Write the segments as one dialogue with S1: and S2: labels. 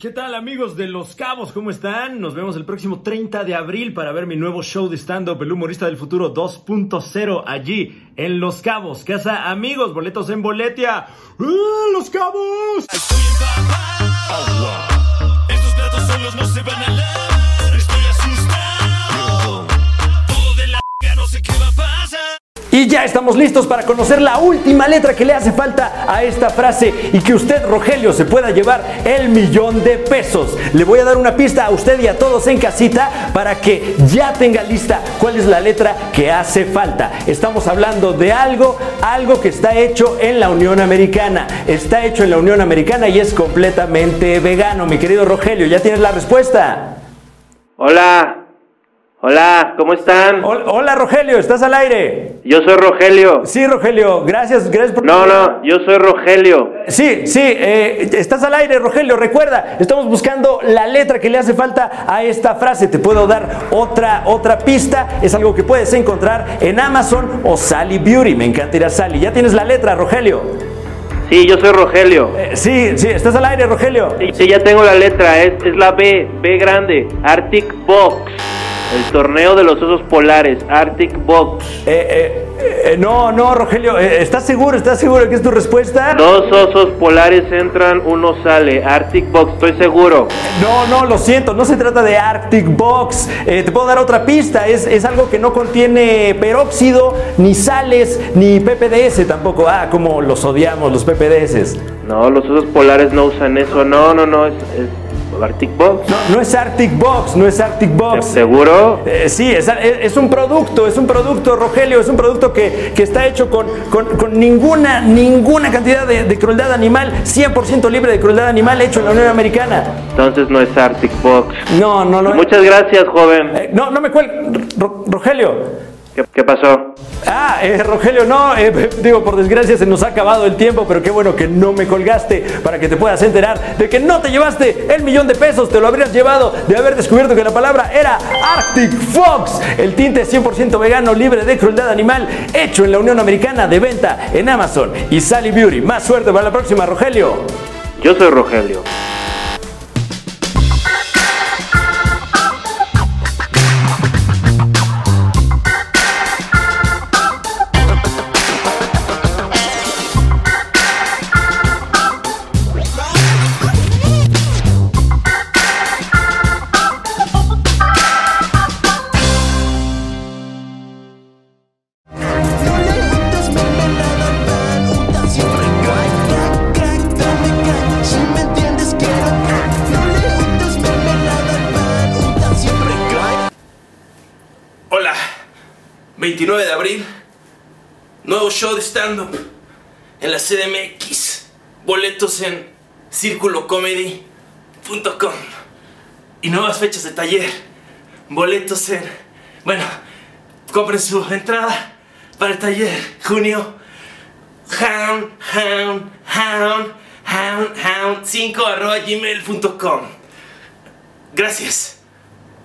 S1: ¿Qué tal amigos de Los Cabos? ¿Cómo están? Nos vemos el próximo 30 de abril para ver mi nuevo show de stand-up, El Humorista del Futuro 2.0, allí en Los Cabos. Casa amigos, boletos en boletia. ¡Ah, ¡Los Cabos!
S2: Estoy empapado. Estos platos solos no se van a lavar. Estoy asustado. Todo de la no sé qué va a pasar.
S3: Y ya estamos listos para conocer la última letra que le hace falta a esta frase y que usted, Rogelio, se pueda llevar el millón de pesos. Le voy a dar una pista a usted y a todos en casita para que ya tenga lista cuál es la letra que hace falta. Estamos hablando de algo, algo que está hecho en la Unión Americana. Está hecho en la Unión Americana y es completamente vegano. Mi querido Rogelio, ¿ya tienes la respuesta?
S4: Hola, hola, ¿cómo están?
S3: Hol- Hola, Rogelio, ¿estás al aire?
S4: Yo soy Rogelio.
S3: Sí, Rogelio, gracias, gracias por...
S4: No, no, yo soy Rogelio.
S3: Sí, sí, eh, estás al aire, Rogelio. Recuerda, estamos buscando la letra que le hace falta a esta frase. Te puedo dar otra, otra pista. Es algo que puedes encontrar en Amazon o Sally Beauty. Me encanta ir a Sally. Ya tienes la letra, Rogelio.
S4: Sí, yo soy Rogelio.
S3: Eh, sí, sí, estás al aire, Rogelio. Eh,
S4: Sí, sí, ya tengo la letra, es, es la B, B grande, Arctic Box. El torneo de los osos polares, Arctic Box.
S3: Eh, eh, eh, no, no, Rogelio. eh, ¿Estás seguro? ¿Estás seguro que es tu respuesta?
S4: Dos osos polares entran, uno sale, Arctic Box, estoy seguro.
S3: No, no, lo siento, no se trata de Arctic Box. Eh, te puedo dar otra pista, es, es algo que no contiene peróxido, ni sales, ni PPDS tampoco. Ah, como los odiamos, los PPDS.
S4: No, los osos polares no usan eso, no, no, no, es, es Arctic Box.
S3: No, no es Arctic Box, no es Arctic Box.
S4: ¿Seguro?
S3: Eh, sí, es, es- es un producto, es un producto, Rogelio, es un producto que, que está hecho con, con- con ninguna, ninguna cantidad de, de crueldad animal, 100% libre de crueldad animal hecho en la Unión Americana.
S4: Entonces no es Arctic Box.
S3: No, no lo
S4: Muchas gracias, joven.
S3: Eh, no, no me cuelgues, Rogelio.
S4: ¿Qué, qué pasó?
S3: Ah, eh, Rogelio, no, eh, digo, por desgracia se nos ha acabado el tiempo, pero qué bueno que no me colgaste para que te puedas enterar de que no te llevaste el millón de pesos, te lo habrías llevado de haber descubierto que la palabra era Arctic Fox, el tinte 100% vegano, libre de crueldad animal, hecho en la Unión Americana, de venta en Amazon y Sally Beauty. Más suerte para la próxima, Rogelio.
S4: Yo soy Rogelio.
S5: No levantas me la siempre crack, crack, crack, dame crack, si me entiendes quiero crack. No levantas me la siempre crack.
S6: Hola, 29 de abril, nuevo show de stand-up en la CDMX. Boletos en circulocomedy.com y nuevas fechas de taller. Boletos en. Bueno, compren su entrada para el taller junio. Hound, hound, hound, hound, hound, 5 arroba gmail.com. Gracias.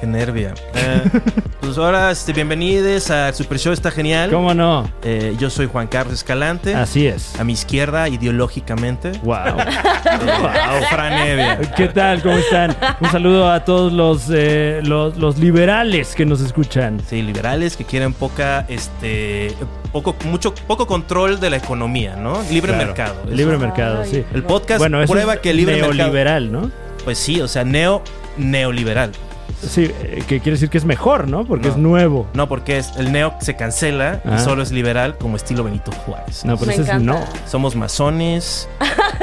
S7: Qué nervia. Eh, pues ahora, este, bienvenidos al Super Show, está genial.
S8: ¿Cómo no?
S7: Eh, yo soy Juan Carlos Escalante.
S8: Así es.
S7: A mi izquierda, ideológicamente.
S8: Wow.
S7: Fran Evia.
S8: ¿Qué tal? ¿Cómo están? Un saludo a todos los, eh, los, los liberales que nos escuchan.
S7: Sí, liberales que quieren poca, este, poco, mucho, poco control de la economía, ¿no? Libre
S8: Claro.
S7: mercado. Eso.
S8: Libre mercado, sí.
S7: El podcast
S8: Bueno, eso
S7: prueba
S8: es
S7: que el libre mercado.
S8: neoliberal, ¿no?
S7: Pues sí, o sea, neo, neoliberal.
S8: Sí, eh, que quiere decir que es mejor, ¿no? Porque
S7: No.
S8: es nuevo.
S7: No, porque es, el neo se cancela
S8: Ah.
S7: y solo es liberal como estilo Benito Juárez.
S8: No, pero
S9: Me
S8: ese es
S9: encanta.
S8: no.
S7: Somos masones.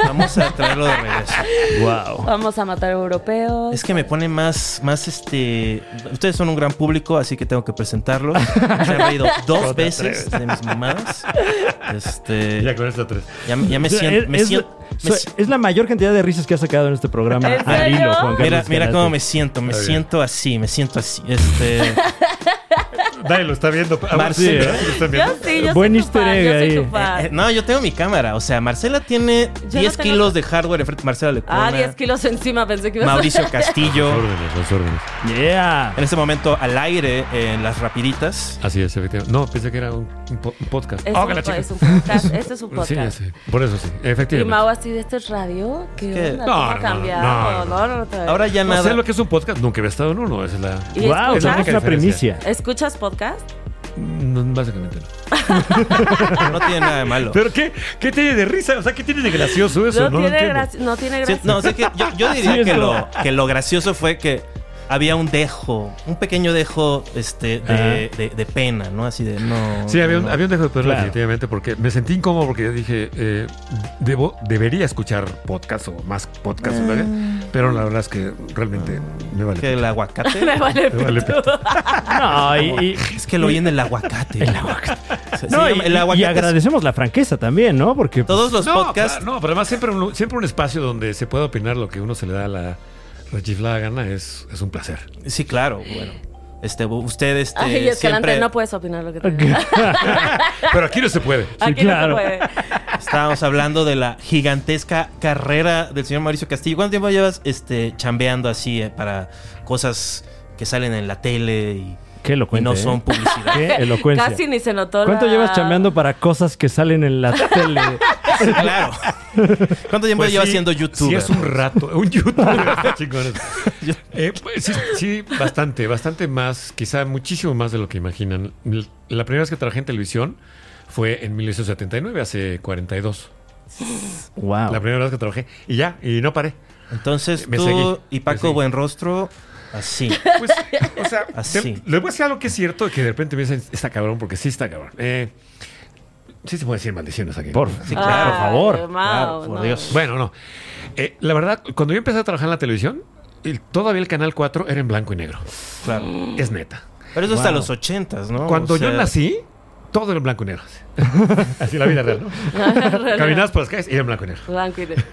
S7: Vamos a traerlo de regreso.
S8: Wow.
S9: Vamos a matar europeos.
S7: Es que me pone más, más este. Ustedes son un gran público, así que tengo que presentarlos. Se han reído dos veces de mis mamadas. Este. Ya,
S8: con esto tres.
S7: me- ya me siento. me
S8: es,
S7: siento- me
S8: so-
S7: si-
S8: es la mayor cantidad de risas que ha sacado en este programa.
S9: ¿En
S8: al
S9: serio?
S8: hilo, Juan Carlos
S7: mira, mira
S8: Escalante.
S7: cómo me siento. Me siento
S4: siento así, me siento así. Este,
S10: Nadie lo está viendo. Ah, bueno,
S4: Marcelo.
S3: ¿eh?
S10: sí, ¿verdad? ¿Lo están
S8: Yo
S10: viendo?
S8: sí, ¿eh? yo
S3: Buen
S8: soy tu
S3: easter
S8: fan,
S3: egg
S8: yo soy
S3: ahí.
S8: tu fan.
S4: eh, no, yo tengo mi cámara. O sea, Marcela tiene
S8: no
S4: 10
S8: tengo-
S4: kilos de hardware enfrente. Marcela Lecona,
S8: Ah, 10 kilos encima, pensé que ibas a
S4: Mauricio Castillo.
S10: órdenes, las órdenes.
S3: Yeah.
S4: En este momento al aire en las rapiditas.
S10: Así es, efectivamente. No, pensé que era un, un po- un podcast.
S8: Es,
S4: Oh,
S10: Ah,
S8: un,
S10: la chica.
S8: es un podcast, este es un
S10: Sí, ya
S8: podcast.
S10: sé. Por eso
S8: y
S10: sí,
S8: Mau
S10: efectivamente.
S8: así de esto es radio, ¿qué
S4: que-
S8: onda?
S10: no,
S8: ¿Cómo
S10: no,
S8: ha cambiado?
S10: no, no,
S8: No, no, no, todavía.
S4: Ahora ya
S10: No
S4: nada.
S10: sé lo que es un podcast. Nunca había estado en uno. Esa es la.
S8: ¿Y
S3: Wow, esa
S8: escuchas?
S3: es una
S10: diferencia.
S3: primicia.
S8: ¿Escuchas podcast?
S10: No, básicamente no.
S4: No tiene nada de malo.
S10: ¿Pero qué, qué tiene de risa? O sea, ¿qué tiene de gracioso eso? No,
S8: no,
S10: lo
S8: tiene
S10: entiendo.
S8: gracia, no tiene
S4: Sí,
S8: gracia.
S4: no, sé que yo, yo diría
S3: Sí, es
S4: que, lo,
S3: verdad.
S4: que lo gracioso fue que había un dejo, un pequeño dejo este, de, de- de pena, ¿no? Así de no.
S10: Sí, había un,
S4: no.
S10: había un dejo de perla,
S3: Claro.
S10: definitivamente, porque me sentí incómodo porque yo dije, eh, debo, debería escuchar podcast o más podcast,
S8: Mm.
S10: ¿verdad? pero la verdad es que realmente me vale.
S4: Que el
S8: Me
S4: aguacate.
S8: vale.
S10: Me vale pito.
S3: No, y, y-
S4: es que lo oyen el aguacate. El aguacate.
S3: no, y- y agradecemos la franqueza también, ¿no? Porque pues,
S4: Todos los
S10: no,
S4: podcasts.
S10: pa- no, pero además siempre un, lu- siempre un espacio donde se pueda opinar lo que uno se le da la rechiflada gana es, es un placer.
S4: Sí, claro, bueno. Este, usted, este,
S8: Ay, Escalante,
S4: siempre
S8: no puedes opinar lo que te diga.
S10: Pero aquí no se puede.
S8: Aquí
S3: claro.
S8: no se puede.
S4: estábamos hablando de la gigantesca carrera del señor Mauricio Castillo. ¿Cuánto tiempo llevas este, chambeando así eh, para cosas que salen en la tele y,
S3: qué
S4: y
S3: elocuente.
S4: no
S3: ¿eh?
S4: son publicidad?
S3: Qué elocuencia.
S8: Casi ni se notó
S3: ¿Cuánto
S8: la-
S3: llevas chambeando para cosas que salen en la tele?
S4: Claro. ¿Cuánto tiempo
S10: Pues
S4: llevas
S10: sí,
S4: siendo youtuber?
S10: Sí, es un rato. Un youtuber. está chingón eso. Eh, pues, sí, sí, bastante, bastante más, quizá muchísimo más de lo que imaginan. L- La primera vez que trabajé en televisión fue en 1979, hace 42.
S3: wow.
S10: La primera vez que trabajé. Y ya, y no paré.
S4: Ah, Entonces
S10: Me
S4: tú
S10: seguí,
S4: y
S10: me seguí.
S4: Paco Buenrostro, así.
S10: Pues, o sea,
S4: Así.
S10: te- les voy a decir algo que es cierto que de repente me dicen, está cabrón, porque sí está cabrón. Eh, sí se puede decir maldiciones aquí.
S3: Por, sí, claro, por
S8: Ay,
S3: favor.
S8: Mau,
S4: Claro, por
S8: no.
S4: Dios.
S10: Bueno, no. Eh, la verdad, cuando yo empecé a trabajar en la televisión, el- todavía el Canal 4 era en blanco y negro.
S4: Claro.
S10: Es neta.
S4: Pero eso hasta
S3: Wow.
S4: los ochentas, ¿no?
S10: Cuando
S4: O sea,
S10: yo nací, todo era en blanco y negro. Así la vida real, ¿no? Caminabas por las calles y era en blanco y negro.
S8: Blanco y negro.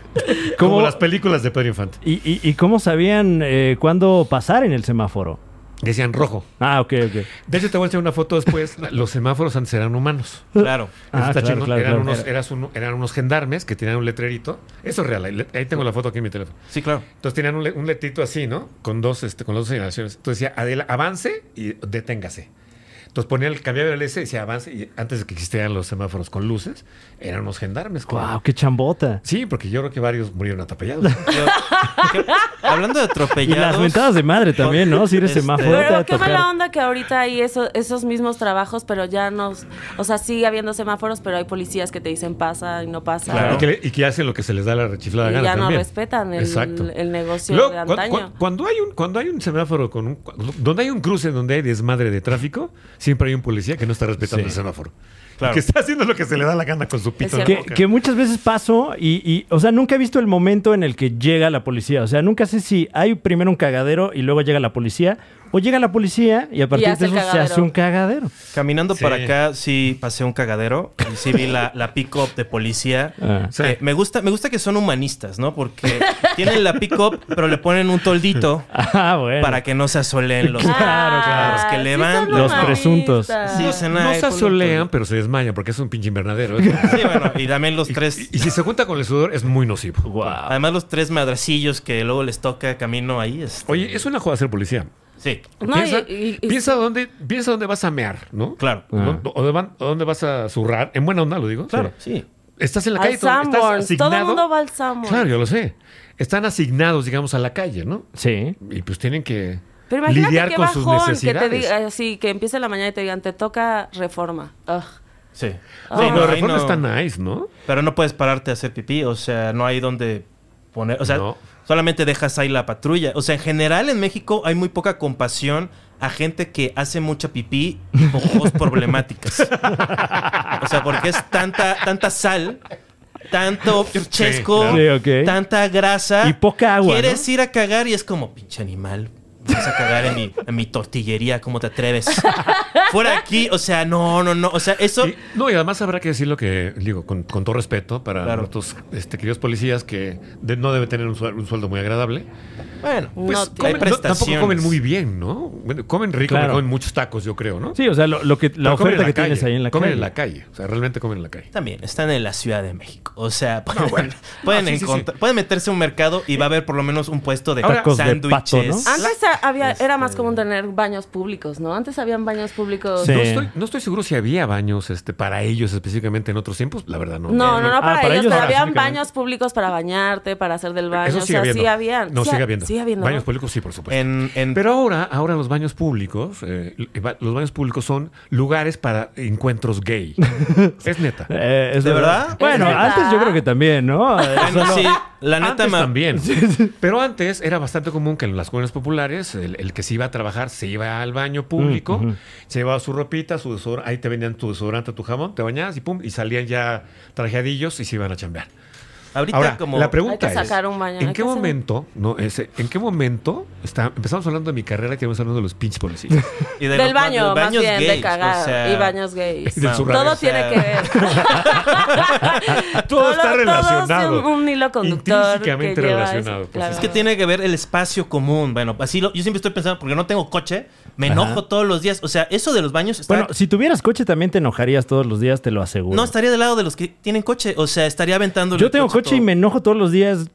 S10: Como
S3: ¿Cómo-
S10: las películas de Pedro Infante.
S3: ¿Y, y, y cómo sabían eh, cuándo pasar en el semáforo?
S10: Decían rojo.
S3: Ah, ok, ok.
S10: De hecho, te voy a enseñar una foto después. Los semáforos antes eran humanos.
S4: Claro.
S3: Ah,
S10: Eso está
S3: claro,
S10: chingón.
S3: claro,
S10: eran,
S3: claro.
S10: unos, eh, eras un- eran unos gendarmes que tenían un letrerito. Eso es real. Ahí, le- ahí tengo la foto aquí en mi teléfono.
S4: Sí, claro.
S10: Entonces tenían un, le- un letrito así, ¿no? Con dos, este, con las dos señalaciones. Entonces decía, "Adela- avance y deténgase. Entonces ponía el cambiaba el S y decía avance. Y antes de que existieran los semáforos con luces, eran unos gendarmes. con-
S3: Wow, qué chambota.
S10: Sí, porque yo creo que varios murieron atropellados.
S4: Yo- que- hablando de
S3: Y
S4: atropellados.
S3: las ventadas de madre también, ¿no? Si eres
S4: Este-
S3: semáforo, te va a
S8: Pero qué
S3: tocar.
S8: mala onda que ahorita hay eso- esos mismos trabajos, pero ya nos. O sea, sigue habiendo semáforos, pero hay policías que te dicen pasa y no pasa.
S10: Y, que, le- y que hacen lo que se les da la rechiflada
S8: Y
S10: gana.
S8: ya no
S10: también.
S8: respetan el- el negocio de
S10: cu- cu-
S8: antaño.
S10: cuando, hay un, cuando hay un semáforo, con un, cu- donde hay un cruce donde hay desmadre de tráfico, siempre hay un policía que no está respetando
S3: Sí.
S10: el semáforo.
S4: Claro.
S10: Que está haciendo lo que se le da la gana con su pito. en la
S8: cierto.
S3: Que,
S10: boca.
S3: que muchas veces paso y, y, o sea, nunca he visto el momento en el que llega la policía. O sea, nunca sé si hay primero un cagadero y luego llega la policía, o llega la policía y a partir
S8: hace
S3: de
S8: el
S3: eso se
S8: cagadero.
S3: hace un cagadero.
S4: Caminando
S10: Sí.
S4: para acá, sí pasé un cagadero. Y sí vi la, la pick-up de policía.
S3: Ah.
S10: Sí.
S4: Eh, me, gusta, me gusta que son humanistas, ¿no? Porque tienen la pick-up, pero le ponen un toldito
S3: Ah, bueno.
S4: para que no se asoleen los.
S3: Claro, claro.
S4: Los que
S8: Ah, sí
S4: levantan.
S8: son
S3: Los presuntos.
S8: humanistas.
S4: Sí, o sea,
S10: no
S4: nada,
S10: se
S4: eh,
S10: asolean, pero se desmayan porque es un pinche invernadero. ¿eh?
S4: Sí, bueno, y también los
S10: Y-
S4: tres.
S10: y, y si se junta con el sudor, es muy nocivo.
S3: Wow.
S4: Además, los tres madracillos que luego les toca camino ahí. este,
S10: Oye, es una joda ser policía.
S4: Sí,
S8: No,
S10: piensa,
S8: y- y- y-
S10: piensa dónde, piensa dónde vas a mear, ¿no?
S4: claro.
S10: ¿No? O, dónde van- o dónde vas a zurrar. En buena onda, lo digo.
S4: Claro,
S10: Sí.
S4: sí.
S10: Estás en la
S8: Al
S10: calle, todo- estás
S8: Sanborns.
S10: asignado.
S8: Todo el mundo va al Sanborns.
S10: Claro, yo lo sé. Están asignados, digamos, a la calle, ¿no?
S3: Sí.
S10: Y pues tienen que
S8: Pero imagínate
S10: lidiar
S8: qué
S10: con sus
S8: bajón que te
S10: necesidades.
S8: diga, así, que empiece la mañana y te digan, te toca reforma. Ugh.
S4: Sí. Sí,
S10: No,
S4: no,
S10: pero
S4: ahí
S10: reforma
S4: no-
S10: está nice, ¿no?
S4: Pero no puedes pararte a hacer pipí, o sea, no hay donde poner, o sea,
S10: No.
S4: solamente dejas ahí la patrulla. O sea, en general en México hay muy poca compasión a gente que hace mucha pipí con cosas problemáticas. O sea, porque es tanta, tanta sal, tanto chesco,
S3: claro. Sí, ok.
S4: tanta grasa.
S3: Y poca agua,
S4: Quieres ir a cagar y es como, pinche animal. vas a cagar en mi, en mi tortillería, ¿cómo te atreves? Fuera de aquí, o sea, no, no, no, o sea, eso...
S10: Y- no, y además habrá que decir lo que digo, con, con todo respeto para
S4: Claro.
S10: nuestros este, queridos policías que de- no deben tener un, suel- un sueldo muy agradable.
S4: Bueno,
S8: Pues, No,
S10: Comen-
S4: hay
S10: no, tampoco
S4: prestaciones.
S10: comen muy bien, ¿no? Bueno, comen rico,
S3: Claro.
S10: comen muchos tacos, yo creo, ¿no?
S3: Sí, o sea, lo, lo que, la
S10: Pero comen en
S3: oferta que
S10: calle,
S3: tienes ahí en la
S10: Comen
S3: calle.
S10: en la calle, o sea, realmente comen en la calle.
S4: También están en la Ciudad de México. O sea, pueden, pueden
S10: Ah, sí, sí,
S4: encontrar- pueden meterse a un mercado y va a haber por lo menos un puesto de
S3: Ahora- Tacos de pato, ¿no?
S4: sándwiches.
S8: Antes a- había, era más común tener baños públicos, ¿no? Antes habían baños públicos.
S3: Sí.
S10: No, estoy, no estoy seguro si había baños este, para ellos específicamente en otros tiempos, la verdad no.
S8: No, no, no,
S3: para ellos
S8: para, ellos, pero
S3: no,
S8: habían
S3: específicamente.
S8: baños públicos para bañarte, para hacer del baño.
S10: Eso
S8: o
S10: sigue
S8: sea,
S10: habiendo.
S8: sí habían.
S10: No,
S8: Sí
S10: sigue
S8: ha-
S10: habiendo.
S8: Sigue habiendo.
S10: Baños
S8: ¿no?
S10: públicos, sí, por supuesto.
S4: En, en-
S10: Pero ahora, ahora los baños públicos, eh, los baños públicos son lugares para encuentros gay. es neta.
S3: Eh, es
S4: ¿De verdad?
S3: Bueno,
S8: ¿Es verdad?
S3: antes yo creo que también, ¿no?
S4: bueno, sí, la neta
S10: antes
S4: ma-
S10: también. Pero antes era bastante común que en las comunidades populares el, el que se iba a trabajar se iba al baño público,
S8: Mm,
S10: se llevaba su ropita, su desodorante, ahí te vendían tu desodorante, tu jamón, te bañabas y pum, y salían ya trajeadillos y se iban a chambear.
S4: ahorita
S10: Ahora,
S4: como
S10: la pregunta
S8: Hay que sacar un baño,
S10: es, ¿en
S8: hay
S10: qué
S8: que hacer-
S10: momento, no, ese, en qué momento, está, empezamos hablando de mi carrera, que hablando de los pinches policías?
S4: y de
S8: Del
S4: los ba- de
S8: baño,
S4: los
S8: más
S4: baños
S8: bien, de
S4: gays,
S8: cagar.
S4: o sea,
S8: y baños gays.
S10: del surreal.
S8: Todo
S4: O sea,
S8: tiene que ver.
S10: Todo está relacionado.
S8: es un, un hilo conductor. que
S10: Intrínsecamente
S8: lleva
S10: relacionado,
S8: eso,
S10: pues,
S8: claro.
S4: Es que tiene que ver el espacio común. Bueno, así lo- yo siempre estoy pensando, porque no tengo coche, me enojo todos los días. O sea, eso de los baños está-
S3: Bueno, si tuvieras coche también te enojarías todos los días, te lo aseguro.
S4: no estaría del lado de los que tienen coche. O sea, estaría aventando
S3: Yo tengo coche y me enojo todos los días.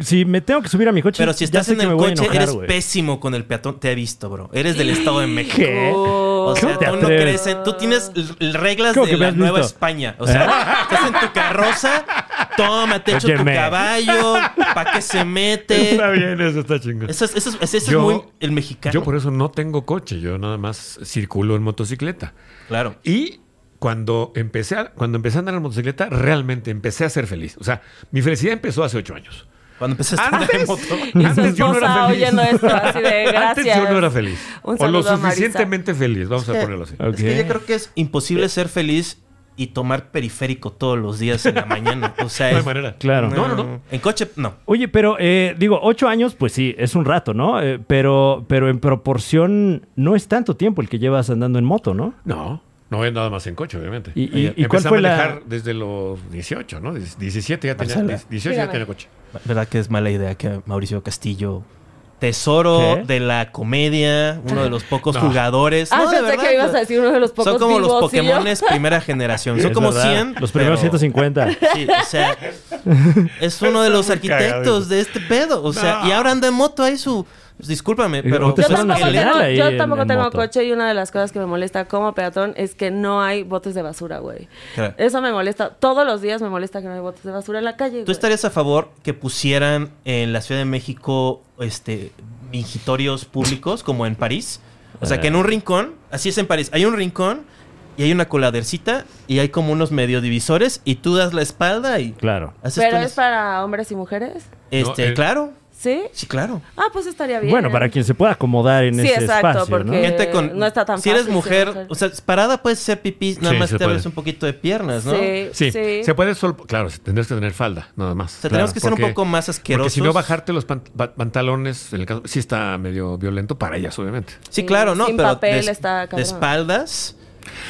S3: Si me tengo que subir a mi coche,
S4: Pero si
S3: ya
S4: estás
S3: sé
S4: en
S3: que me
S4: el
S3: voy a
S4: coche,
S3: enojar,
S4: eres
S3: güey.
S4: pésimo con el peatón. Te he visto, bro. Eres del Estado de México.
S3: ¿Qué?
S4: O sea,
S3: ¿Cómo te
S4: tú no
S3: atreves?
S4: crees en- Tú tienes l- l- reglas
S3: ¿Cómo
S4: de
S3: que me
S4: la
S3: has
S4: Nueva
S3: visto?
S4: España. O sea, estás en tu carroza, toma, te echo tu
S3: Óyeme.
S4: caballo, ¿para qué se mete?
S10: está bien, eso está chingón.
S4: Eso es, eso es- eso es
S10: Yo-
S4: muy el mexicano.
S10: Yo por eso no tengo coche, yo nada más circulo en motocicleta.
S4: Claro.
S10: Y cuando empecé a, cuando empecé a andar en motocicleta, realmente empecé a ser feliz. O sea, mi felicidad empezó hace ocho años.
S4: Cuando empezaste a
S10: Ah,
S4: andar en moto.
S8: Y su esposa oyendo esto así de gracias.
S10: Antes yo no era feliz.
S8: Un
S10: o lo
S8: saludo a Marisa.
S10: suficientemente feliz, vamos a ponerlo así.
S4: Es
S3: Ok.
S4: que yo creo que es imposible ser feliz y tomar periférico todos los días en la mañana. O sea,
S10: No hay
S4: es-
S10: manera.
S3: Claro.
S10: No, no, no.
S4: En coche, no.
S3: Oye, pero eh, digo, ocho años, pues sí, es un rato, ¿no? Eh, pero, pero en proporción no es tanto tiempo el que llevas andando en moto, ¿no?
S10: No. No es nada más en coche, obviamente.
S3: ¿Y- y-
S10: Empecé
S3: y cuál fue
S10: a
S3: la-
S10: manejar desde los 18, ¿no? 17 ya tenía, 18 ya tenía coche.
S4: ¿Verdad que es mala idea que Mauricio Castillo, tesoro
S3: ¿Qué?
S4: de la comedia, uno de los pocos
S10: No.
S4: jugadores?
S8: Ah,
S4: No, de
S8: pensé
S4: verdad,
S8: que ibas a decir uno de los pocos
S4: Son como los
S8: vivos, y yo-
S4: Pokémones primera generación. Son
S3: Es
S4: como
S3: verdad,
S4: 100.
S3: Los primeros
S4: pero-
S3: 150.
S4: Sí, o sea, es uno de los arquitectos de este pedo. O sea, y ahora anda en moto ahí su. Discúlpame, pero.
S8: Yo
S3: Pues era
S8: tampoco
S3: una
S8: tengo,
S3: genial ahí
S8: yo
S3: en-
S8: tampoco
S3: en
S8: tengo
S3: moto.
S8: coche y una de las cosas que me molesta como peatón es que no hay botes de basura, güey.
S4: Claro.
S8: Eso me molesta. Todos los días me molesta que no hay botes de basura en la calle.
S4: ¿Tú
S8: güey.
S4: estarías a favor que pusieran en la Ciudad de México este mingitorios públicos como en París? O sea, que
S3: Eh.
S4: en un rincón, así es en París, hay un rincón y hay una coladercita y hay como unos medio divisores y tú das la espalda y
S3: Claro.
S4: haces
S8: Pero
S4: tú
S8: es para hombres y mujeres,
S4: este,
S10: No, eh.
S4: claro.
S8: ¿sí?
S4: Sí, claro.
S8: Ah, pues estaría bien.
S3: Bueno, para quien se pueda acomodar en
S8: Sí,
S3: ese
S8: exacto,
S3: espacio, ¿no?
S8: porque- Eh, no está tan
S4: Si eres
S8: fácil ser
S4: mujer,
S8: mujer.
S4: o sea, parada puedes ser pipí, nada
S10: Sí,
S4: más
S10: se
S4: te abres
S10: puede.
S4: un poquito de piernas, ¿no?
S8: Sí,
S10: Sí,
S8: sí.
S10: se puede solo. Claro, tendrías que tener falda, nada más.
S4: O sea, tenemos
S10: Claro,
S4: que ser un
S10: porque-
S4: poco más
S10: Porque
S4: asquerosos.
S10: si no, bajarte los pant- pa- pantalones, en el caso, sí está medio violento para ellas, obviamente.
S4: Sí,
S8: Sí,
S4: claro, no,
S8: sin
S4: pero
S8: papel
S4: de,
S8: está
S4: de
S8: cabrón.
S4: espaldas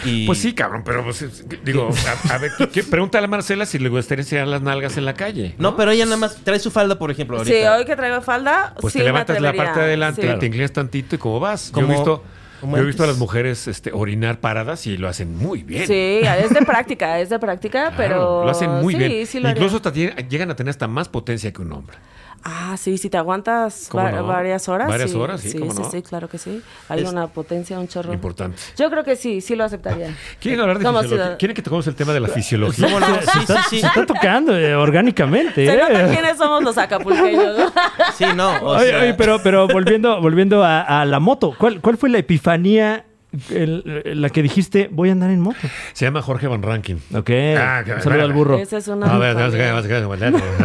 S4: y
S10: Pues sí, cabrón, pero pues, es- digo, a, a ver, ¿qué- pregúntale a Marcela si le gustaría enseñar las nalgas en la calle.
S4: No, pero ella nada más trae su falda, por ejemplo, ahorita.
S8: Sí, hoy que traigo falda,
S10: Pues
S8: sí
S10: te
S8: me
S10: levantas la parte de
S8: atrevería.
S10: adelante,
S8: Sí.
S10: te inclinas tantito y como vas. yo
S4: Como-
S10: he visto,
S4: como
S10: yo he visto a
S4: antes.
S10: las mujeres este, orinar paradas y lo hacen muy bien.
S8: Sí, es de práctica, es de práctica,
S10: Claro,
S8: pero...
S10: lo hacen muy
S8: sí,
S10: bien.
S8: Sí, lo haría.
S10: Incluso hasta tie- llegan a tener hasta más potencia que un hombre.
S8: Ah, sí, si te aguantas
S10: ¿Cómo
S8: va-
S10: no?
S8: varias horas.
S10: Varias horas, sí,
S8: sí,
S10: ¿cómo
S8: sí,
S10: no?
S8: sí, claro que sí. Hay
S10: Es
S8: una potencia, un chorro.
S10: Importante.
S8: Yo creo que sí, sí lo aceptaría.
S10: ¿Quieren hablar de
S8: Como
S10: fisiología?
S8: ciudad-
S10: ¿Quieren que toquemos el tema de la
S4: Sí,
S10: fisiología?
S4: bueno, sí, sí, sí.
S3: Se está tocando eh, orgánicamente.
S8: Se
S3: ¿eh?
S8: nota quiénes somos los acapulqueños. ¿no?
S4: Sí, no. o
S3: Oye,
S4: sea,
S3: oye, pero, pero volviendo, volviendo a, a la moto, ¿cuál, cuál fue la epifanía el- la que dijiste voy a andar en moto?
S10: Se llama Jorge Van Rankin.
S3: Ok.
S10: Ah, qué
S3: Un saludo al
S10: bárbaro.
S3: burro.
S8: Esa es una.
S10: A ver,
S8: familia.
S10: no sé qué, no sé qué, no sé qué,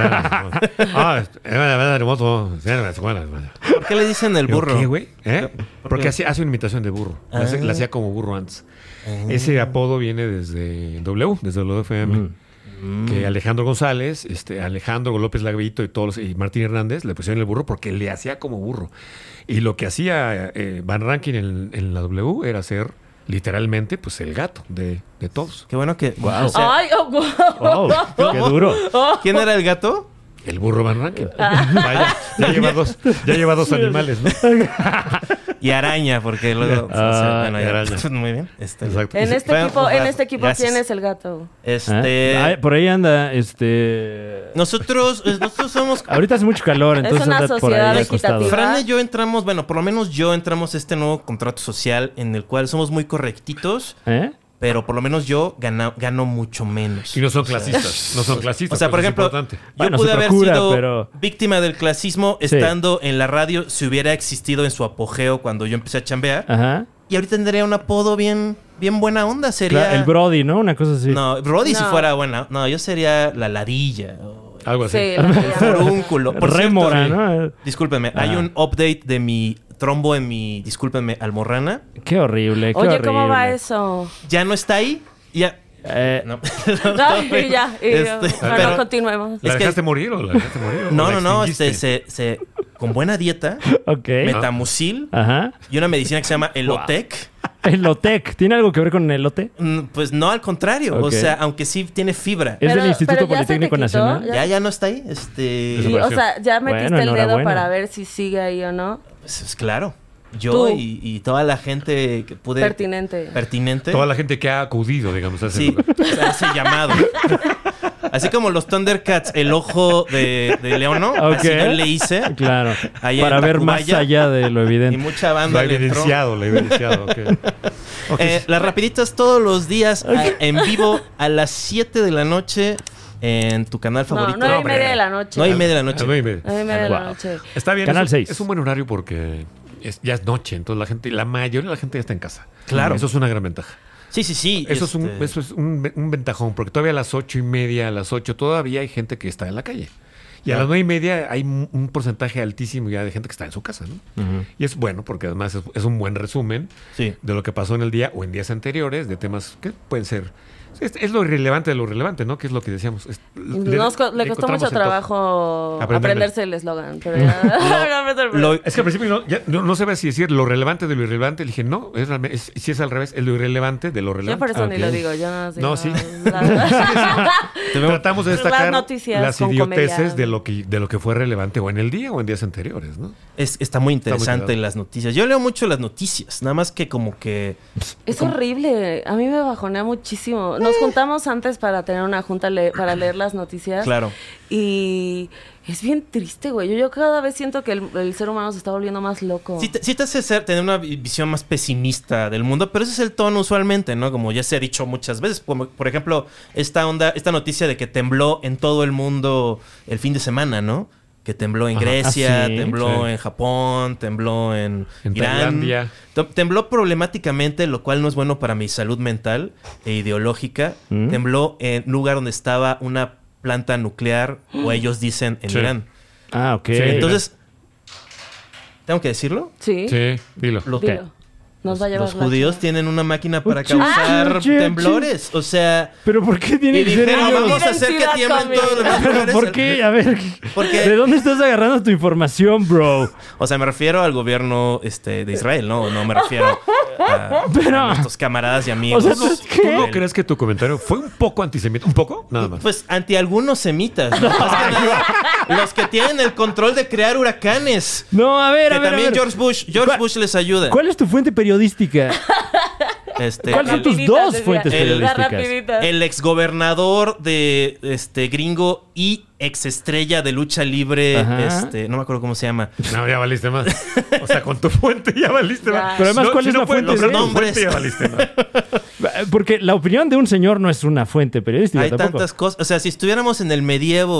S10: Ah, es verdad, hermoso. Sí, no sé cuál, no sé cuál.
S4: ¿por qué le dicen el
S10: Digo,
S4: burro?
S10: ¿Qué, güey? ¿Eh? Porque hace, hace una imitación de burro. La hace-
S4: Ah. Mm.
S10: la hacía como burro antes. Ese apodo viene desde W, desde WFM. que Alejandro González, este, Alejandro López Lagavito y todos los- y Martín Hernández le pusieron el burro porque le hacía como burro. Y lo que hacía eh, Van Rankin en, en la W era ser literalmente pues el gato de, de todos.
S4: Qué bueno que.
S10: Guau.
S4: o sea,
S8: Ay, oh, wow.
S3: Wow, ¡Qué duro! ¿eh?
S10: Oh.
S4: ¿Quién era el gato?
S10: El burro Van Rankin.
S4: Ah.
S10: Vaya, ya lleva dos, ya lleva dos animales, ¿no?
S4: Y araña, porque luego. o sea,
S3: Ah,
S4: bueno, ya-
S10: araña.
S4: Muy bien. este-
S10: Exacto.
S8: En este
S4: Bueno,
S8: equipo, en este equipo,
S4: gracias.
S8: ¿quién es el gato?
S4: Este.
S10: ¿Eh?
S3: Ah, por ahí anda, este...
S4: Nosotros, eh, nosotros somos.
S3: Ahorita hace mucho calor, entonces
S8: una
S3: anda por
S8: sociedad
S3: ahí acostado.
S8: equitativa.
S4: Fran y yo entramos, bueno, por lo menos yo entramos a este nuevo contrato social en el cual somos muy correctitos,
S3: ¿Eh?
S4: pero por lo menos yo gana- gano mucho menos.
S10: Y no son clasistas, no son
S4: O
S10: clasistas.
S4: sea, por
S10: eso es
S4: ejemplo,
S10: importante.
S4: yo
S3: Bueno,
S4: pude
S3: se
S4: haber
S3: procura,
S4: sido
S3: pero-
S4: víctima del clasismo
S3: Sí.
S4: estando en la radio si hubiera existido en su apogeo cuando yo empecé a chambear.
S3: Ajá.
S4: Y ahorita tendría un apodo bien, bien buena onda. Sería.
S3: Claro, el Brody, ¿no? Una cosa así.
S4: No, Brody si
S8: No.
S4: fuera buena. No, yo sería la ladilla. o
S10: algo así.
S8: Sí, la
S4: el
S8: verdad.
S4: Forúnculo. Por cierto,
S3: Rémora,
S4: sí.
S3: ¿no? Ah.
S4: Discúlpenme, hay un update de mi trombo en mi, discúlpenme, almorrana.
S3: Qué horrible, qué
S8: Oye,
S3: horrible.
S8: ¿cómo va eso?
S4: Ya no está ahí. Ya.
S3: Eh,
S4: No.
S8: Ay, ya, y yo-
S4: Este,
S8: no, no,
S4: pero-
S8: continuemos.
S10: ¿La
S4: es que-
S10: dejaste morir o la dejaste morir? o
S4: no, no,
S10: la
S4: no.
S10: extinguiste?
S4: Este, se, se- con buena dieta,
S3: Ok.
S4: metamucil
S3: Ajá.
S4: y una medicina que se llama Elotec.
S3: Elotec. ¿Tiene algo que ver con elote?
S4: Mm, Pues no, al contrario. O
S3: Ok.
S4: sea, aunque sí tiene fibra.
S3: Es
S8: Pero-
S3: del Instituto
S8: pero ya se te
S3: Politécnico
S8: quitó,
S3: Nacional.
S4: Ya, ya no está ahí. Este.
S8: Y, o sea, ya
S3: Bueno,
S8: metiste el dedo
S3: enhorabuena.
S8: para ver si sigue ahí o no.
S4: Pues, pues, claro.
S8: Tú.
S4: Yo y, y toda la gente que pude.
S8: Pertinente.
S4: Pertinente.
S10: Toda la gente que ha acudido, digamos, a ese
S4: este Sí,
S10: lugar.
S4: a ese llamado. Así como los Thundercats, el ojo de, de Leono, así
S3: Ok.
S4: yo le hice.
S3: Claro.
S4: Ahí en
S3: Para ver más
S4: Tacubaya.
S3: allá de lo
S4: Y
S3: evidente.
S4: mucha
S10: Lo
S4: banda
S10: ha
S4: le entró.
S10: evidenciado, lo ha evidenciado. ok.
S4: Eh, las rapiditas todos los días a- en vivo a las 7 de la noche en tu canal favorito.
S8: No, nueve y media de la noche.
S4: 9 y media de la
S10: A mí
S4: noche.
S10: me-
S8: Nueve y media de la
S3: Wow.
S8: noche.
S10: Está bien.
S3: Canal
S10: es, un-
S3: seis.
S10: Es un buen horario porque es- ya es noche, entonces la gente, la mayoría de la gente ya está en casa.
S4: Claro.
S10: Eso es una gran ventaja.
S4: Sí, sí, sí.
S10: Eso es, un,
S4: este,
S10: eso es un, un ventajón, porque todavía a las ocho y media, a las ocho, todavía hay gente que está en la calle. Y a las nueve y media hay un un porcentaje altísimo ya de gente que está en su casa, ¿no? Y es bueno porque además es, es un buen resumen
S4: Sí.
S10: de lo que pasó en el día o en días anteriores, de temas que pueden ser... Es, es lo irrelevante de lo relevante, ¿no? Que es lo que decíamos. Es- le-
S8: Nos co- le, costó
S10: encontramos
S8: mucho
S10: en todo.
S8: trabajo
S10: Aprenderle.
S8: aprenderse el eslogan, pero ya.
S4: Lo-
S10: Es que al principio no, ya no, no sabía si decir lo relevante de lo irrelevante. Le dije, no, es, realme- es- si es al revés, es lo irrelevante de lo relevante.
S8: yo por eso
S10: Ah,
S8: ni
S10: ok.
S8: lo digo, yo no sé.
S10: No, sí.
S8: La-
S10: Tratamos de destacar
S8: Las
S10: las,
S8: noticias con
S10: idioteces
S8: comedia.
S10: de lo, que, de lo que fue relevante o en el día o en días anteriores, ¿no?
S4: es- está muy interesante
S10: interesante.
S4: las noticias. Yo leo mucho las noticias, nada más que como que...
S8: Es horrible, a mí me bajonea muchísimo.
S4: Eh.
S8: Nos juntamos antes para tener una junta le- para leer las noticias.
S4: Claro.
S8: Y es bien triste, güey. Yo, yo cada vez siento que el, el ser humano se está volviendo más loco.
S4: Sí te, sí te hace ser- tener una vi- visión más pesimista del mundo, pero ese es el tono usualmente, ¿no? Como ya se ha dicho muchas veces. Como, por ejemplo, esta onda, esta noticia de que tembló en todo el mundo el fin de semana, ¿no? Que tembló en Grecia,
S3: Ah, sí,
S4: tembló
S10: sí.
S4: en Japón, tembló en,
S10: En
S4: Irán.
S10: Tailandia.
S4: Tem- Tembló problemáticamente, lo cual no es bueno para mi salud mental e ideológica.
S10: Mm.
S4: Tembló en un lugar donde estaba una planta nuclear, o ellos dicen en
S10: Sí.
S4: Irán.
S3: Ah, ok.
S10: Sí,
S4: Entonces, ¿tengo que decirlo?
S8: Sí.
S10: Sí, dilo.
S4: Lo-
S8: Dilo. Nos va a llevar
S4: Los
S8: la
S4: judíos
S8: chingada.
S4: tienen una máquina para
S3: Uchi,
S4: causar
S3: uchi, uchi.
S4: temblores. O sea,
S3: ¿Pero por qué
S4: y
S3: tiene que ser
S4: dijeron,
S8: ellos.
S4: vamos a
S8: Miren,
S4: hacer que
S8: Ciudad
S4: tiemblen
S8: Comic.
S4: todos los
S3: ¿Pero
S4: temblores.
S3: por qué? A ver,
S4: Porque-
S3: ¿de dónde estás agarrando tu información, bro?
S4: O sea, me refiero al gobierno este, de Israel, ¿no? No me refiero a,
S3: Pero-
S4: a nuestros camaradas y amigos.
S3: O sea, ¿tú-
S10: ¿Tú
S3: ¿Qué?
S10: no crees que tu comentario fue un poco antisemita? ¿Un poco? Nada más.
S4: Pues anti algunos semitas. ¿no? Más que nada, los que tienen el control de crear huracanes.
S3: No, a ver,
S4: Que
S3: a ver. a
S4: también
S3: ver.
S4: George Bush, George
S3: ¿Cuál-
S4: Bush les ayuda.
S3: ¿Cuál es tu fuente periodística?
S4: Este,
S3: ¿Cuáles son
S4: el-
S3: tus
S8: Rapiditas,
S3: dos
S8: decía.
S3: fuentes
S8: Las
S3: periodísticas?
S8: rapiditas.
S4: El exgobernador de este gringo y exestrella de lucha libre,
S3: Ajá.
S4: este, no me acuerdo cómo se llama.
S10: No, ya valiste más. O sea, con tu fuente ya valiste
S8: Ya.
S10: más.
S3: Pero además,
S10: No,
S3: ¿cuál
S10: si
S3: es
S10: no
S3: la
S10: puedes
S3: fuente
S10: nombrar
S3: de
S10: tu
S3: él?
S10: fuente, ya valiste más.
S3: Porque la opinión de un señor no es una fuente periodística
S4: Hay
S3: tampoco.
S4: tantas cosas, o sea, si estuviéramos en el medievo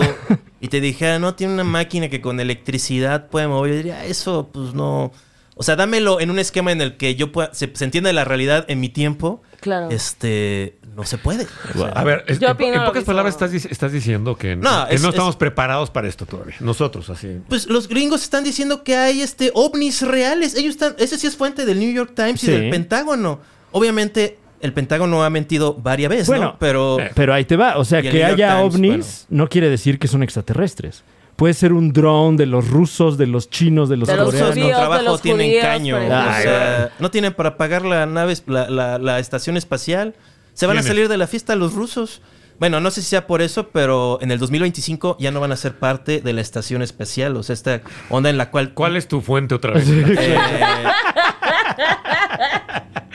S4: y te dijera, "No tiene una máquina que con electricidad puede mover", yo diría, "Eso pues no." O sea, dámelo en un esquema en el que yo pueda se, se entienda la realidad en mi tiempo.
S8: Claro.
S4: Este, no se puede. O sea,
S10: A ver, es-
S8: Yo
S10: en, po-
S8: opino
S10: en
S8: lo
S10: pocas
S8: mismo.
S10: palabras estás, dic- estás diciendo que que
S4: No,
S10: no,
S4: es- es-
S10: estamos preparados para esto todavía. Nosotros, así.
S4: Pues los gringos están diciendo que hay este ovnis reales. Ellos están, ese sí es fuente del New York Times
S3: Sí.
S4: y del Pentágono. Obviamente el Pentágono ha mentido varias veces,
S3: Bueno, eh,
S4: ¿no? Pero
S8: eh,
S3: Pero ahí te va. O sea,
S4: Y el
S3: que
S4: New York
S3: haya
S4: Times,
S3: ovnis no quiere decir que son extraterrestres. Puede ser un dron de los rusos, de los chinos, de los
S8: De los
S3: coreanos.
S4: no
S8: judíos,
S4: trabajo
S8: de los
S4: tienen
S8: judíos,
S4: caño.
S8: por
S4: o
S8: ejemplo.
S3: Ay,
S4: sea, no tienen para pagar la nave, la, la- la estación espacial. Se van a
S10: ¿Quiénes?
S4: salir de la fiesta los rusos. Bueno, no sé si sea por eso, pero en el 2025 ya no van a ser parte de la estación espacial. O sea, esta onda en la cual. eh,
S10: ¿Cuál es tu fuente otra vez?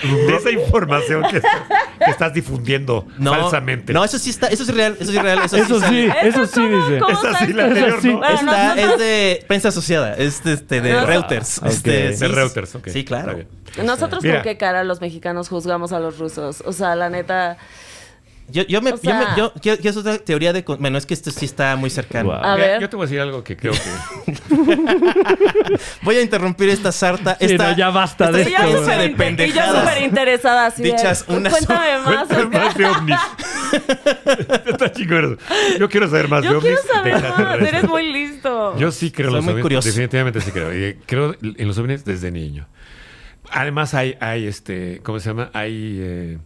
S10: De esa información que estás, que estás difundiendo
S4: No,
S10: falsamente.
S4: No, eso sí está, eso sí es real, eso sí es real, eso,
S3: Eso
S4: sale.
S3: sí, eso sí dice.
S8: ¿Cómo
S10: Esa sí,
S8: sabes?
S10: la anterior,
S3: sí.
S10: ¿no?
S8: Bueno,
S4: Esta
S8: nosotros-
S4: es de prensa asociada, es de, este, de
S8: Ah,
S4: Reuters. Este,
S10: De
S4: sí, sí,
S10: Reuters, ok.
S4: Sí, claro.
S10: Está bien.
S8: Nosotros
S10: Mira.
S8: con qué cara los mexicanos juzgamos a los rusos. O sea, la neta,
S4: Yo, yo me,
S8: O
S4: yo me-
S8: sea-
S4: yo- yo- yo es otra teoría de, con- bueno, es que esto sí está muy cercano.
S3: Guau.
S8: a
S10: Mira,
S8: ver.
S10: Yo te voy a decir algo que creo que.
S4: Voy a interrumpir esta sarta,
S3: Sí,
S4: esta,
S3: no, ya basta
S4: esta
S3: de
S8: Y yo
S4: secuencia
S8: súper
S4: de
S8: inter- y yo
S4: pendejadas.
S8: súper interesada así. de,
S4: Dichas unas-
S8: Cuéntame más.
S10: Cuéntame
S8: Oscar.
S10: más de ovnis. Está chingón eso. Yo quiero saber más de
S8: Yo
S10: ovnis.
S8: quiero saber
S10: de
S8: más.
S10: extraterrestres.
S8: Eres muy listo.
S10: Yo sí creo en
S4: Soy
S10: los
S4: muy
S10: ovnis.
S4: curioso.
S10: Definitivamente sí creo. Y creo en los ovnis desde niño. Además hay, hay este, ¿cómo se llama? Hay, eh,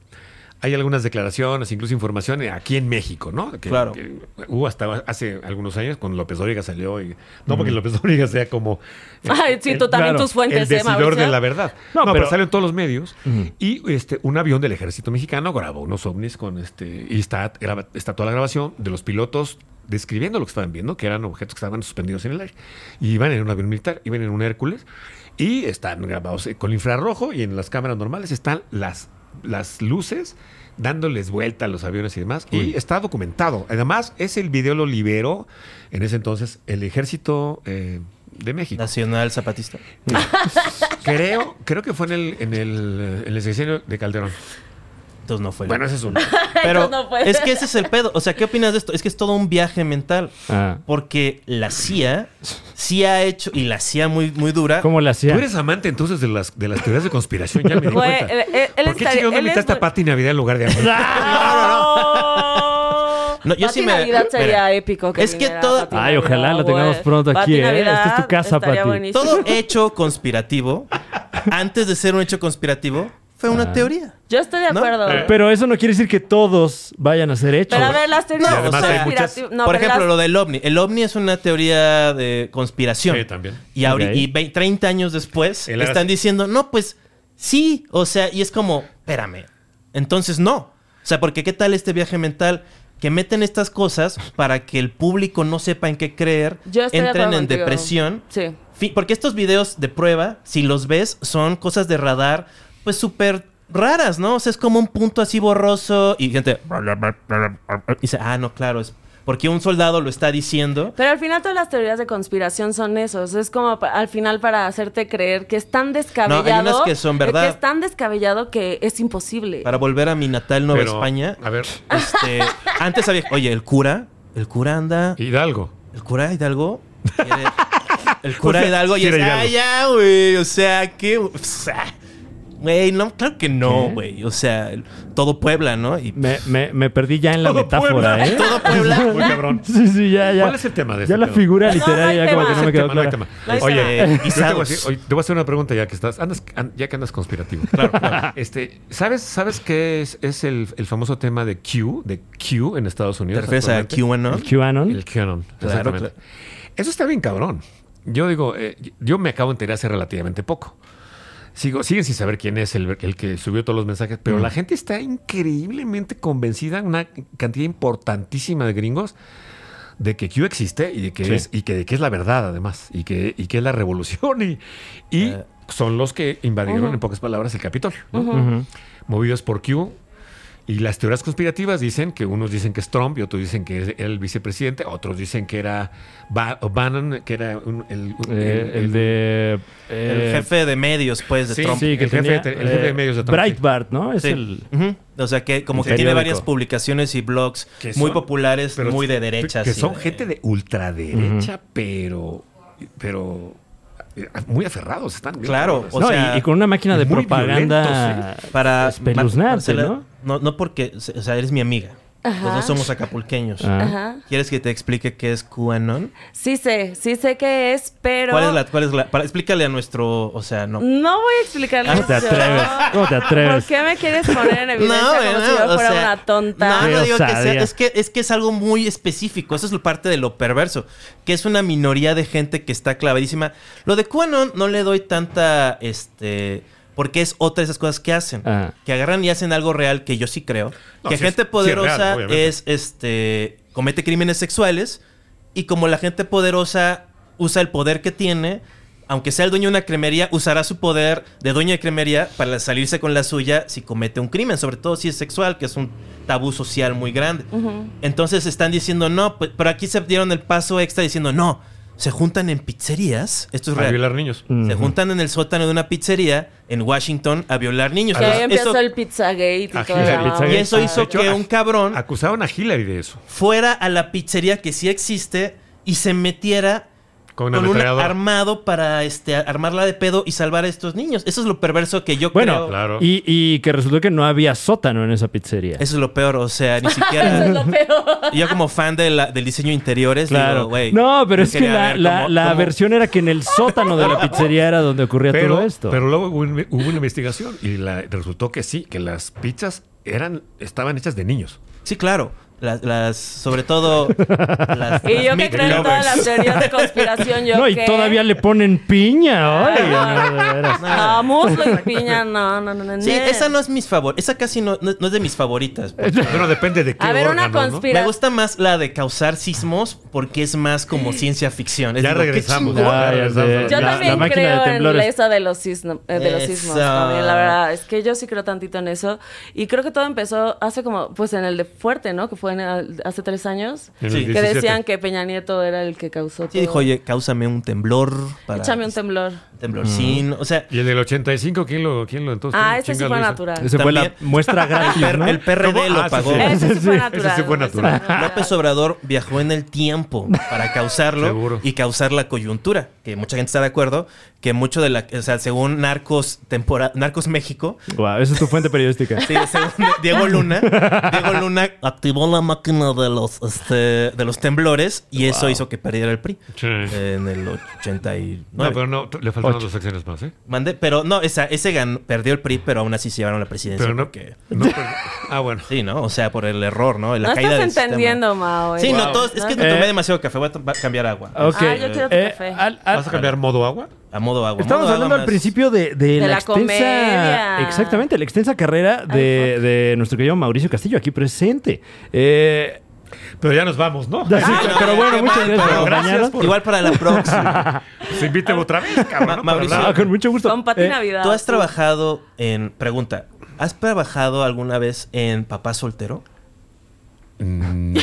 S10: hay algunas declaraciones, incluso información eh, aquí en México, ¿no? Que-
S4: Claro.
S10: que hubo hasta hace algunos años cuando López Dóriga salió. Y, no porque López Dóriga sea como... eh,
S8: Ay, sí, tú también
S3: claro,
S8: tus fuentes,
S10: el
S8: ¿eh,
S10: decidor
S8: Mauricio?
S10: de la verdad.
S3: No,
S10: No, pero,
S3: pero-
S10: salen todos los medios. Y este, un avión del ejército mexicano grabó unos ovnis con este. Y está, graba- está toda la grabación de los pilotos describiendo lo que estaban viendo, que eran objetos que estaban suspendidos en el aire. Y iban en un avión militar, iban en un Hércules. Y están grabados eh, con infrarrojo y en las cámaras normales están las, las luces dándoles vuelta a los aviones y demás. Y está documentado. Además, ese el video lo liberó en ese entonces el ejército eh, de México.
S4: Nacional Zapatista.
S10: Creo, creo que fue en el, en el, eh, en el sexenio de Calderón.
S4: Entonces no fue.
S10: Bueno, ese es uno.
S4: pero
S8: no fue.
S4: es que ese es el pedo. O sea, ¿qué opinas de esto? Es que es todo un viaje mental.
S3: Ah.
S4: Porque la CIA sí ha hecho, y la CIA muy, muy dura.
S3: ¿Cómo la
S10: Tú
S3: hacía?
S10: eres amante entonces de las, de las teorías de conspiración, ya me di
S8: Güey,
S10: cuenta.
S8: él- él- él
S10: ¿Por qué
S8: estaría-
S10: chingados no
S8: él es
S10: invitaste a
S8: muy-
S10: Pati Navidad en lugar de a
S4: Ah, No, yo sí
S8: Pati
S4: me-
S8: Navidad sería
S4: Mira,
S8: épico. Que
S4: es que
S8: viniera
S4: todo-
S8: Pati
S3: Ay, ojalá la
S8: Navidad,
S3: tengamos
S8: güey.
S3: pronto
S8: Pati
S3: aquí, ¿eh?
S8: Navidad
S3: Esta es tu casa,
S8: estaría
S3: Pati.
S8: buenísimo.
S4: Todo hecho conspirativo, antes de ser un hecho conspirativo, fue
S3: Ah.
S4: una teoría.
S8: Yo estoy de
S4: ¿No?
S8: acuerdo.
S3: Pero eso no quiere decir que todos vayan a ser hechos.
S8: Eh. Pero a ver, las teorías
S4: No, o sea,
S8: conspirativas- no,
S4: Por
S8: pero
S4: ejemplo,
S8: las-
S4: lo del ovni. El ovni es una teoría de conspiración.
S10: Sí, también.
S4: Y, ahorita,
S3: Ok.
S4: y ve- 30 años después
S10: El
S4: están
S10: Aras-
S4: diciendo, no, pues sí. O sea, y es como, espérame. Entonces no. O sea, porque ¿qué tal este viaje mental? Que meten estas cosas para que el público no sepa en qué creer,
S8: Yo estoy de
S4: entren
S8: acuerdo
S4: en
S8: contigo.
S4: depresión.
S8: Sí.
S4: Fi- Porque estos videos de prueba, si los ves, son cosas de radar, pues súper raras, ¿no? O sea, es como un punto así borroso y gente. Y dice, ah, no, claro, es porque un soldado lo está diciendo.
S8: Pero al final todas las teorías de conspiración son esos. Es como pa- al final para hacerte creer que es tan descabellado.
S4: unas que son
S8: eh,
S4: verdad.
S8: Que es tan descabellado que es imposible.
S4: Para volver a mi natal Nueva
S10: Pero,
S4: España,
S10: A ver,
S4: este, antes había. Oye, el cura, el cura anda.
S10: Hidalgo.
S4: El cura Hidalgo. quiere- El cura Hidalgo y
S10: sí
S4: es,
S10: era
S4: ah,
S10: Hidalgo".
S4: ya, güey. O sea, que. o sea, Güey, no, claro que no, güey. O sea, el- todo Puebla, ¿no? Y
S3: Me, me- me perdí ya en la
S10: Todo
S3: metáfora,
S10: Puebla,
S3: ¿eh?
S4: todo Puebla.
S10: Muy cabrón.
S3: Sí, sí, ya, ya.
S10: ¿Cuál es el tema de
S3: Ya
S10: este
S3: la
S10: pedo?
S3: figura
S8: No,
S3: literaria
S8: no hay
S3: ya como que
S8: tema.
S3: no me
S10: El
S3: quedó
S10: tema, no hay
S3: clara.
S10: tema.
S8: No hay
S10: Oye,
S4: tema.
S10: yo te, voy a
S4: Guisados.
S10: decir- oye, te voy a hacer una pregunta ya que estás, andas, an- ya que andas conspirativo. Este, ¿sabes, ¿Sabes qué es, es el, el famoso tema de Q, de Q en Estados
S4: ¿Te
S10: Unidos?
S4: refieres a
S10: actualmente?
S4: QAnon?
S3: El QAnon.
S10: El canon,
S4: Claro,
S10: exactamente.
S4: claro.
S10: Eso está bien cabrón. Yo digo, eh, yo me acabo de enterar hace relativamente poco. Sigo, siguen sin saber quién es el, el que subió todos los mensajes, pero la gente está increíblemente convencida, una cantidad importantísima de gringos, de que Q existe y de que,
S3: Sí.
S10: es, y que, de que es la verdad, además, y que, y que es la revolución. Y, y
S4: Eh.
S10: son los que invadieron, en pocas palabras, el Capitolio. ¿no? movidos por Q. Y las teorías conspirativas dicen que unos dicen que es Trump y otros dicen que es el vicepresidente, otros dicen que era Ba- Bannon, que era un- el, un-
S3: Eh,
S10: el-
S3: el de... eh,
S4: El jefe de medios, pues, de
S10: Sí,
S4: Trump.
S3: Sí, que
S10: el jefe
S3: tenía, eh,
S10: de- el jefe de medios de Trump,
S3: Breitbart, ¿no? Es
S4: Sí.
S3: el...
S4: Ujú. O sea, que como
S3: El
S4: que tiene
S3: periódico.
S4: varias publicaciones y blogs
S10: Que
S4: muy
S10: son-
S4: populares,
S10: pero-
S4: muy de derecha.
S10: Que
S4: así
S10: son
S4: de-
S10: gente de ultraderecha, pero, pero eh, muy aferrados están. bien
S4: Claro,
S10: cabrones.
S4: o
S3: no, y-
S4: sea,
S3: y, con una máquina de
S10: muy
S3: propaganda
S10: violentos,
S4: Para.
S3: espeluznante,
S4: Marcela,
S3: ¿no?
S4: No, no porque. O sea, eres mi amiga. Los
S8: Ajá.
S4: dos somos acapulqueños.
S3: Ah.
S8: Ajá.
S4: ¿Quieres que te explique qué es QAnon?
S8: Sí sé, sí sé qué es, pero...
S4: ¿Cuál es la, cuál es la- para- explícale a nuestro, o sea, no.
S8: No voy a explicarles
S4: Ah,
S3: ¿Cómo te
S8: yo.
S3: atreves? ¿Cómo te
S8: ¿Por
S3: atreves?
S8: qué me quieres poner en evidencia
S4: No,
S8: como
S4: no,
S8: si yo
S4: o
S8: fuera
S4: sea,
S8: una tonta?
S4: No, no digo que
S3: osadía.
S4: sea. Es que, es que es algo muy específico. Eso es lo parte de lo perverso. Que es una minoría de gente que está clavadísima. Lo de QAnon no le doy tanta. Este. Porque es otra de esas cosas que hacen.
S3: Ajá.
S4: Que agarran y hacen algo real que yo sí creo.
S10: No,
S4: que
S10: sí es-
S4: gente
S10: sí es real,
S4: poderosa
S10: obviamente.
S4: es. Este. Comete crímenes sexuales. Y como la gente poderosa usa el poder que tiene. Aunque sea el dueño de una cremería, usará su poder de dueño de cremería para salirse con la suya si comete un crimen, sobre todo si es sexual, que es un tabú social muy grande. Entonces están diciendo no, pues, pero aquí se dieron el paso extra diciendo no, se juntan en pizzerías, esto es
S10: Para
S4: real.
S10: violar niños.
S4: Se juntan en el sótano de una pizzería en Washington a violar niños.
S8: Que ahí
S4: Entonces,
S8: empezó
S4: eso-
S8: el Pizzagate y
S10: Ah,
S8: todo.
S10: sí,
S8: la
S10: el
S8: mamá.
S3: Pizzagate.
S4: y eso hizo
S10: hecho, ah,
S4: que
S10: a-
S4: un cabrón
S10: Acusaron a Hillary de eso.
S4: fuera a la pizzería que sí existe y se metiera
S10: Con una
S4: con un
S10: ametralladora.
S4: armado para este, armarla de pedo y salvar a estos niños. Eso es lo perverso que yo
S3: Bueno,
S4: creo.
S10: Claro.
S3: Y, y que resultó que no había sótano en esa pizzería.
S4: Eso es lo peor, o sea, ni
S8: Eso es
S4: siquiera...
S8: lo peor.
S4: Yo como fan de la- del diseño de interiores,
S3: Claro.
S4: digo, güey.
S3: no, pero
S4: yo
S3: es que
S4: quería
S3: la,
S4: ver
S3: la-
S4: cómo-
S3: la
S4: cómo-
S3: versión era que en el sótano de la pizzería era donde ocurría
S10: Pero,
S3: todo esto.
S10: pero luego hubo, un- hubo una investigación y la- resultó que sí, que las pizzas eran, estaban hechas de niños.
S4: Sí, claro. Las, las- sobre todo las,
S8: Y yo que
S4: las
S8: creo en todas las teorías de conspiración, yo
S3: no, y
S8: que...
S3: todavía le ponen piña. ay, no, de veras.
S8: No, muslo y piña, no, no, no, no.
S4: Sí, esa no es mis favoritas. Esa casi no, no, no es de mis favoritas.
S10: Bueno, depende de qué
S8: A ver, una
S10: órgano, ¿no?
S4: Me
S8: conspiración.
S4: gusta más la de causar sismos porque es más como ciencia ficción. Es
S10: Ya
S4: digo, qué
S10: regresamos.
S4: chingón.
S3: Ya, ya
S10: Ya, regresamos.
S3: sé. La-
S8: Yo
S3: la
S8: también
S3: máquina de
S8: creo en
S3: temblores.
S8: esa de los, sismo- eh, de los
S4: Esa.
S8: sismos también, la verdad. Es que yo sí creo tantito en eso. Y creo que todo empezó hace como, pues en el de Fuerte, ¿no? Que fue en el- hace tres años.
S10: En el
S4: Sí.
S8: Que
S10: 17.
S8: decían que Peña Nieto era el que causó
S4: Sí,
S8: todo.
S4: dijo, pues, oye, cáusame un temblor. Para
S8: Échame un temblor.
S3: pues,
S4: temblorcín. O sea,
S10: Y el del 85, ¿quién lo, quién lo entonces?
S8: Ah,
S10: ¿Quién
S8: ese sí
S10: chinga
S8: fue
S10: lo hizo?
S8: natural.
S3: Esa fue la
S4: También-
S3: muestra gratis,
S4: el,
S3: ¿no?
S4: el PRD
S10: ¿Cómo?
S4: lo
S10: Ah, sí,
S4: pagó.
S10: sí.
S8: Ese sí fue
S10: Ese
S8: natural.
S10: sí fue
S8: ese
S10: natural.
S4: López Obrador viajó en el tiempo para causarlo
S10: Seguro.
S4: y causar la coyuntura, que mucha gente está de acuerdo, que mucho de la, o sea, según Narcos tempora- Narcos México,
S3: Guau, esa es tu fuente periodística.
S4: sí, según Diego Luna, Diego Luna activó la máquina de los este, de los temblores y eso hizo que perdiera el PRI
S10: Sí.
S4: en el 89.
S10: No, pero no, t- le faltaron dos acciones más, ¿eh?
S4: Mandé- pero no, esa, ese ganó- perdió el PRI, pero aún así se llevaron la presidencia
S10: Pero no.
S4: porque-
S10: no, pero- ah, bueno.
S4: Sí, ¿no? O sea, por el error, ¿no? La
S8: No
S4: caída
S8: estás
S4: del sistema.
S8: entendiendo, Mao.
S4: Sí,
S8: eh.
S4: no, todos, es que me
S3: Eh.
S4: tomé demasiado café, voy a to- cambiar agua.
S3: Ok. eh,
S8: Ah, yo quiero tu café.
S3: al- al-
S10: ¿Vas a cambiar modo agua?
S4: A modo agua.
S3: Estamos
S4: Modo
S3: hablando
S4: agua
S3: al
S4: más-
S3: principio de, de la,
S8: la
S3: extensa,
S8: comedia.
S3: Exactamente, la extensa carrera de, de nuestro querido Mauricio Castillo, aquí presente. Eh,
S10: Pero ya nos vamos, ¿no?
S3: ya sé,
S4: no,
S3: pero
S4: ya,
S3: bueno,
S4: qué
S3: muchas
S4: mal,
S3: gracias por
S4: pero gracias
S3: acompañarnos.
S10: por-
S4: Igual para la próxima.
S10: Se inviten otra vez, cabrón.
S4: Ma-
S10: ¿no? Para
S4: Mauricio.
S10: hablar.
S3: Ah, con mucho gusto.
S8: Con Pati
S3: Eh,
S8: Navidad.
S4: Tú has trabajado en... Pregunta. ¿Has trabajado alguna vez en Papá Soltero?
S10: Mm,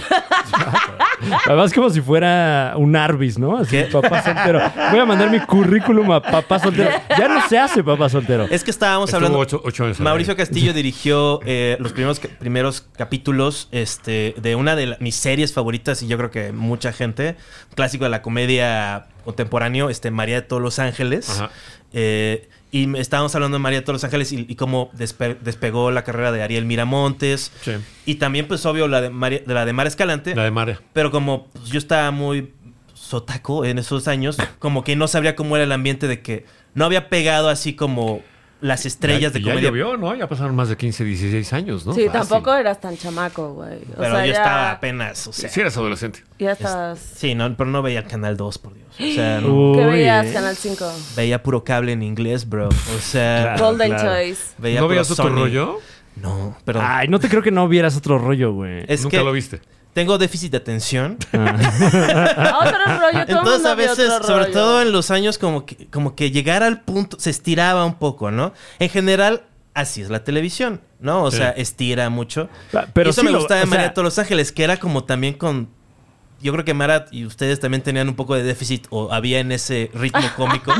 S3: Además, como si fuera un Arby's, ¿no? Así,
S4: ¿Qué?
S3: papá soltero. Voy a mandar mi currículum a papá soltero. Ya no se hace papá soltero.
S4: Es que estábamos
S10: Estuvo
S4: hablando...
S10: ocho- ocho años al
S4: Mauricio
S10: aire.
S4: Castillo dirigió eh, los primeros, ca- primeros capítulos este, de una de la- mis series favoritas y yo creo que mucha gente, un clásico de la comedia contemporáneo, este, María de todos los ángeles.
S10: Ajá.
S4: Eh, y me- estábamos hablando de María de todos los ángeles y, y cómo despe- despegó la carrera de Ariel Miramontes.
S10: Sí.
S4: Y también, pues obvio, la de, María- de la de Mar Escalante.
S10: la de Mare.
S4: Pero como pues, yo estaba muy sotaco en esos años, como que no sabía cómo era el ambiente de que no había pegado así como las estrellas
S10: ya,
S4: de
S10: y ya
S4: comedia.
S10: llovió, ¿no? Ya pasaron más de 15, 16 años, ¿no?
S8: Sí,
S10: Fácil.
S8: tampoco eras tan chamaco, güey. O
S4: Ah, Pero
S8: sea,
S4: yo
S8: ya-
S4: estaba apenas, o sea.
S10: Si eras adolescente.
S8: Ya estabas...
S4: Sí, no, pero no veía el Canal 2, por Dios. O sea, no,
S3: Uy,
S8: ¿Qué veías,
S3: eh.
S8: Canal 5?
S4: veía puro cable en inglés, bro. O sea,
S8: Golden
S3: Ah, claro.
S8: Choice.
S4: veía
S10: ¿No
S4: puro
S10: veías otro
S4: Sony.
S10: rollo?
S4: No, perdón.
S3: Ay, no te creo que no vieras otro rollo, güey.
S4: es
S10: Nunca
S4: que
S10: lo viste.
S4: tengo déficit de atención.
S8: Ah, Otro rollo, todo el
S4: Entonces
S8: mundo
S4: a
S8: vio
S4: veces,
S8: otro
S4: sobre
S8: rollo.
S4: todo en los años, como que, como que llegar al punto, se estiraba un poco, ¿no? En general, así es la televisión, ¿no? O sea, estira mucho.
S3: Ah,
S4: Y
S3: pero
S4: eso
S3: sí
S4: me
S3: lo-
S4: gustaba de
S3: o sea-
S4: María de todos los Ángeles, que era como también con... Yo creo que Mara y ustedes también tenían un poco de déficit o había en ese ritmo cómico.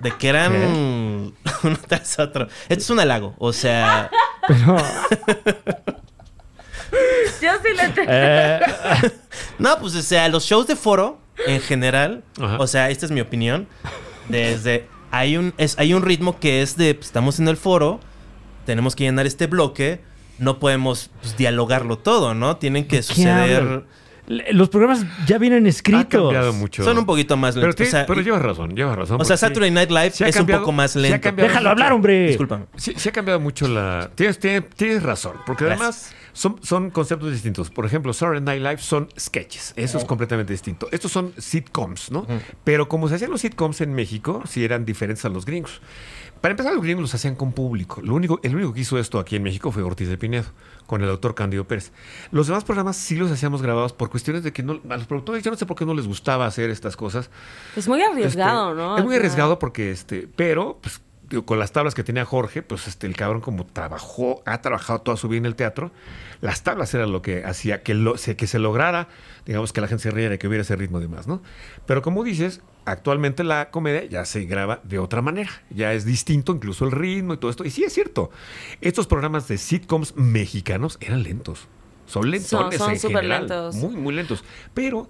S4: De que eran uno tras otro. Esto es un halago. O sea,
S8: Yo sí le tengo...
S3: Eh,
S4: No, pues, o sea, los shows de foro, en general,
S10: Ajá.
S4: o sea, esta es mi opinión, desde... Hay un, es, hay un ritmo que es de, pues, estamos en el foro, tenemos que llenar este bloque, no podemos pues, dialogarlo todo, ¿no? Tienen que suceder.
S3: hablan? Le- Los programas ya vienen
S10: Ha
S3: escritos.
S10: cambiado mucho.
S4: Son un poquito más
S10: Pero,
S4: lentos.
S10: tiene-
S4: o sea,
S10: pero
S4: y-
S10: llevas razón, llevas razón.
S4: o sea,
S10: porque sí.
S4: Saturday Night Live
S10: Sí ha
S4: es
S10: cambiado-
S4: un poco más
S10: sí ha
S4: lento.
S10: cambiado
S3: Déjalo hablar, hombre.
S4: Discúlpame.
S10: Sí, sí ha cambiado mucho la... Tienes, tienes, tienes razón, porque además son, son conceptos distintos. Por ejemplo, Saturday Night Live son sketches, eso es completamente distinto. Estos son sitcoms, ¿no? Pero como se hacían los sitcoms en México, sí eran diferentes a los gringos. Para empezar, los gringos los hacían con público. Lo único, el único que hizo esto aquí en México fue Ortiz de Pinedo, con el autor Cándido Pérez. Los demás programas sí los hacíamos grabados por cuestiones de que no, a los productores, yo no sé por qué no les gustaba hacer estas cosas.
S8: Es muy arriesgado, ¿no?
S10: Este, Es muy
S8: Al final.
S10: arriesgado porque, este, pero, pues, digo, con las tablas que tenía Jorge, pues este, el cabrón como trabajó, ha trabajado toda su vida en el teatro, las tablas eran lo que hacía que, lo, se, que se lograra, digamos, que la gente se riera, que hubiera ese ritmo de más, ¿no? Pero como dices, actualmente la comedia ya se graba de otra manera, ya es distinto incluso el ritmo y todo esto. Y sí es cierto, estos programas de sitcoms mexicanos eran lentos. Son lentones
S8: son
S10: en
S8: súper
S10: general,
S8: lentos.
S10: muy, muy lentos. Pero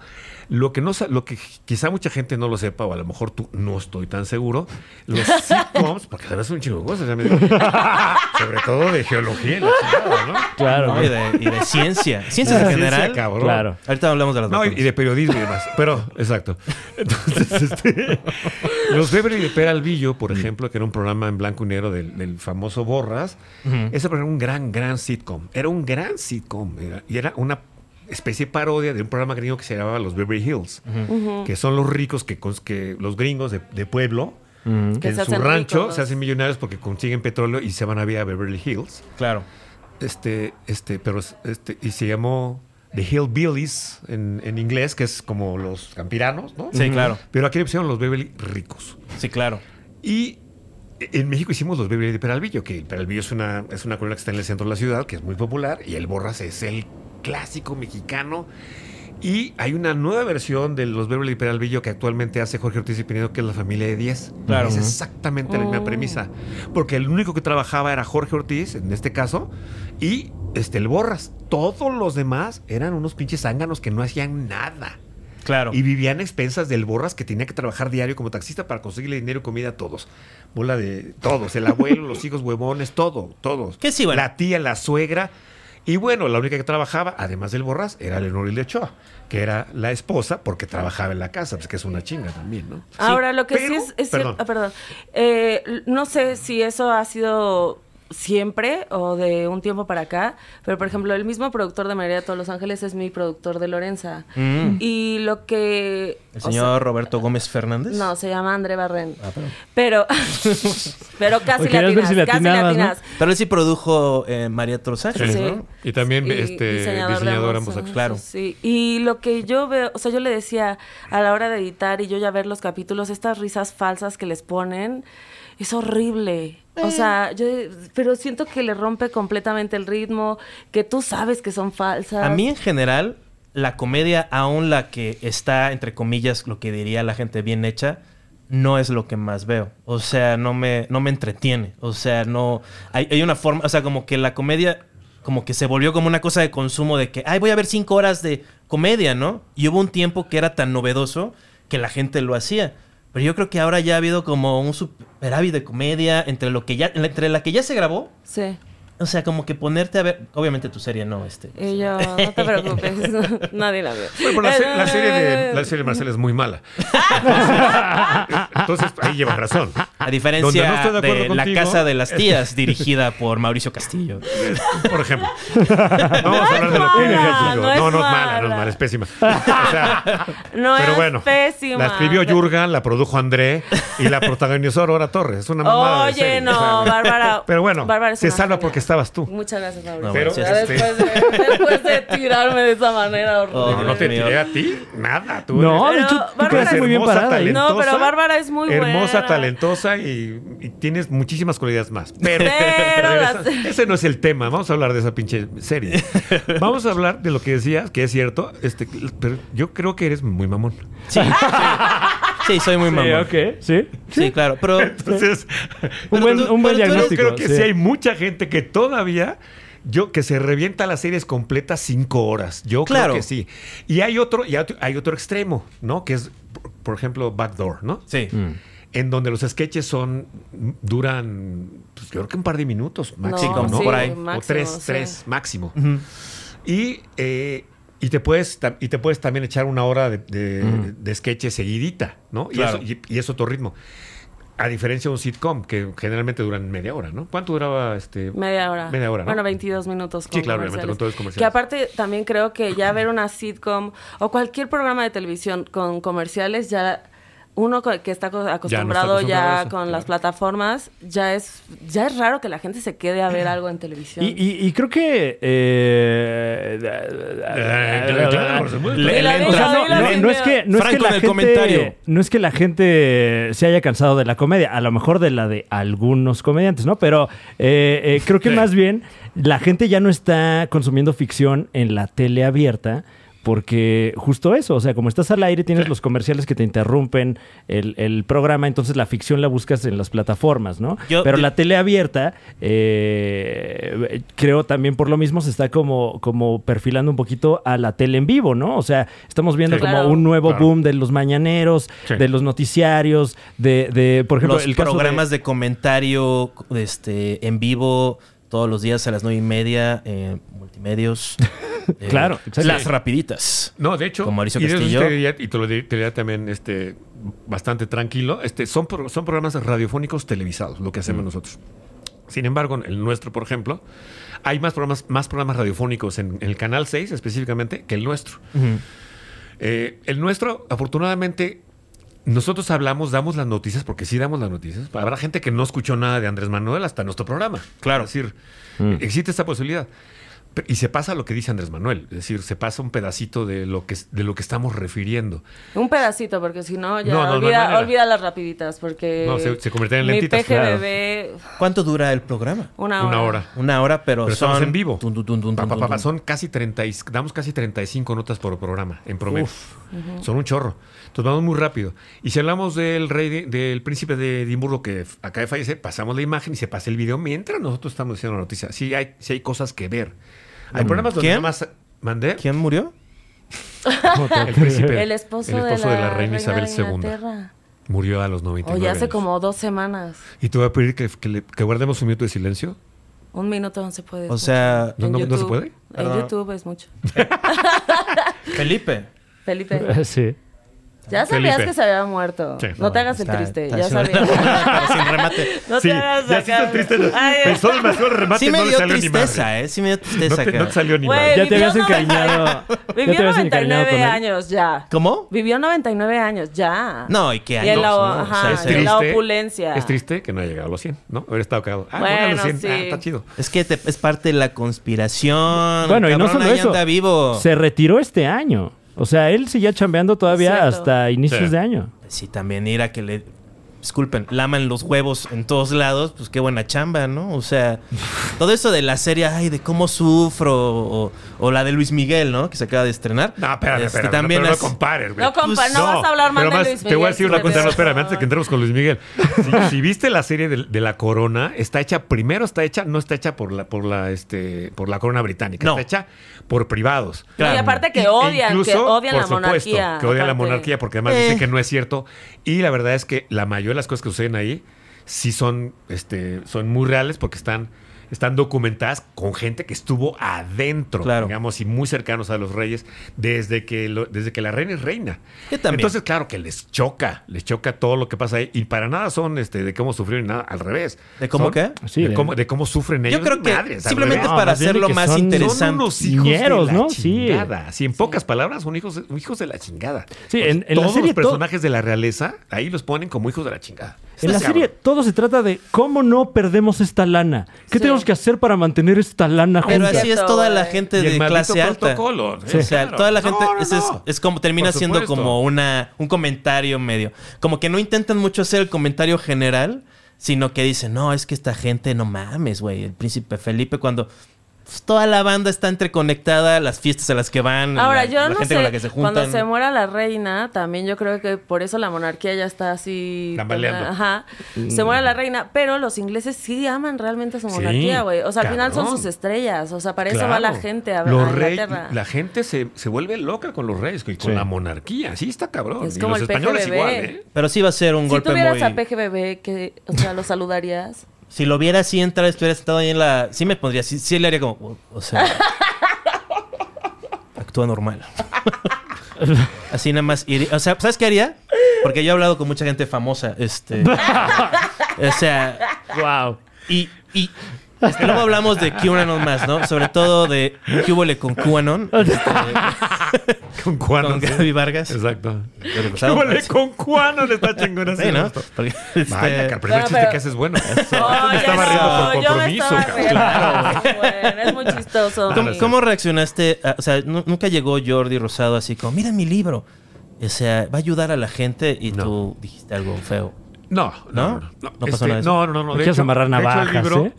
S10: lo que no sa- lo que quizá mucha gente no lo sepa, o a lo mejor tú no estoy tan seguro, los sitcoms, porque además son un chingo de cosas, ya me digo. sobre todo de geología, y la chingada, ¿no?
S3: Claro.
S4: No,
S3: güey.
S4: y, de, y de ciencia. Ciencia en
S10: Ciencia,
S4: general.
S10: cabrón.
S3: Claro.
S4: Ahorita hablamos de las
S10: No, y,
S4: vacunas.
S10: y de periodismo y demás. Pero, exacto. Entonces, este, los Beverly de Peralvillo, por ejemplo, que era un programa en blanco y negro del, del famoso Borras, ese programa era un gran, gran sitcom. Era un gran sitcom. era- y era una especie de parodia de un programa gringo que se llamaba Los Beverly Hills, que son los ricos que, cons- que los gringos de, de pueblo.
S8: Que
S10: Que en
S8: se
S10: su
S8: hacen
S10: rancho
S8: ricos.
S10: se hacen millonarios porque consiguen petróleo y se van a vivir a Beverly Hills.
S4: Claro.
S10: Este, este, pero es- este, y se llamó The Hillbillies en, en inglés, que es como los campiranos, ¿no?
S4: Sí, claro.
S10: Pero aquí le pusieron los Beverly ricos.
S4: Sí, claro.
S10: Y en México hicimos los Beverly de Peralvillo, que el Peralvillo es una, es una colonia que está en el centro de la ciudad, que es muy popular, y el Borras es el clásico mexicano. Y hay una nueva versión de los Beverly de Peralvillo que actualmente hace Jorge Ortiz y Pinedo, que es la familia de 10.
S4: Claro.
S10: Es exactamente la misma premisa. Porque el único que trabajaba era Jorge Ortiz, en este caso, y este, el Borras. Todos los demás eran unos pinches zánganos que no hacían nada.
S4: Claro.
S10: Y vivían a expensas del Borras que tenía que trabajar diario como taxista para conseguirle dinero y comida a todos. Bola de todos, el abuelo, los hijos huevones, todo, todos.
S4: Que sí, bueno.
S10: La tía, la suegra. Y bueno, la única que trabajaba, además del Borras, era Leonor de Ochoa, que era la esposa porque trabajaba en la casa, pues que es una chinga también, ¿no?
S8: Ahora, lo que
S10: pero-
S8: sí es, es cierto.
S10: perdón.
S8: ah, perdón. Eh, l- no sé si eso ha sido siempre o de un tiempo para acá, pero por ejemplo, el mismo productor de María de todos los Ángeles es mi productor de Lorenza. Y lo que.
S4: El
S8: o sea,
S4: señor Roberto Gómez Fernández.
S8: no, se llama André Barren. pero. pero casi
S3: Oye, querías ver
S8: latinas,
S3: si le
S8: casi
S3: atinabas, ¿no?
S8: latinas.
S4: Pero él sí produjo eh, María Trozán.
S8: Sí.
S10: ¿no? Y también este,
S8: de
S10: diseñador
S8: ambos,
S10: ambos
S8: ajá,
S4: Claro.
S8: Sí. Y lo que yo veo, o sea, yo le decía a la hora de editar y yo ya ver los capítulos, estas risas falsas que les ponen, es horrible. O
S4: Eh.
S8: sea, yo, pero siento que le rompe completamente el ritmo, que tú sabes que son falsas.
S4: A mí en general, la comedia, aún la que está, entre comillas, lo que diría la gente bien hecha, no es lo que más veo. O sea, no me, no me entretiene. O sea, no... Hay, hay una forma, o sea, como que la comedia, como que se volvió como una cosa de consumo de que, ay, voy a ver cinco horas de comedia, ¿no? Y hubo un tiempo que era tan novedoso que la gente lo hacía. Pero yo creo que ahora ya ha habido como un superávit de comedia entre lo que ya, entre la que ya se grabó,
S8: Sí.
S4: o sea, como que ponerte a ver, obviamente tu serie no, este.
S8: Y yo, no te preocupes, nadie la ve.
S10: Bueno, pero pues la, se- la serie
S8: Eh.
S10: de, la serie de Marcela es muy mala. Entonces, ahí lleva razón.
S4: A
S10: Donde
S4: diferencia
S10: no estoy de
S4: de,
S10: acuerdo
S4: La
S10: contigo. Este.
S4: Casa de las Tías, dirigida por Mauricio Castillo.
S10: Por ejemplo. No vamos a hablar de la
S8: mala,
S10: serie, ya digo.
S8: no es
S10: No, no es mala,
S8: mala.
S10: no es mala, es pésima. O sea,
S8: No
S10: pero
S8: es
S10: bueno.
S8: pésima.
S10: La escribió Yurga, la produjo André y la protagonizó Aurora Torres. Es una mamada. de
S8: Oye,
S10: serie,
S8: no,
S10: o sea, güey.
S8: Bárbara.
S10: Pero bueno,
S8: Bárbara es
S10: se
S8: una
S10: salva
S8: genia.
S10: porque estabas tú.
S8: Muchas gracias, Mauricio.
S4: bueno,
S10: sí,
S8: Ya
S10: sí. Oh,
S8: después, de, después de tirarme de esa manera horrible.
S10: No, no te
S4: Dios mío.
S10: tiré a ti, nada. Tú
S3: No, de
S10: eres
S3: hecho,
S8: Pero
S3: tú
S8: Bárbara
S3: quedaste muy bien
S10: hermosa,
S3: parada. ¿eh? ahí.
S8: No, pero Bárbara es muy
S10: Hermosa,
S8: buena.
S10: talentosa y, y tienes muchísimas cualidades más. Pero,
S8: Pero las-
S10: regresa- ese no es el tema. Vamos a hablar de esa pinche serie. Vamos a hablar de lo que decías, que es cierto. Este, pero yo creo que eres muy mamón.
S4: Sí, sí. Sí, soy muy
S3: Sí,
S4: mamón.
S3: ok, sí.
S4: Sí, claro. Pero,
S10: Entonces,
S3: Un
S4: Pero
S3: buen,
S4: tú- pero
S3: un buen
S4: tú eres-
S10: yo
S3: diagnóstico.
S10: creo que
S3: sí.
S10: sí. hay mucha gente que todavía yo que se revienta las series completas cinco horas. Yo
S4: Claro.
S10: creo que sí. Y hay otro, y hay otro- hay otro extremo, ¿no? Que es, Mm. por- por ejemplo, Backdoor, ¿no?
S4: sí.
S10: en donde los sketches son duran, pues, yo creo que un par de minutos máximo,
S8: No,
S10: ¿no?
S8: sí,
S10: Por ahí. o
S8: máximo,
S10: tres,
S8: sí.
S10: tres máximo. Y, eh, y, te puedes, ta- y te puedes también echar una hora de, de, de sketches seguidita, ¿no? Y
S4: Claro.
S10: eso- Y, y es otro ritmo. A diferencia de un sitcom, que generalmente duran media hora, ¿no? ¿Cuánto duraba este?
S8: Media hora.
S10: Media hora, ¿no?
S8: Bueno, 22 minutos.
S10: Sí, claro, obviamente, con todos los comerciales.
S8: Que aparte también creo que ya ver una sitcom o cualquier programa de televisión con comerciales, ya uno co- que está co- acostumbrado ya,
S10: acostumbrado a eso,
S8: con
S10: claro.
S8: las plataformas, ya es, ya es raro que la gente se quede a ver algo en televisión.
S3: Y, y- y creo que. eh,
S10: claro, por supuesto.
S3: le-
S8: Dila,
S3: le
S8: dila,
S3: entra-
S8: dila
S3: no,
S8: sin
S3: no es
S8: miedo.
S3: que, no es que
S4: Franco
S3: la
S4: en el
S3: gente,
S4: comentario.
S3: No es que la gente se haya cansado de la comedia, a lo mejor de la de algunos comediantes, ¿no? Pero eh, eh, creo que más bien la gente ya no está consumiendo ficción en la tele abierta. Porque justo eso, o sea, como estás al aire, tienes los comerciales que te interrumpen el, el programa, entonces la ficción la buscas en las plataformas, ¿no?
S4: Yo-
S3: Pero
S4: yo-
S3: la tele abierta, eh, creo también por lo mismo se está como, como perfilando un poquito a la tele en vivo, ¿no? O sea, estamos viendo
S8: Sí.
S3: como
S8: Claro.
S3: un nuevo
S10: Claro.
S3: boom de los mañaneros,
S10: Sí.
S3: de los noticiarios, de, de, por ejemplo,
S4: los
S3: el caso
S4: programas
S3: de...
S4: de... comentario este, en vivo todos los días a las nueve y media en multimedios. Eh,
S3: Claro, exacto.
S4: Las rapiditas.
S10: No, de hecho,
S4: Con Mauricio
S10: y de eso
S4: Castillo.
S10: te diría- y te lo dir- te diría también este, bastante tranquilo, este, son, pro- son programas radiofónicos televisados, lo
S4: Mm.
S10: que hacemos nosotros. Sin embargo, el nuestro, por ejemplo, hay más programas, más programas radiofónicos en, en el Canal 6 específicamente que el nuestro. Eh, el nuestro, afortunadamente, nosotros hablamos, damos las noticias, porque sí damos las noticias. Habrá gente que no escuchó nada de Andrés Manuel hasta nuestro programa.
S4: Claro. Mm.
S10: Es decir, existe esta posibilidad. Pe- Y se pasa lo que dice Andrés Manuel, es decir, se pasa un pedacito de lo que, de lo que estamos refiriendo.
S8: Un pedacito, porque si no, ya
S10: No, no, no hay
S8: olvida,
S10: manera.
S8: olvida las rapiditas, porque
S10: No, se- se convertían en
S8: mi
S10: lentitas, claro.
S8: PGBB,
S4: ¿Cuánto dura el programa?
S8: una hora.
S10: Una hora.
S4: Una hora, Ah, pero,
S10: Pero
S4: son...
S10: estamos en vivo.
S4: Tun, tun, tun, tun,
S10: Pa, pa,
S4: tun,
S10: pa, pa,
S4: tun.
S10: son casi 30, y- damos casi 35 notas por programa, en promedio. Son un chorro. Entonces vamos muy rápido. Y si hablamos del rey, de- del príncipe de Edimburgo que f- acaba de fallecer, pasamos la imagen y se pasa el video mientras nosotros estamos haciendo la noticia. Sí hay, sí hay cosas que ver. Hay programas donde
S4: Mm. ¿Quién?
S10: nada más mandé
S4: ¿Quién murió?
S10: el príncipe.
S8: El esposo,
S10: el esposo
S8: de, la reina Isabel II.
S10: Murió a los 90.
S8: Oye, hace como dos semanas.
S10: Y te voy a pedir que, que le- que guardemos un minuto de silencio.
S8: Un minuto no se puede.
S4: O sea,
S10: No,
S8: En
S10: no- no se
S8: YouTube-
S10: puede.
S8: En
S4: Ah.
S8: YouTube es mucho.
S4: Felipe.
S8: Felipe,
S3: Sí.
S8: ya sabías
S10: Felipe.
S8: que se había muerto.
S10: Sí.
S8: no te hagas el
S4: Está-
S8: triste,
S4: está
S8: ya
S4: haciendo
S8: sabías.
S4: la- sin remate.
S8: No
S10: sí,
S8: te hagas
S10: ya sí
S8: acá.
S10: está triste. no-
S8: Ay,
S10: Pensó demasiado el remate
S4: Sí me
S10: no le
S4: dio
S10: salió ni madre.
S4: tristeza, ¿eh? Sí me dio
S10: No
S4: tristeza.
S10: te, no
S4: cara.
S10: te salió ni
S8: Güey,
S10: madre.
S3: Ya te
S8: vivió
S3: habías encariñado. ya te
S8: Vivió
S3: habías encariñado
S8: 99
S3: con él.
S8: años ya.
S4: ¿Cómo?
S8: Vivió 99 años ya.
S4: No, y qué
S8: Y en
S4: años,
S8: la,
S4: ¿no? O sea,
S8: ajá,
S4: es
S8: y en la
S10: triste,
S8: opulencia.
S10: Es triste que no haya llegado a los 100, ¿no? Haber estado cagado. Ah,
S8: Bueno,
S10: bueno, a los 100.
S8: sí.
S10: Ah, está chido.
S4: Es que te- es parte de la conspiración.
S3: Bueno, y no
S4: Cabrón,
S3: solo
S4: ahí
S3: eso,
S4: anda vivo.
S3: se retiró este año. O sea, él seguía chambeando todavía
S8: Cierto.
S3: hasta inicios
S10: Sí.
S3: de año.
S4: Sí, también ir a que le... Disculpen, laman los huevos en todos lados, pues qué buena chamba, ¿no? O sea, todo eso de la serie, ay, de cómo sufro, o, o la de Luis Miguel, ¿no? Que se acaba de estrenar.
S10: No, espérate,
S4: Este,
S10: espérate.
S4: también
S10: no, pero
S4: es-
S10: no compares, güey. Pues
S8: No compa- no vas a hablar mal
S10: pero
S8: de Luis
S10: Te voy a
S8: Miguel,
S10: decir una
S8: te
S10: cosa.
S8: veo.
S10: No, espérame, antes de que entremos con Luis Miguel. Si, si viste la serie de, de La Corona, está hecha, primero está hecha, no está hecha por la, por la, este, por la Corona Británica.
S4: No.
S10: Está hecha por privados.
S8: No, y aparte que
S10: E
S8: odian, que
S10: incluso,
S8: odian
S10: por
S8: la
S10: supuesto,
S8: monarquía.
S10: Que odian la
S8: aparte.
S10: monarquía porque además
S4: Eh.
S10: dicen que no es cierto. Y la verdad es que la mayoría de las cosas que suceden ahí sí son, este, son muy reales porque están, están documentadas con gente que estuvo adentro,
S4: Claro.
S10: digamos, y muy cercanos a los reyes desde que, lo- desde que la reina es reina.
S4: Que también.
S10: Entonces, claro que les choca, les choca todo lo que pasa ahí. Y para nada son este, de cómo sufrieron, nada, al revés.
S4: ¿De cómo
S10: Son
S4: qué?
S3: Sí,
S10: de,
S3: de-
S10: cómo, de cómo sufren ellos.
S4: Yo creo que
S10: Madres, al
S4: simplemente
S10: revés.
S3: No,
S4: para
S3: más bien
S4: hacerlo
S3: que
S4: más
S3: son- son
S10: Son
S4: interesante.
S10: unos hijos
S3: Ñeros,
S10: de la
S3: ¿no? Sí.
S10: chingada. Si en pocas palabras son hijos de, hijos de la chingada.
S3: Sí, en- en la
S10: todos
S3: serie
S10: los
S3: to-
S10: personajes de la realeza, ahí los ponen como hijos de la chingada. Está
S3: En la
S10: cabrón.
S3: serie todo se trata de cómo no perdemos esta lana. ¿Qué
S8: Sí.
S3: tenemos que hacer para mantener esta lana
S4: Pero
S3: junta?
S4: así es
S8: Cierto,
S4: toda la
S8: güey.
S4: gente
S10: Y el
S4: de
S10: maldito
S4: clase alta.
S10: protocolo, ¿eh?
S4: O sea,
S10: Claro.
S4: toda la gente
S10: No, no,
S4: es, es-
S10: no.
S4: es como termina
S10: Por
S4: siendo
S10: supuesto.
S4: como una un comentario medio, como que no intentan mucho hacer el comentario general, sino que dicen, "No, es que esta gente no mames, güey, el príncipe Felipe cuando pues, toda la banda está entreconectada, las fiestas a las que van,
S8: Ahora,
S4: la,
S8: yo
S4: la
S8: no
S4: gente
S8: sé,
S4: con la que se juntan.
S8: cuando se muera la reina, también yo creo que por eso la monarquía ya está así...
S10: Tambaleando.
S8: Ajá.
S4: Mm.
S8: Se muera la reina, pero los ingleses sí aman realmente a su
S10: Sí,
S8: monarquía, güey. O sea, al final son
S10: cabrón.
S8: sus estrellas. O sea, para eso va la
S10: Claro.
S8: gente a, ver
S10: Los
S8: a
S10: rey-
S8: Inglaterra.
S10: La gente se, se vuelve loca con los reyes y con
S3: Sí.
S10: la monarquía. Así está cabrón.
S8: Es
S10: y
S8: como
S10: los
S8: el
S10: españoles
S8: PGBB.
S10: igual, ¿eh?
S4: Pero sí va a ser un
S8: Si
S4: golpe
S8: tuvieras
S4: muy...
S8: a PGBB, que, o sea, ¿lo saludarías?
S4: Si lo viera así entrar, estuviera sentado ahí en la... Sí me pondría... Sí, sí le haría como... O sea... actúa normal. así nada más ir... O sea, ¿sabes qué haría? Porque yo he hablado con mucha gente famosa. Este... o sea...
S3: Wow.
S4: Y... y este, luego hablamos de QAnon más, ¿no? Sobre todo de qué hubo con QAnon. este,
S10: Con Juan.
S4: con Gaby Vargas.
S10: Exacto.
S4: Lo que pasaba.
S3: con Cuano le está chingona.
S4: Sí, ¿no? Porque, este,
S10: Vaya, car- pero el
S8: Bueno,
S10: chiste
S8: pero-
S10: que haces es bueno. ¿eh?
S8: Ay,
S10: estaba
S8: no,
S10: riendo por
S8: yo me
S10: compromiso,
S8: estaba
S10: cabrón.
S8: riendo. Bueno, es muy chistoso.
S4: ¿Cómo,
S8: güey.
S4: cómo reaccionaste? a- o sea, nu- nunca llegó Jordi Rosado así como, mira mi libro. O sea, va a ayudar a la gente y
S10: No.
S4: tú dijiste algo feo.
S10: No,
S4: ¿No?
S10: no, no. Este,
S4: No pasó nada de eso.
S10: No, no, no. no.
S3: No quieres amarrar
S10: de hecho, el
S3: navajas,
S10: libro-
S3: ¿eh?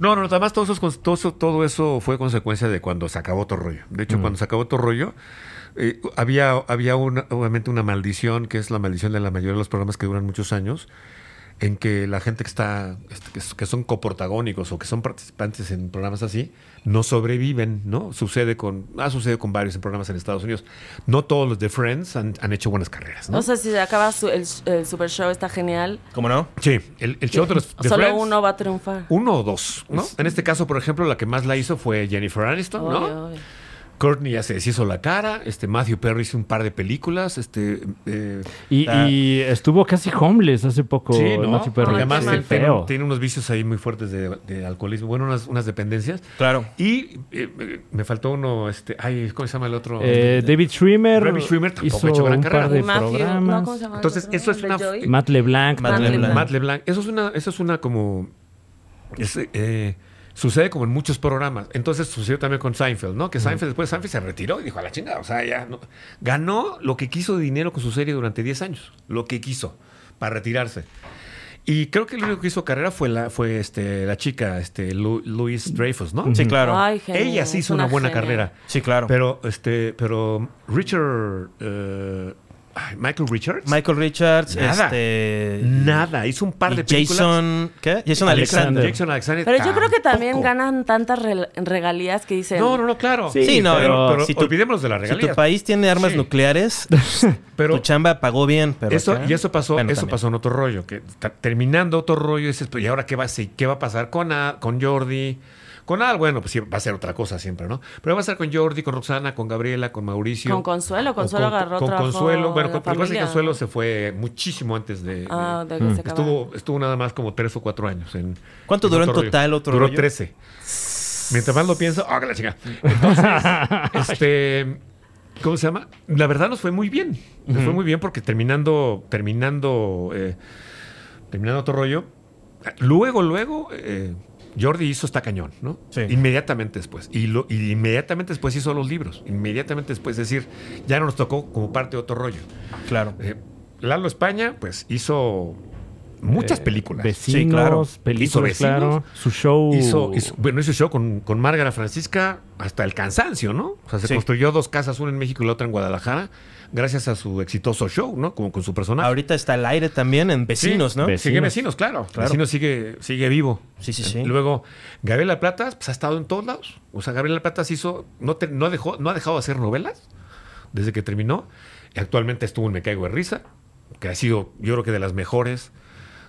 S10: No, no, no, además todo eso, es cons- todo, eso, todo eso fue consecuencia de cuando se acabó todo rollo.
S4: Mm.
S10: De hecho, cuando se acabó todo rollo, eh, había, había una- obviamente una maldición, que es la maldición de la mayoría de los programas que duran muchos años, en que la gente que está, este, que s- que son coprotagónicos o que son participantes en programas así, no sobreviven, ¿no? Sucede con, ha sucedido con varios en programas en Estados Unidos. No todos los de Friends han, han hecho buenas carreras, ¿no?
S8: O sea, si acaba su- el, el Super Show, está genial.
S4: ¿Cómo no?
S10: sí, el, el show de los de
S8: Solo
S10: Friends-
S8: uno va a triunfar.
S10: uno o dos, ¿no? En este caso, por ejemplo, la que más la hizo fue Jennifer Aniston, ¿no?
S8: Obvio, obvio.
S10: Courtney ya se deshizo la cara, este Matthew Perry hizo un par de películas, este eh,
S3: Y, y estuvo casi homeless hace poco.
S10: sí, ¿no?
S3: Oh, Matthew Perry.
S10: Porque además
S3: Sí,
S10: tiene,
S3: feo.
S10: tiene unos vicios ahí muy fuertes de, de alcoholismo, bueno, unas, unas dependencias.
S4: Claro.
S10: Y eh, eh, me faltó uno, este, ay, ¿cómo se llama el otro?
S3: Eh, David Schwimmer,
S10: David Schwimmer tampoco
S3: hizo
S10: ha hecho gran
S3: un
S10: carrera.
S3: par de
S8: Matthew,
S3: programas.
S8: ¿no? ¿Cómo se llama el
S10: Entonces,
S8: otro?
S10: eso es
S8: ¿El de
S10: una-
S8: Joy?
S3: Matt LeBlanc.
S4: Matt
S3: también.
S4: LeBlanc.
S10: Matt LeBlanc. Eso es una, eso es una como. es, eh, sucede como en muchos programas. Entonces sucedió también con Seinfeld, ¿no? Que Seinfeld después Seinfeld se retiró y dijo a la chingada. O sea, ya no- ganó lo que quiso de dinero con su serie durante 10 años. Lo que quiso para retirarse. Y creo que el único que hizo carrera fue la, fue este, la chica, este, Lu- Louis Dreyfus, ¿no?
S4: Sí, claro.
S8: Ay, genial,
S10: Ella sí
S8: es
S10: hizo una, buena
S8: genia.
S10: carrera.
S4: Sí, claro.
S10: Pero, este, pero Richard. eh, ay, Michael Richards.
S4: Michael Richards,
S10: Nada.
S4: este...
S10: Nada. Hizo un par
S4: y
S10: de películas.
S4: Jason... ¿Qué? Jason Alexander.
S10: Jackson Alexander.
S8: Pero yo creo que también
S10: tampoco.
S8: ganan tantas re- regalías que dicen.
S10: No, no, no, claro.
S4: Sí, no,
S10: pero, pero
S4: si tu-
S10: olvidémonos de la
S4: Si
S10: regalía.
S4: tu país tiene armas
S10: Sí.
S4: nucleares, pues tu
S10: pero
S4: chamba pagó bien, pero...
S10: eso,
S4: acá-
S10: y eso pasó,
S4: Bueno,
S10: eso
S4: también.
S10: pasó en otro rollo. Que ta- terminando otro rollo, dices, pues, ¿y ahora qué va, a ser- qué va a pasar con, A- con Jordi? Con Al, bueno, pues sí, va a ser otra cosa siempre, ¿no? Pero va a ser con Jordi, con Roxana, con Gabriela, con Mauricio.
S8: Con Consuelo,
S10: O
S8: Consuelo agarró
S10: Con
S8: trabajo
S10: Consuelo,
S8: en
S10: bueno,
S8: la
S10: con, lo que pasa es que
S8: familia.
S10: Consuelo se fue muchísimo antes de...
S8: Ah,
S10: de-
S8: de que se acabara.
S10: Estuvo, estuvo nada más como tres o cuatro años. En,
S4: ¿Cuánto duró en
S10: otro rollo.
S4: total otro
S10: Duró
S4: rollo?
S10: 13. Mientras más lo pienso, ¡ah, que la chica! Entonces, este. ¿Cómo se llama? La verdad nos fue muy bien. Nos fue muy bien porque terminando, terminando, eh, terminando otro rollo, luego, luego. eh, Jordi hizo esta cañón, ¿no?
S4: Sí.
S10: Inmediatamente después. Y, lo, y inmediatamente después hizo los libros. Inmediatamente después, es decir, ya no nos tocó como parte de otro rollo.
S4: Claro.
S10: Eh, Lalo España, pues, hizo muchas películas.
S3: Vecinos,
S4: Eh, Sí, claro.
S3: películas,
S10: Eh, Hizo Vecinos.
S3: claro. Su show.
S10: Hizo, hizo- bueno, hizo show con, con Márgara Francisca hasta el cansancio, ¿no? O sea, se
S4: Sí.
S10: construyó dos casas, una en México y la otra en Guadalajara, gracias a su exitoso show, ¿no? Como con su personaje.
S4: Ahorita está al aire también en Vecinos, ¿no?
S3: Vecinos.
S10: Sigue vecinos, claro.
S4: Claro.
S10: Vecinos sigue, sigue vivo. Eh,
S4: Sí, sí, sí.
S10: Luego, Gabriela Platas pues, ha estado en todos lados. O sea, Gabriela Platas hizo, no, te- no, dejó, no ha dejado de hacer novelas desde que terminó. Y actualmente estuvo en Me Caigo de Risa, que ha sido, yo creo que de las mejores,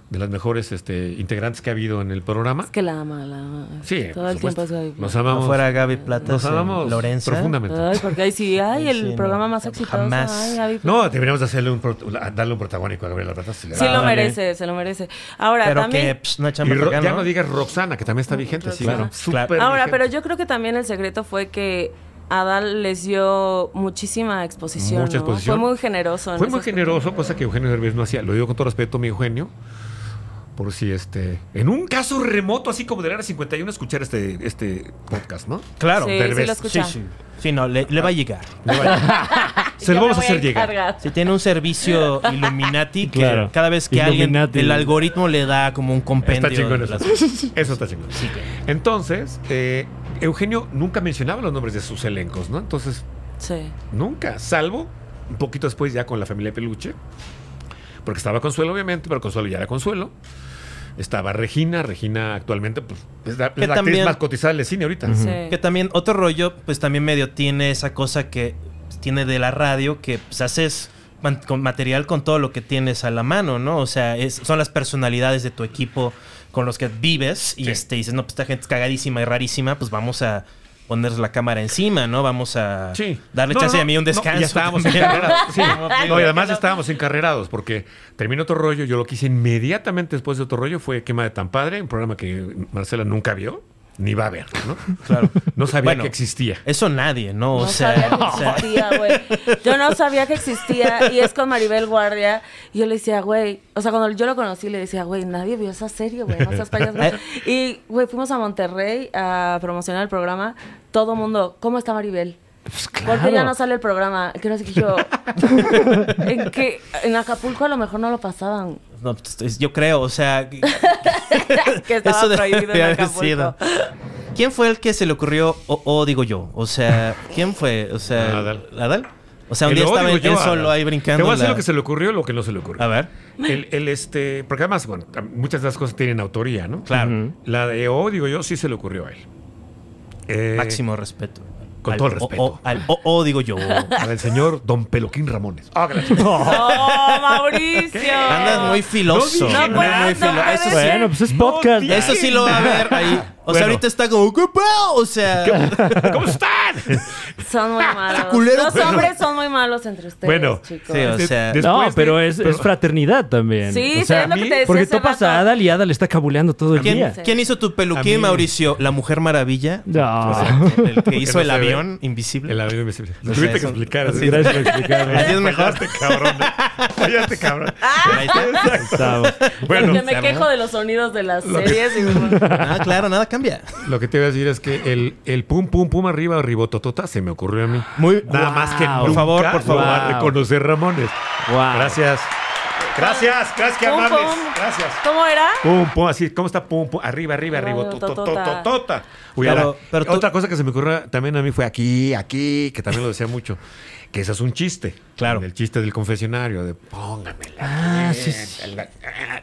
S10: de las mejores este, integrantes que ha habido en el programa.
S8: Es que la ama, la ama.
S10: Sí,
S8: Todo
S10: por
S8: el tiempo
S10: supuesto.
S8: es Gaby.
S10: Nos
S4: No
S10: amamos.
S4: fuera Gaby Plata,
S10: Nos amamos
S4: Lorenza.
S10: profundamente.
S8: Ay, pues, porque ahí sí, ay,
S4: Ahí
S8: el
S4: sí,
S8: programa
S4: no.
S8: más exitoso.
S4: Jamás.
S8: Ay, Gaby.
S10: No, deberíamos de hacerle un, pro- darle un protagónico a Gabriela Plata. si le
S8: Sí
S10: da.
S8: lo
S4: vale.
S8: merece, se lo merece. Ahora
S4: Pero
S8: también.
S4: que pss, una
S10: Y
S4: chamba
S10: Ro-
S4: acá,
S10: ya no digas Roxana, que también está vigente. Sí,
S4: Claro.
S10: claro.
S4: Claro.
S10: Súper
S8: Ahora,
S10: vigente.
S8: pero yo creo que también el secreto fue que Adal les dio muchísima exposición.
S10: Mucha
S8: ¿no?
S10: exposición.
S8: Fue muy generoso. en
S10: Fue
S8: ese
S10: muy
S8: aspecto.
S10: generoso, cosa que Eugenio Derbez no hacía. Lo digo con todo respeto, mi Eugenio. Por si este. En un caso remoto, así como del área 51, escuchar este, este podcast, ¿no?
S4: Claro.
S8: Sí,
S10: Derbez.
S8: sí lo escucha.
S4: Sí, sí. Sí, no, le, le va a llegar.
S10: Le vaya.
S8: Yo
S10: Se lo
S8: me
S10: vamos a
S8: voy
S10: hacer llegar.
S8: encargar.
S4: Si tiene un servicio Illuminati que
S3: Claro.
S4: cada vez que alguien
S3: Illuminati.
S4: el algoritmo le da como un compendio.
S10: Está chingón
S4: de
S10: eso.
S4: las-
S10: Eso está chingón. Entonces, eh, Eugenio nunca mencionaba los nombres de sus elencos, ¿no? Entonces,
S8: Sí.
S10: Mm. nunca, salvo un poquito después ya con la familia Peluche, porque estaba Consuelo, obviamente, pero Consuelo ya era Consuelo. Estaba Regina, Regina actualmente pues, es la,
S4: Que
S10: es la actriz
S4: también-
S10: más cotizada del cine ahorita.
S8: Sí.
S4: Que también otro rollo, pues también medio tiene esa cosa que pues, tiene de la radio, que pues, haces man- con material con todo lo que tienes a la mano, ¿no? O sea, es- son las personalidades de tu equipo con los que vives y
S10: Sí.
S4: este, dices, no, pues esta gente es cagadísima y rarísima, pues vamos a poner la cámara encima, ¿no? Vamos a
S10: Sí.
S4: darle
S10: No,
S4: chance
S10: no,
S4: a mí un
S10: no,
S4: descanso.
S10: ya estábamos
S4: también.
S10: encarrerados.
S4: pues,
S10: Sí. No, y además
S4: claro.
S10: estábamos encarrerados porque terminó otro rollo. Yo lo que hice inmediatamente después de otro rollo fue Quema de Tan Padre, un programa que Marcela nunca vio ni va a ver, ¿no?
S4: Claro.
S10: No sabía
S4: Bueno,
S10: que existía.
S4: Eso nadie, ¿no? O
S8: no
S4: sea,
S8: sabía
S4: o
S8: que
S4: sea,
S8: existía, güey. Yo no sabía que existía y es con Maribel Guardia. Y yo le decía, güey, o sea, cuando yo lo conocí le decía, güey, nadie vio esa serie, güey, no seas payaso.
S4: Eh.
S8: Y, güey, fuimos a Monterrey a promocionar el programa. Todo mundo, ¿cómo está Maribel?
S4: Pues
S8: Porque ya no sale el programa. Que no sé qué yo. en que en Acapulco a lo mejor no lo pasaban.
S4: no, pues, es- yo creo, o sea,
S8: que estaba
S4: Eso debe
S8: prohibido
S4: de
S8: en
S4: haber
S8: Acapulco.
S4: sido. ¿Quién fue el que se le ocurrió, o, o digo yo? O sea, ¿quién fue? O sea,
S10: Adal.
S4: O sea, un
S10: El
S4: día
S10: odio,
S4: estaba él
S10: yo,
S4: solo
S10: Adal.
S4: ahí brincando.
S10: Te voy a decir
S4: la-
S10: lo que se le ocurrió y lo que no se le ocurrió.
S4: A ver.
S10: El, el, este, porque además, bueno, tam- muchas de las cosas tienen autoría, ¿no?
S4: Claro.
S10: La de O, digo yo, sí se le ocurrió a él. Eh,
S4: Máximo respeto.
S10: Con
S4: Al-
S10: todo el
S4: o-
S10: respeto.
S4: o- al o, o, digo yo.
S10: Para el señor Don Peloquín Ramones. Ah,
S8: ¡Oh, Mauricio!
S4: Andas muy filoso.
S10: No dije
S4: Andas muy filo-
S8: nada, no
S4: Eso, sí-
S8: puedes.
S3: Bueno, pues es podcast.
S10: tío.
S4: eso sí lo va a ver ahí. O sea,
S10: Bueno.
S4: ahorita está como, ¿qué pedo? O sea,
S10: ¿Cómo están?
S8: Son muy malos.
S4: culero,
S8: Los
S4: pero-
S8: hombres son muy malos entre ustedes,
S10: Bueno,
S8: chicos.
S4: sí, o sea,
S10: Des-
S3: No,
S10: después de-
S3: pero es,
S10: pero-
S3: es fraternidad también.
S8: Sí,
S3: O sea,
S8: es lo que te decía
S3: porque
S8: hace
S3: topas
S8: rato.
S3: a Adal y Adal está cabuleando todo el
S4: ¿quién,
S3: día.
S8: Sí.
S4: quién hizo tu peluquín,
S10: A mí-
S4: Mauricio? ¿La Mujer Maravilla?
S3: No.
S4: El que hizo
S10: no
S4: el
S10: se ve.
S4: avión invisible.
S10: El avión invisible. Lo
S4: No sé,
S10: tuviste que
S4: son-
S10: explicar.
S4: sí,
S3: Gracias por explicarme.
S4: Así es mejor.
S10: Fallaste, cabrón. Fallaste, cabrón.
S4: Ahí está.
S3: Gustavo.
S10: Bueno,
S8: Porque Ah, me
S4: Ajá.
S8: quejo de los sonidos de las series y
S4: Ah, claro, nada cambia.
S10: lo que te iba a decir es que el, el pum, pum, pum arriba, ribototota, se me ocurrió a mí.
S4: Muy
S10: Nada más que
S3: Wow.
S10: por favor, por favor,
S3: Wow.
S10: reconocer Ramones.
S3: Wow.
S10: Gracias. Gracias, gracias, que
S8: Pum,
S10: amables.
S8: pum.
S10: Gracias.
S8: ¿Cómo era?
S10: Pum, pum, así, ¿cómo está? Pum, pum, arriba, arriba, arriba,
S8: Arriba,
S10: to- to- to-
S8: totota.
S10: to- tota. Uy,
S4: Pero-
S10: ahora,
S4: pero tú-
S10: otra cosa que se me ocurrió también a mí fue aquí, aquí, que también lo decía mucho, que eso es un chiste.
S4: Claro.
S10: El chiste del confesionario, de póngamela. Ah,
S3: Ah, sí, sí.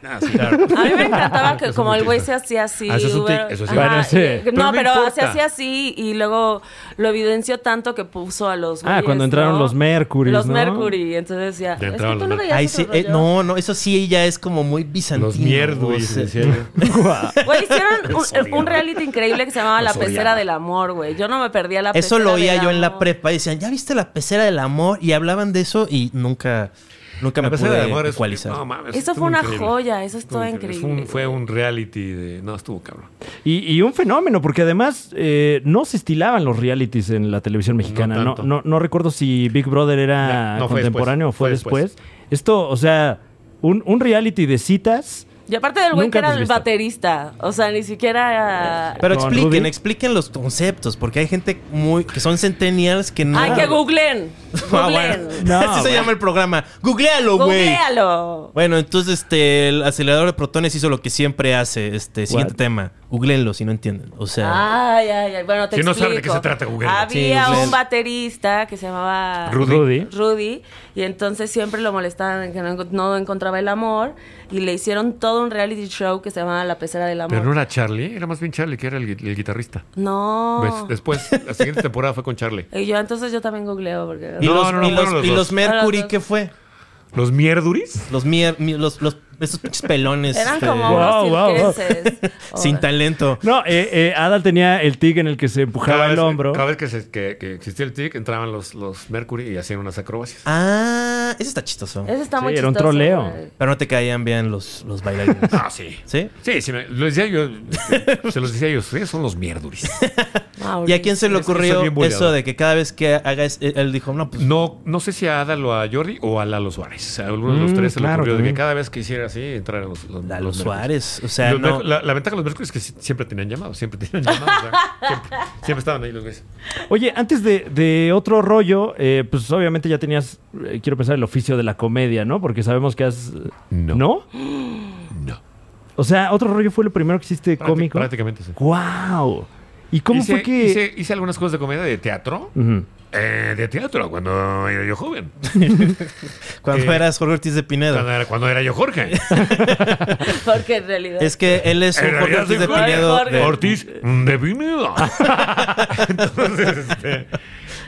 S8: A mí me encantaba que
S10: Eso
S8: como
S10: es
S8: el
S10: un
S8: güey
S10: tic.
S8: se hacía así.
S10: Ah, eso es un
S8: güey.
S10: tic, eso sí.
S8: Ajá,
S3: Bueno, sí.
S8: y-
S3: Pero
S8: No,
S10: no
S8: pero
S10: importa.
S8: se hacía así y luego lo evidenció tanto que puso a los
S3: Ah,
S8: güeyes,
S3: cuando entraron
S8: ¿no?
S3: los Mercury,
S8: Los
S3: ¿no?
S8: Mercury. Entonces decía,
S10: Ya
S8: es que
S10: entraron
S8: tú
S10: los
S8: no
S10: Mercury.
S8: veías
S4: Ahí
S8: ese
S4: sí, eh,
S8: rollo.
S4: no, no, eso sí ya es como muy bizantino.
S10: Los mierdos.
S4: o sea.
S8: Güey, hicieron un, un reality increíble que se llamaba La Pecera del Amor, güey. Yo no me perdía la pecera
S4: Eso lo oía
S8: del
S4: yo en la
S8: amor.
S4: prepa y decían, ¿ya viste la pecera del amor? Y hablaban de eso y nunca, nunca me pude ecualizar.
S8: Eso fue una joya, eso estuvo increíble.
S10: Fue un reality de. No, estuvo cabrón.
S3: Y, y un fenómeno, porque además eh, no se estilaban los realities en la televisión mexicana.
S10: No
S3: No,
S10: tanto.
S3: no, no recuerdo si Big Brother era
S10: No, no, fue
S3: contemporáneo
S10: después.
S3: o fue,
S10: Fue
S3: después. Esto, o sea, un, un reality de citas.
S8: Y aparte del güey
S3: Nunca
S8: que era
S3: antes
S8: el
S3: visto.
S8: baterista, o sea, ni siquiera...
S4: Pero
S3: Con
S4: expliquen,
S3: Rudy.
S4: expliquen los conceptos, porque hay gente muy que son centennials que no.
S8: Ay, que googlen.
S4: Ah,
S8: Googlen.
S4: bueno.
S3: No,
S4: Así se
S3: bueno.
S4: llama el programa. Googlealo, güey.
S8: Googlealo.
S4: Bueno, entonces este el acelerador de protones hizo lo que siempre hace. Este siguiente
S3: What?
S4: tema. Googleenlo si no entienden. O sea,
S8: Ay, ay, ay. Bueno, te
S10: Si no
S8: explico.
S10: sabe de qué se trata, Google.
S8: Había
S4: Ah. Sí, Google.
S8: un baterista que se llamaba
S10: Rudy.
S3: Rudy.
S8: Rudy y entonces siempre lo molestaban en que no, enco- no encontraba el amor y le hicieron todo un reality show que se llamaba La Pecera del Amor.
S10: Pero no era Charlie, era más bien Charlie, que era el, gui- el guitarrista.
S8: No.
S10: Ves, Después, la siguiente temporada fue con Charlie.
S8: Y yo entonces yo también googleo porque...
S4: y
S10: No,
S4: los,
S10: no, no,
S4: y los-
S10: fueron los
S4: y
S10: dos.
S4: los
S8: Fueron los
S4: Mercury,
S8: dos.
S4: ¿qué fue?
S10: ¿Los mierduris?
S4: Los mier, mi- los, los- esos pinches pelones.
S8: Eran
S4: este,
S8: como
S3: Wow, wow, wow.
S8: unos cirquenses.
S4: sin
S8: Oh.
S4: talento.
S3: No, eh, eh, Adal tenía el tig en el que se empujaba el hombro.
S10: Cada vez que, se- que- que existía el tic, entraban los, los Mercury y hacían unas acrobacias.
S4: Ah, eso está chistoso.
S8: Eso está
S3: Sí,
S8: muy
S3: era un
S8: chistoso,
S3: troleo.
S8: güey.
S4: Pero no te caían bien los, los bailarines.
S10: Ah, sí.
S4: ¿Sí?
S10: Sí, sí, me- lo decía yo. se los decía yo, ustedes son los mierduris.
S4: ¿Y a quién se le
S10: Es que soy
S4: ocurrió
S10: bien buleador.
S4: eso de que cada vez que hagas, él dijo, no, pues
S10: No, no sé si a Adal o a Jordi o a Lalo Suárez. A alguno de los
S3: Mm,
S10: tres se le
S3: claro,
S10: ocurrió de que
S3: también.
S10: cada vez que hiciera así, entraran los, los,
S4: Lalo
S10: los Mercury.
S4: Suárez? O sea,
S10: Los
S4: no.
S10: Mercury- la, la ventaja de los Mercury es que si- siempre tenían llamados, siempre tenían llamados. o sea, siempre, siempre estaban ahí los güeyes.
S3: Oye, antes de, de otro rollo, eh, pues obviamente ya tenías, eh, quiero pensar, el oficio de la comedia, ¿no? Porque sabemos que has...
S10: No.
S3: ¿No? O sea, otro rollo fue lo primero que hiciste
S10: Prácti-
S3: cómico.
S10: Prácticamente sí.
S3: ¡Guau! ¿Y cómo
S10: hice,
S3: fue que...?
S10: hice, hice algunas cosas de comedia de teatro.
S3: Ujú.
S10: Eh, de teatro, cuando era yo joven.
S4: Cuando
S10: Eh,
S4: eras Jorge Ortiz de
S10: Cuando
S4: Pinedo.
S10: era, cuando era yo Jorge.
S8: Porque en realidad.
S4: Es que él es un
S10: En
S4: Jorge
S10: realidad
S4: Ortiz de
S10: soy Jorge
S4: Pinedo.
S8: Jorge.
S4: de-
S10: Ortiz de Pinedo. Entonces, este,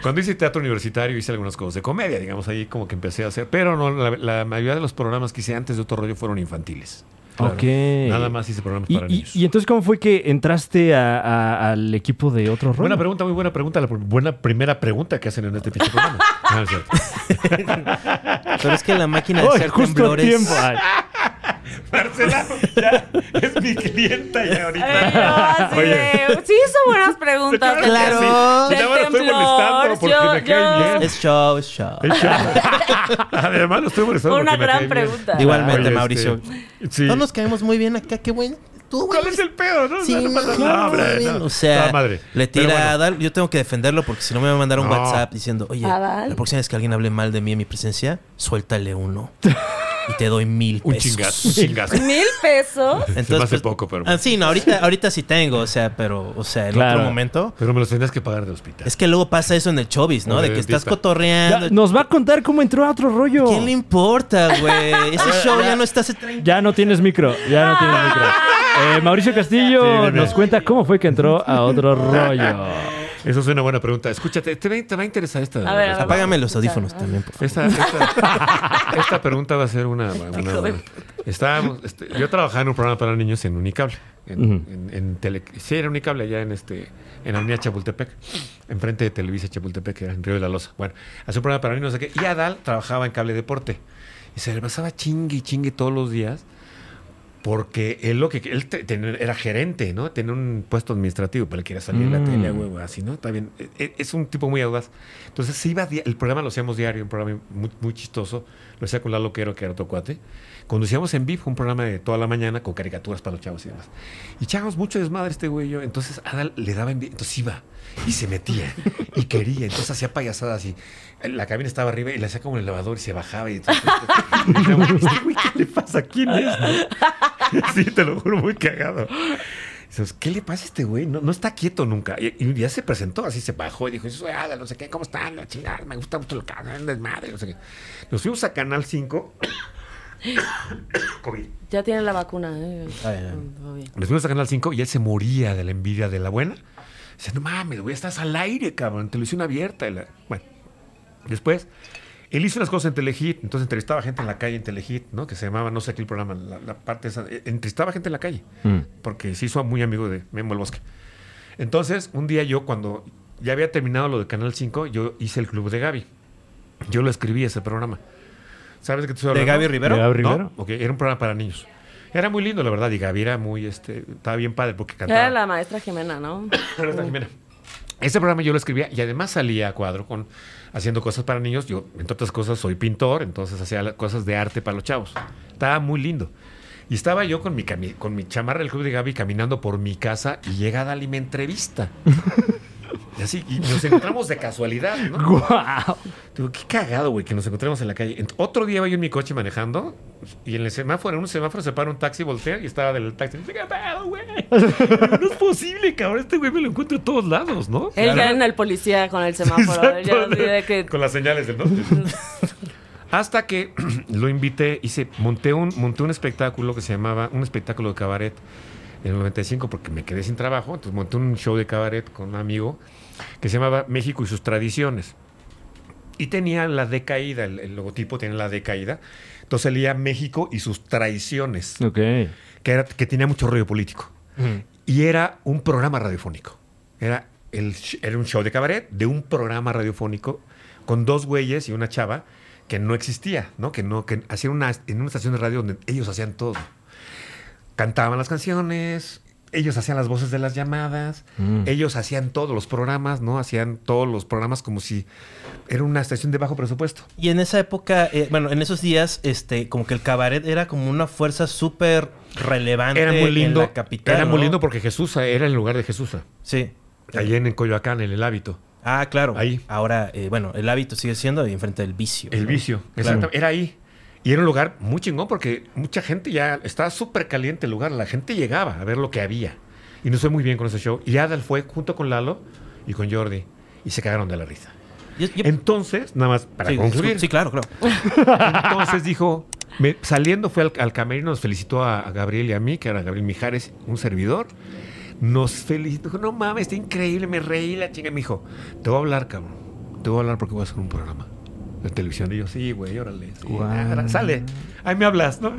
S10: cuando hice teatro universitario, hice algunas cosas de comedia, digamos, ahí como que empecé a hacer. Pero no, la, la mayoría de los programas que hice antes de otro rollo fueron infantiles.
S3: Ok.
S10: Nada más hice programas
S3: ¿Y,
S10: para
S3: y-
S10: niños.
S3: y entonces cómo fue que entraste a- a- al equipo de otro rol?
S10: Buena pregunta, muy buena pregunta. La pr- buena primera pregunta que hacen en este pinche programa. No, no es cierto.
S4: Pero es que la máquina de hacer
S3: justo a
S4: temblores.
S3: tiempo. Ay,
S10: Marcela ya es mi clienta ya
S8: Ay, no, así
S10: Oye.
S8: de- sí hizo buenas preguntas.
S10: Claro que
S4: Claro.
S10: sí.
S8: Del
S10: Nada más lo estoy
S8: temblor,
S10: molestando porque
S8: yo-
S10: me cae
S8: yo-
S10: bien.
S4: Es show, es show.
S10: El chavo. Además, lo estoy molestando.
S8: Fue una
S10: porque me
S8: gran
S10: cae bien.
S8: pregunta.
S4: Igualmente,
S10: Oye,
S4: Mauricio.
S10: este, sí.
S4: No nos caemos muy bien acá, qué bueno. Tú, güey,
S10: ¿Cuál es el pedo? No,
S4: Sí,
S10: no, no pasa
S4: no,
S10: nada,
S4: no,
S10: hombre,
S4: bien.
S10: no.
S4: O sea,
S10: Toda madre.
S4: le
S10: Pero
S4: tira a
S10: bueno,
S4: Adal. Yo tengo que defenderlo porque si no me va a mandar un
S10: No.
S4: WhatsApp diciendo, oye,
S8: Adal.
S4: la próxima vez que alguien hable mal de mí en mi presencia, suéltale uno. y te doy mil
S10: Un
S4: pesos.
S10: chingazo, un chingazo.
S8: Mil pesos.
S4: Entonces,
S10: Se me hace
S4: pues,
S10: poco,
S4: Ah,
S10: pero bueno.
S4: sí, no, ahorita, ahorita sí tengo, o sea, pero, o sea, en
S3: Claro.
S4: otro momento.
S10: Pero me los tendrás que pagar de hospital.
S4: Es que luego pasa eso en el showbiz, ¿no?
S10: O
S4: De
S10: de
S4: que estás
S10: dentista.
S4: cotorreando.
S3: ya, nos va a contar cómo entró a otro rollo.
S4: ¿Quién le importa, güey? Ese show ya no está hace 30
S3: Ya no tienes micro, ya no tienes micro. Eh, Mauricio Castillo
S10: Sí, dime.
S3: nos cuenta cómo fue que entró a otro rollo.
S10: Eso es una buena pregunta. Escúchate, te va, te va a interesar esta.
S8: A ver, a ver.
S4: Apágame los audífonos también, por favor.
S10: Esta, esta- esta pregunta va a ser una. una- estábamos, este, yo trabajaba en un programa para niños en Unicable. En, en- en tele- sí, era Unicable allá en este en la Avenida Chapultepec, enfrente de Televisa Chapultepec, que era en Río de la Loza. Bueno, hacía un programa para niños. no sé qué, Y Adal trabajaba en Cable Deporte. Y se le pasaba chingue y chingue todos los días. Porque él lo que él te- tenía- era gerente, ¿no? Tenía un puesto administrativo, pero él quería salir en la tele, güey, güey, así, ¿no? Está bien. E- e- Es un tipo muy audaz. Entonces se iba di- el programa lo hacíamos diario, un programa muy, muy chistoso. Lo hacía con Lalo Quero, que era otro cuate. Conducíamos en vivo un programa de toda la mañana con caricaturas para los chavos y demás. Y chavos, mucho desmadre este güey y yo. Entonces Adal le daba envidia. Entonces iba y se metía y quería. Entonces hacía payasadas y la cabina estaba arriba y le hacía como en el elevador y se bajaba. Y entonces, y decíamos, "Este güey, ¿qué le pasa? ¿Quién es? Sí, te lo juro, muy cagado. Dices, ¿qué le pasa a este güey? No, no está quieto nunca. Y, y un día se presentó, así se bajó y dijo, soy Adal, no sé qué, ¿cómo están? La chingada, me gusta mucho lo que hacen, desmadre, no sé qué. Nos fuimos a Canal 5. COVID.
S8: Ya tienen la vacuna. eh.
S10: Ah,
S8: Muy bien.
S10: Nos fuimos a Canal 5 y él se moría de la envidia de la buena. Dice, no mames, güey, estás al aire, cabrón, en televisión abierta. Y la- Bueno, después, él hizo las cosas en Telehit, entonces entrevistaba gente en la calle en Telehit, ¿no? Que se llamaba, no sé qué el programa, la, la parte esa. eh, Entrevistaba gente en la calle,
S3: Mm.
S10: porque se hizo muy amigo de Memo el Bosque. Entonces, un día yo, cuando ya había terminado lo de Canal 5, yo hice el Club de Gaby. Yo lo escribí ese programa. ¿Sabes qué te estoy
S4: ¿De
S10: hablando?
S4: Gaby Rivero?
S3: De Gaby
S10: ¿No?
S3: Rivero.
S10: Ok, era un programa para niños. Era muy lindo, la verdad, y Gaby era muy, este, estaba bien padre porque cantaba.
S8: Era la maestra Jimena, ¿no?
S10: Era esta Jimena. Ese programa yo lo escribía y además salía a cuadro con haciendo cosas para niños. Yo, entre otras cosas, soy pintor, entonces hacía la- cosas de arte para los chavos. Estaba muy lindo. Y estaba yo con mi, cami- con mi chamarra del Club de Gaby caminando por mi casa y llega Dali y me entrevista. y así, y nos encontramos de casualidad, ¿no?
S3: ¡Guau!
S10: Digo, qué cagado, güey, que nos encontremos en la calle. Ent- otro día iba yo en mi coche manejando y en el semáforo, en un semáforo se para un taxi, voltea y estaba del taxi. Dice, ¿Qué pedo, güey? No es posible, cabrón. Este güey me lo encuentro en todos lados, ¿no?
S8: Él ya en el policía con el semáforo. él ya
S10: Exacto.
S8: así de que-
S10: Con las señales del norte. Hasta que lo invité, hice, monté un, monté un espectáculo que se llamaba un espectáculo de cabaret en el 95 porque me quedé sin trabajo. Entonces monté un show de cabaret con un amigo que se llamaba México y sus tradiciones. Y tenía la decaída, el, el logotipo tenía la decaída. Entonces leía México y sus traiciones,
S3: Ok.
S10: que, era, que tenía mucho rollo político. Y era un programa radiofónico. Era, el, sh- era un show de cabaret de un programa radiofónico con dos güeyes y una chava que no existía, ¿no? Que no, que hacían una, en una estación de radio donde ellos hacían todo. Cantaban las canciones, ellos hacían las voces de las llamadas,
S4: Mm.
S10: ellos hacían todos los programas, ¿no? Hacían todos los programas como si era una estación de bajo presupuesto.
S4: Y en esa época, eh, bueno, en esos días, este, como que el cabaret era como una fuerza súper relevante
S10: Era muy lindo.
S4: en la capital.
S10: era muy
S4: ¿no?
S10: lindo porque Jesús era el lugar de Jesús.
S4: Sí.
S10: Allí en Coyoacán, en el hábito.
S4: Ah, claro.
S10: Ahí.
S4: Ahora, eh, bueno, el hábito sigue siendo y enfrente del vicio.
S10: El
S4: ¿no?
S10: vicio. Exacto. Era ahí. Y era un lugar muy chingón porque mucha gente ya estaba súper caliente el lugar. La gente llegaba a ver lo que había. Y nos fue muy bien con ese show. Y Adal fue junto con Lalo y con Jordi. Y se cagaron de la risa.
S4: Yo- yo-
S10: Entonces, nada más para
S4: sí,
S10: concluir.
S4: sí, claro, claro.
S8: Pues,
S10: Entonces dijo, me- saliendo fue al, al camerino, nos felicitó a, a Gabriel y a mí, que era Gabriel Mijares, un servidor. Nos felicitó, dijo, no mames, está increíble, me reí la chinga. Y Me dijo, te voy a hablar, cabrón. Te voy a hablar porque voy a hacer un programa de televisión. Y yo, sí, güey, órale. sí, ah, Sale, ahí me hablas, ¿no?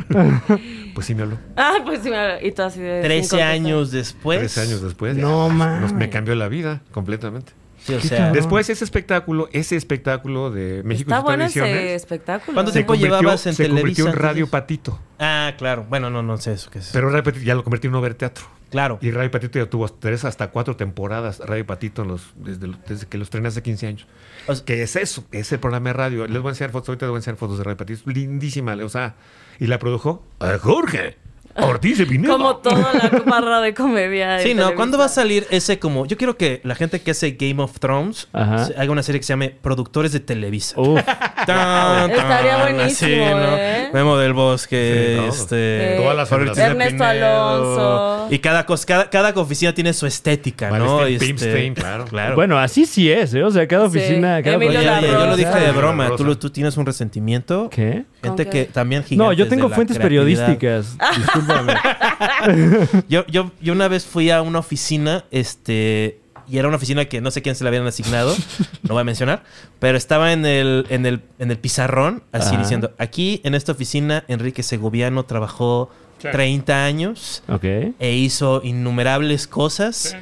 S10: pues sí me habló.
S8: Ah, pues sí, me- y todo así de... sin
S4: 13
S8: contestar.
S4: años después.
S10: Tres años después.
S3: No
S10: ah,
S3: mames. Ah.
S10: nos- Me cambió la vida completamente.
S4: Sí, o sea,
S10: Después ese espectáculo, ese espectáculo de México y
S8: Está
S10: sus
S8: bueno ese
S10: tradiciones,
S8: espectáculo.
S4: ¿Cuánto
S10: se
S4: tiempo
S10: convirtió,
S4: llevabas en
S10: se convirtió en
S4: Televisa
S10: Radio
S4: entonces?
S10: Patito.
S4: Ah, claro. Bueno, no, no sé eso qué es.
S10: Pero Radio Patito ya lo convertí en un over teatro.
S4: claro.
S10: Y Radio Patito ya tuvo tres hasta cuatro temporadas. Radio Patito en los, desde, lo- desde que los trené hace 15 años.
S4: O sea-
S10: ¿Qué es eso? Es el programa de radio. Les voy a enseñar fotos. Ahorita les voy a enseñar fotos de Radio Patito. Es Lindísima. O sea, y la produjo eh, Jorge Ortiz de Pinedo.
S8: Como toda la barra de comedia. de
S4: Sí, no,
S8: Televisa.
S4: ¿cuándo va a salir ese como... Yo quiero que la gente que hace Game of Thrones
S3: Ajá. Oh.
S4: se- haga una serie que se llame Productores de Televisa.
S3: Uf.
S4: Tan,
S8: Estaría
S4: tan,
S8: buenísimo, ¿eh?
S4: Memo del Bosque,
S10: Sí, no.
S4: este...
S10: Todas las
S4: Jorge
S10: generaciones.
S4: Ortiz de
S8: Ernesto Alonso.
S4: Y cada, cos- cada, cada oficina tiene su estética, ¿no?
S10: Malestín,
S4: Este,
S10: Pimstein, claro.
S3: Bueno, así sí es, ¿eh? O sea, cada
S8: Sí.
S3: oficina... Cada
S8: Emilio
S4: Oye,
S3: oficina-
S8: La
S4: oye, yo lo dije
S8: Rosa.
S4: de broma.
S10: La
S4: ¿Tú,
S10: Rosa.
S4: tú tienes un resentimiento.
S3: ¿Qué?
S4: Gente
S8: ¿Con
S4: que
S8: qué?
S4: también gigantes
S3: No, yo tengo
S4: de la
S3: fuentes
S4: creatividad.
S3: periodísticas. Discúlpame.
S4: Yo, yo, yo una vez fui a una oficina, este, y era una oficina que no sé quién se la habían asignado, no voy a mencionar, pero estaba en el, en el, en el pizarrón, así
S3: Ajá.
S4: diciendo, aquí en esta oficina Enrique Segoviano trabajó 30 años
S3: ok.
S4: e hizo innumerables cosas.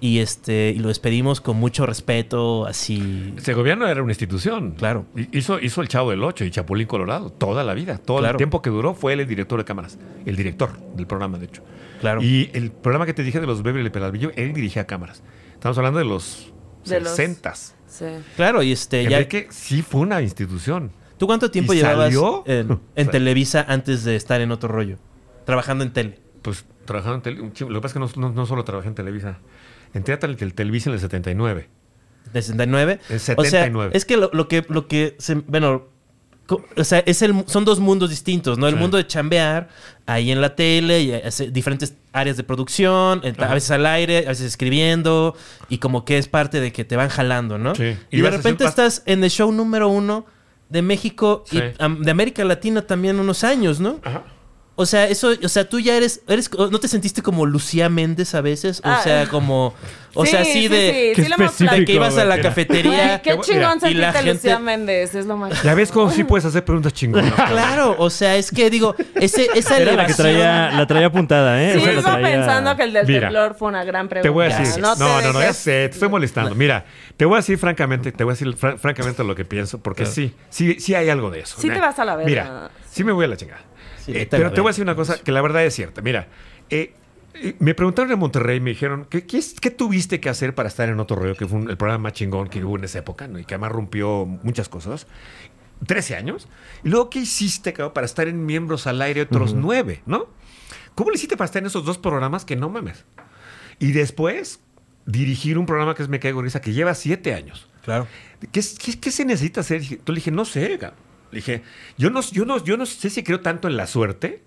S4: Y este y lo despedimos con mucho respeto, así.
S10: Ese gobierno era una institución.
S4: Claro.
S10: Hi- Hizo, hizo el Chavo del Ocho y Chapulín Colorado toda la vida. Todo
S4: Claro.
S10: el tiempo que duró fue él el director de cámaras. El director del programa, de hecho.
S4: Claro.
S10: Y el programa que te dije de los Beverly Peralvillo, él dirigía cámaras. Estamos hablando de los
S8: De los-
S10: 60
S8: Sí.
S4: Claro, y este ya
S10: Enrique sí fue una institución.
S4: ¿Tú cuánto tiempo
S10: ¿Y
S4: llevabas
S10: salió?
S4: en, en
S10: Sa-
S4: Televisa antes de estar en otro rollo? Trabajando en tele.
S10: Pues trabajando en tele- un chingo. Lo que pasa es que no, no- no solo trabajé en Televisa. Entré a tel- tel- Televisa en el 79.
S4: De 69.
S10: En
S4: O
S10: 79.
S4: sea, es que lo, lo que, lo que se- bueno, co- o sea, es el, mu- son dos mundos distintos, ¿no? El
S10: Sí.
S4: mundo de chambear, ahí en la tele, y hace diferentes áreas de producción, en- a veces al aire, a veces escribiendo, y como que es parte de que te van jalando, ¿no?
S10: Sí.
S4: Y,
S10: Y
S4: de
S10: vas a
S4: repente
S10: hacer- vas-
S4: estás en el show número uno de México y
S10: Sí.
S4: am- de América Latina también unos años, ¿no? O sea, eso, o sea, tú ya eres, eres, ¿no te sentiste como Lucía Méndez a veces? O
S8: Ah.
S4: sea, como, o
S8: Sí,
S4: sea, así de,
S8: sí, Sí,
S3: Qué
S8: sí, lo hemos
S3: específico,
S4: de que
S8: platicado.
S4: ibas a la
S10: Mira.
S4: cafetería.
S8: Ay, Qué chingón
S4: y la
S8: sentiste
S4: gente-
S8: Lucía Méndez, es lo más.
S10: Ya ves cómo sí puedes hacer preguntas chingonas.
S4: Claro, o sea, es que digo, ese, esa
S3: Era la que
S4: elevación-
S3: traía, la traía apuntada, ¿eh?
S8: Sí,
S3: Esa la
S8: sigo
S3: traía-
S8: pensando que el del
S10: Mira,
S8: temblor fue una gran pregunta.
S10: Te voy a decir. No,
S8: te
S10: no, no, ya
S8: dejes.
S10: sé, te estoy molestando. Mira, te voy a decir francamente, te voy a decir fran- francamente lo que pienso, porque sí, sí, sí hay algo de eso.
S8: Sí te vas a la verga.
S10: Mira, sí me voy a la chingada.
S4: Sí,
S10: Eh,
S4: vete a la
S10: pero te voy
S4: verga,
S10: a decir una cosa que la verdad es cierta. Mira, eh, eh, me preguntaron en Monterrey, me dijeron, ¿qué, qué, es- qué tuviste que hacer para estar en otro rollo? Que fue un- el programa más chingón que hubo en esa época, ¿no? Y que además rompió muchas cosas. 13 años. Y luego, ¿qué hiciste, cabrón, para estar en Miembros al Aire otros nueve, ¿no? ¿Cómo le hiciste para estar en esos dos programas que no mames? Y después, dirigir un programa que es Me Caigo de Risa, que lleva siete años.
S4: Claro.
S10: ¿Qué, es- qué- qué se necesita hacer? Dije- Entonces le dije, no sé. cabrón. Le dije, yo no, yo, no, yo no sé si creo tanto en la suerte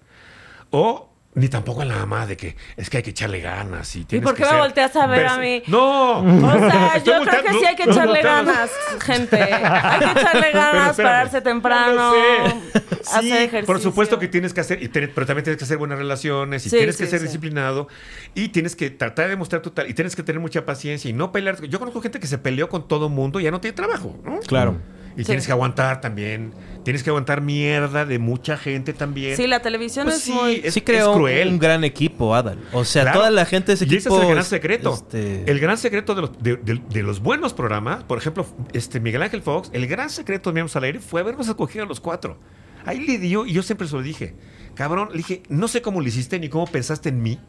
S10: o ni tampoco en la mamá de que es que hay que echarle ganas. ¿Y, tienes
S8: por qué
S10: que
S8: me
S10: ser
S8: volteas a ver a
S10: verse-
S8: mí?
S10: ¡No!
S8: O sea,
S10: Estoy
S8: yo creo que
S10: volteando-
S8: sí hay que
S10: no,
S8: echarle
S10: volteando-
S8: ganas, gente. Hay que echarle ganas,
S10: espérame.
S8: pararse temprano,
S10: No sé. Sí,
S8: hacer ejercicio.
S10: Por supuesto que tienes que hacer, y tener- pero también tienes que hacer buenas relaciones, y
S8: Sí,
S10: tienes que
S8: sí,
S10: ser
S8: sí.
S10: disciplinado, y tienes que tratar de mostrar tu tal, y tienes que tener mucha paciencia y no pelear. Yo conozco gente que se peleó con todo mundo y ya no tiene trabajo, ¿no?
S4: Claro.
S10: Y tienes que aguantar también. Tienes que aguantar mierda de mucha gente también.
S8: Sí, la televisión
S10: Pues
S8: es
S10: sí,
S8: muy...
S10: es-
S4: sí creo
S10: es cruel.
S4: un gran equipo, Adal. O sea,
S10: Claro.
S4: toda la gente de ese
S10: Y ese
S4: equipo...
S10: es el gran
S4: es-
S10: secreto.
S4: este,
S10: El gran secreto de los, de, de- de los buenos programas, por ejemplo, este Miguel Ángel Fox, el gran secreto de Miembros al Aire fue habernos acogido a los cuatro. Ahí le dio, y yo siempre se lo dije, cabrón, le dije, no sé cómo lo hiciste ni cómo pensaste en mí,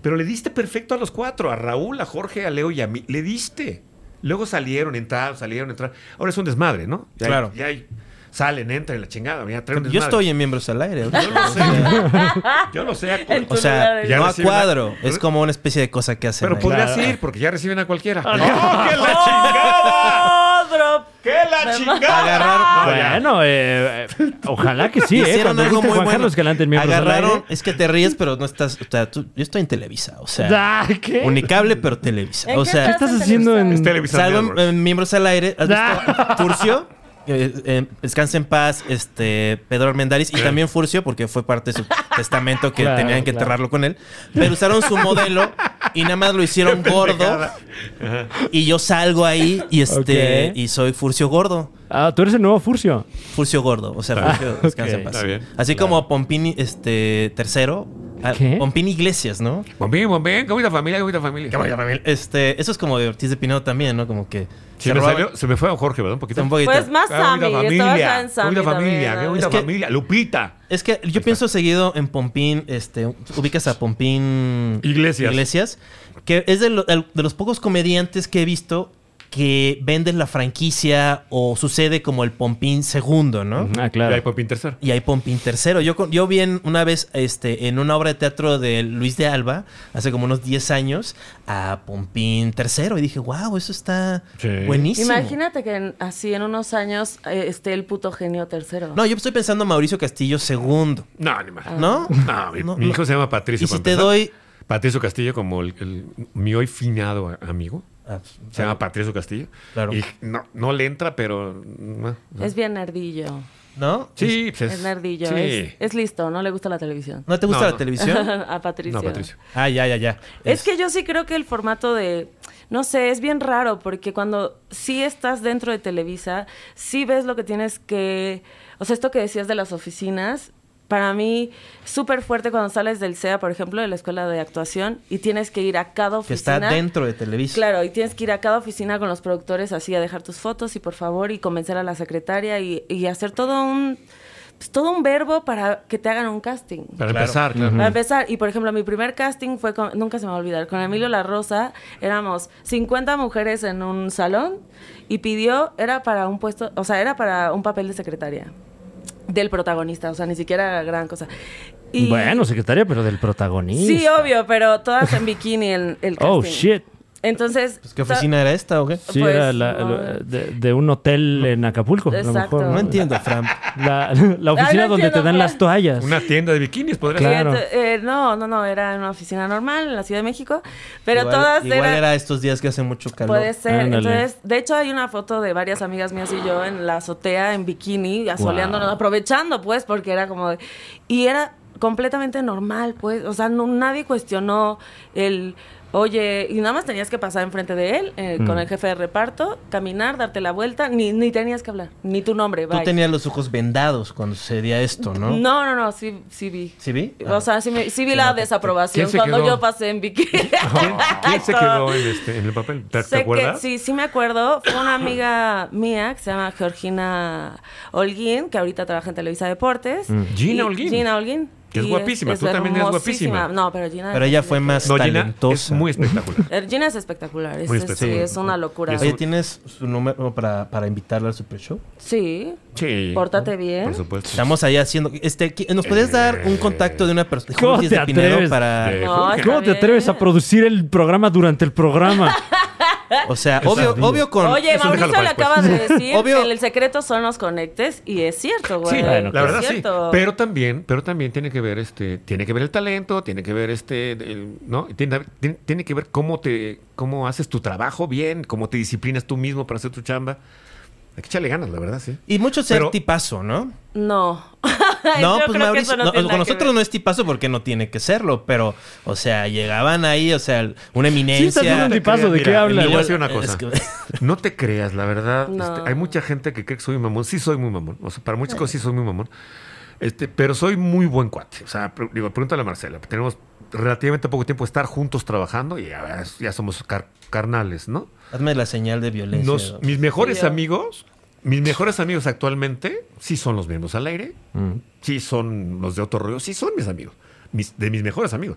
S10: pero le diste perfecto a los cuatro, a Raúl, a Jorge, a Leo y a mí. Le diste. Luego salieron, entraron, salieron, entraron. Ahora es un desmadre, ¿no? Ya hay-
S4: Claro.
S10: ya hay- salen, entran, la chingada. mira, traen un
S4: yo
S10: desmadre.
S4: estoy en Miembros al Aire.
S10: Yo lo sé. yo lo sé. a col-
S4: O sea,
S10: Ya
S4: no a
S10: reciben la-
S4: cuadro. Es como una especie de cosa que hacen.
S10: Pero
S4: ahí.
S10: podrías ir, porque ya reciben a cualquiera. ¡Oh, qué la chingada!
S8: ¡Oh,
S2: ¡Qué la chingada!
S8: ¡Ah!
S4: Agarrar.
S3: Bueno, eh, eh, ojalá que sí, ¿eh?
S4: Hicieron
S3: Cuando
S4: algo
S3: guste
S4: muy
S3: Juan
S4: bueno.
S3: Carlos Galante en Miembros al
S4: Agarraron.
S3: Aire.
S4: Es que te ríes, pero no estás. O sea, tú- yo estoy en Televisa. O sea,
S3: Ah, ¿Qué?
S4: unicable, pero Televisa.
S8: ¿En
S4: O
S8: qué
S4: sea,
S3: estás haciendo en-
S10: Es Televisa
S4: salgo en,
S10: Network.
S4: en Miembros al Aire. ¿Has
S3: Ah.
S4: visto Furcio? Eh, eh, descansa en paz, este Pedro Armendáriz y también Furcio, porque fue parte de su testamento que
S3: Claro,
S4: tenían que
S3: claro.
S4: enterrarlo con él. Pero usaron su modelo y nada más lo hicieron gordo. Y yo salgo ahí y este
S3: Ok.
S4: y soy Furcio gordo.
S3: Ah, tú eres el nuevo Furcio.
S4: Furcio Gordo, o sea, Furcio descansa
S3: ok.
S4: en paz.
S10: Está bien.
S4: Así como Pompini este tercero, a-
S3: ¿Qué?
S4: Pompini Iglesias, ¿no?
S10: Bombín, bombín, ¿cómo está familia? ¿Cómo está familia?
S4: Este, eso es como de Ortiz de Pinedo también, ¿no? Como que
S10: Sí, me
S4: robaban-
S10: salió- se me fue a Jorge, ¿verdad? Un poquito.
S4: un poquito.
S8: Pues más
S10: Ah, bonita
S8: Sammy. Estaba ya en Sammy.
S10: bonita
S8: también,
S10: familia,
S8: ¿no?
S10: qué bonita
S4: Es que-
S10: familia. Lupita.
S4: Es que yo pienso seguido en Pompín, este, ubicas a Pompín
S10: Iglesias.
S4: Iglesias, que es de, lo- el- de los pocos comediantes que he visto que venden la franquicia o sucede como el Pompín segundo, ¿no?
S3: Ah,
S10: Y ahí
S3: claro.
S10: fue Pintercer.
S4: Y hay Pompín tercero. Yo, con- yo vi en- una vez este, en una obra de teatro de Luis de Alba, hace como unos 10 años, a Pompín tercero. Y dije, wow, eso está
S10: Sí.
S4: buenísimo.
S8: Imagínate que en- así en unos años eh, esté el puto genio tercero.
S4: No, yo estoy pensando en Mauricio Castillo segundo,
S10: No, ni más.
S4: ¿no?
S10: No, mi,
S4: No,
S10: mi
S4: no.
S10: hijo se llama Patricio.
S4: Y si
S10: para
S4: te
S10: empezar.
S4: doy...
S10: Patricio Castillo, como el, el- mi hoy finado a- amigo.
S4: Ah,
S10: Se llama Patricio Castillo.
S4: Claro.
S10: Y no, no le entra, pero. no.
S8: Es bien nerdillo.
S4: ¿No?
S10: Sí, pues
S8: Es nerdillo.
S10: sí.
S8: Es, es listo, no le gusta la televisión.
S4: ¿No te gusta
S10: No,
S4: la
S10: no.
S4: televisión?
S8: a Patricio.
S10: No, Patricio.
S4: Ah, ya, ya, ya.
S8: Es que yo sí creo que el formato de, no sé, es bien raro porque cuando sí estás dentro de Televisa, sí ves lo que tienes que, o sea, esto que decías de las oficinas. Para mí, súper fuerte cuando sales del CEA, por ejemplo, de la escuela de actuación, y tienes que ir a cada
S4: que
S8: oficina.
S4: está dentro de Televisa.
S8: Claro, y tienes que ir a cada oficina con los productores así a dejar tus fotos y por favor y convencer a la secretaria y, y hacer todo un pues, todo un verbo para que te hagan un casting.
S10: Para empezar, claro.
S8: Para empezar, y por ejemplo, mi primer casting fue con, nunca se me va a olvidar, con Emilio La Rosa, éramos 50 mujeres en un salón y pidió, era para un puesto, o sea, era para un papel de secretaria del protagonista, o sea, ni siquiera gran cosa. Y-
S3: Bueno, secretaria, pero del protagonista.
S8: Sí, obvio, pero todas en bikini el, el casting.
S3: Oh, shit.
S8: Entonces,
S4: Pues, ¿Qué oficina era esta o qué?
S3: Sí,
S8: Pues,
S3: era la-
S8: no.
S3: la- de, de un hotel en Acapulco, a lo
S8: Exacto.
S3: mejor.
S4: No entiendo, Fran.
S3: La, la oficina
S8: Ay, no
S3: donde te dan
S8: entiendo, Juan.
S3: las toallas.
S10: Una tienda de bikinis podría
S3: Claro.
S10: ser.
S8: Eh, no, no, no, era en una oficina normal en la Ciudad de México, pero
S4: igual,
S8: todas
S4: igual
S8: eran...
S4: era estos días que hace mucho calor.
S8: Puede ser.
S3: Ándale.
S8: Entonces, de hecho, hay una foto de varias amigas mías y yo en la azotea, en bikini, asoleándonos, aprovechando, pues, porque era como. de- Y era completamente normal, pues. O sea, no, nadie cuestionó el. Oye, y nada más tenías que pasar enfrente de él, eh,
S3: Mm.
S8: con el jefe de reparto, caminar, darte la vuelta, ni, ni tenías que hablar, ni tu nombre,
S4: Tú
S8: bye.
S4: tenías los ojos vendados cuando sucedía esto, ¿no?
S8: No, no, no, sí, sí vi.
S4: ¿Sí vi?
S8: O sea, sí, me- sí vi la desaprobación
S10: Ah. ¿Quién se
S8: cuando
S10: quedó?
S8: yo pasé en bikini.
S10: ¿Quién, quién se
S8: Todo.
S10: quedó en, este, en el papel? ¿Te, te
S8: Sé Que,
S10: acuerdas?
S8: sí, sí me acuerdo. Fue una amiga mía que se llama Georgina Holguín, que ahorita trabaja en Televisa Deportes.
S10: Mm. Gina
S8: Y-
S10: Holguín.
S8: Gina Holguín.
S10: Que es
S8: Y
S10: guapísima, tú también eres
S8: hermosísima.
S10: guapísima.
S8: No, pero Gina...
S4: Pero ella fue más
S10: No, Gina es
S4: talentosa.
S10: muy espectacular.
S8: Eh, Gina es espectacular. Es,
S10: Muy
S8: es-
S10: espectacular.
S8: sí, es una locura.
S4: Oye, ¿tienes su número para, para invitarla al Super Show?
S8: Sí.
S10: sí.
S8: Pórtate bien.
S10: Por supuesto.
S4: Estamos ahí haciendo... Este, ¿qui- ¿Nos podrías dar un contacto de una persona?
S3: ¿Cómo te atreves?
S4: para...
S10: Eh,
S8: No, está
S3: ¿Cómo te
S8: bien.
S3: atreves a producir el programa durante el programa?
S4: O sea, obvio, obvio con...
S8: Oye,
S10: Eso déjalo
S8: Mauricio le
S10: para
S8: acaba de decir
S4: Obvio.
S8: que el secreto son los conectes y es cierto, güey.
S10: Sí,
S3: Bueno,
S10: la verdad
S8: es
S10: sí.
S8: cierto.
S10: Pero también, pero también tiene que ver este, tiene que ver el talento, tiene que ver este, el- ¿no? Tiene, tiene- tiene que ver cómo te, cómo haces tu trabajo bien, cómo te disciplinas tú mismo para hacer tu chamba. Hay que echarle ganas, la verdad, sí.
S4: Y mucho ser
S10: Pero-
S4: tipazo, ¿no?
S8: No.
S4: No,
S8: Yo creo
S4: pues
S8: que eso
S4: Mauricio,
S8: no
S4: no, con
S8: tiene nada que ver.
S4: nosotros no es tipazo porque no tiene que serlo, pero, o sea, llegaban ahí, o sea, una
S3: sí, estás
S4: eminencia.
S3: viendo un tipazo, ¿de
S10: Mira,
S3: qué hablas?
S10: Te voy a
S4: Igual-
S10: decir una
S4: es
S10: cosa.
S4: que-
S10: No te creas, la verdad.
S8: No.
S10: este, hay mucha gente que cree que soy mamón. Sí soy muy mamón. O sea, para muchas cosas sí soy muy mamón. Este, pero soy muy buen cuate. O sea, pr- digo, pregúntale a Marcela. Tenemos relativamente poco tiempo de estar juntos trabajando y ya, ya somos car- carnales, ¿no?
S4: Hazme la señal de violencia.
S10: Nos-
S4: ¿no?
S10: mis mejores
S8: Sí, ya.
S10: amigos, mis mejores amigos actualmente, sí son los miembros al aire, sí son los de otro rollo, sí son mis amigos, mis- de mis mejores amigos.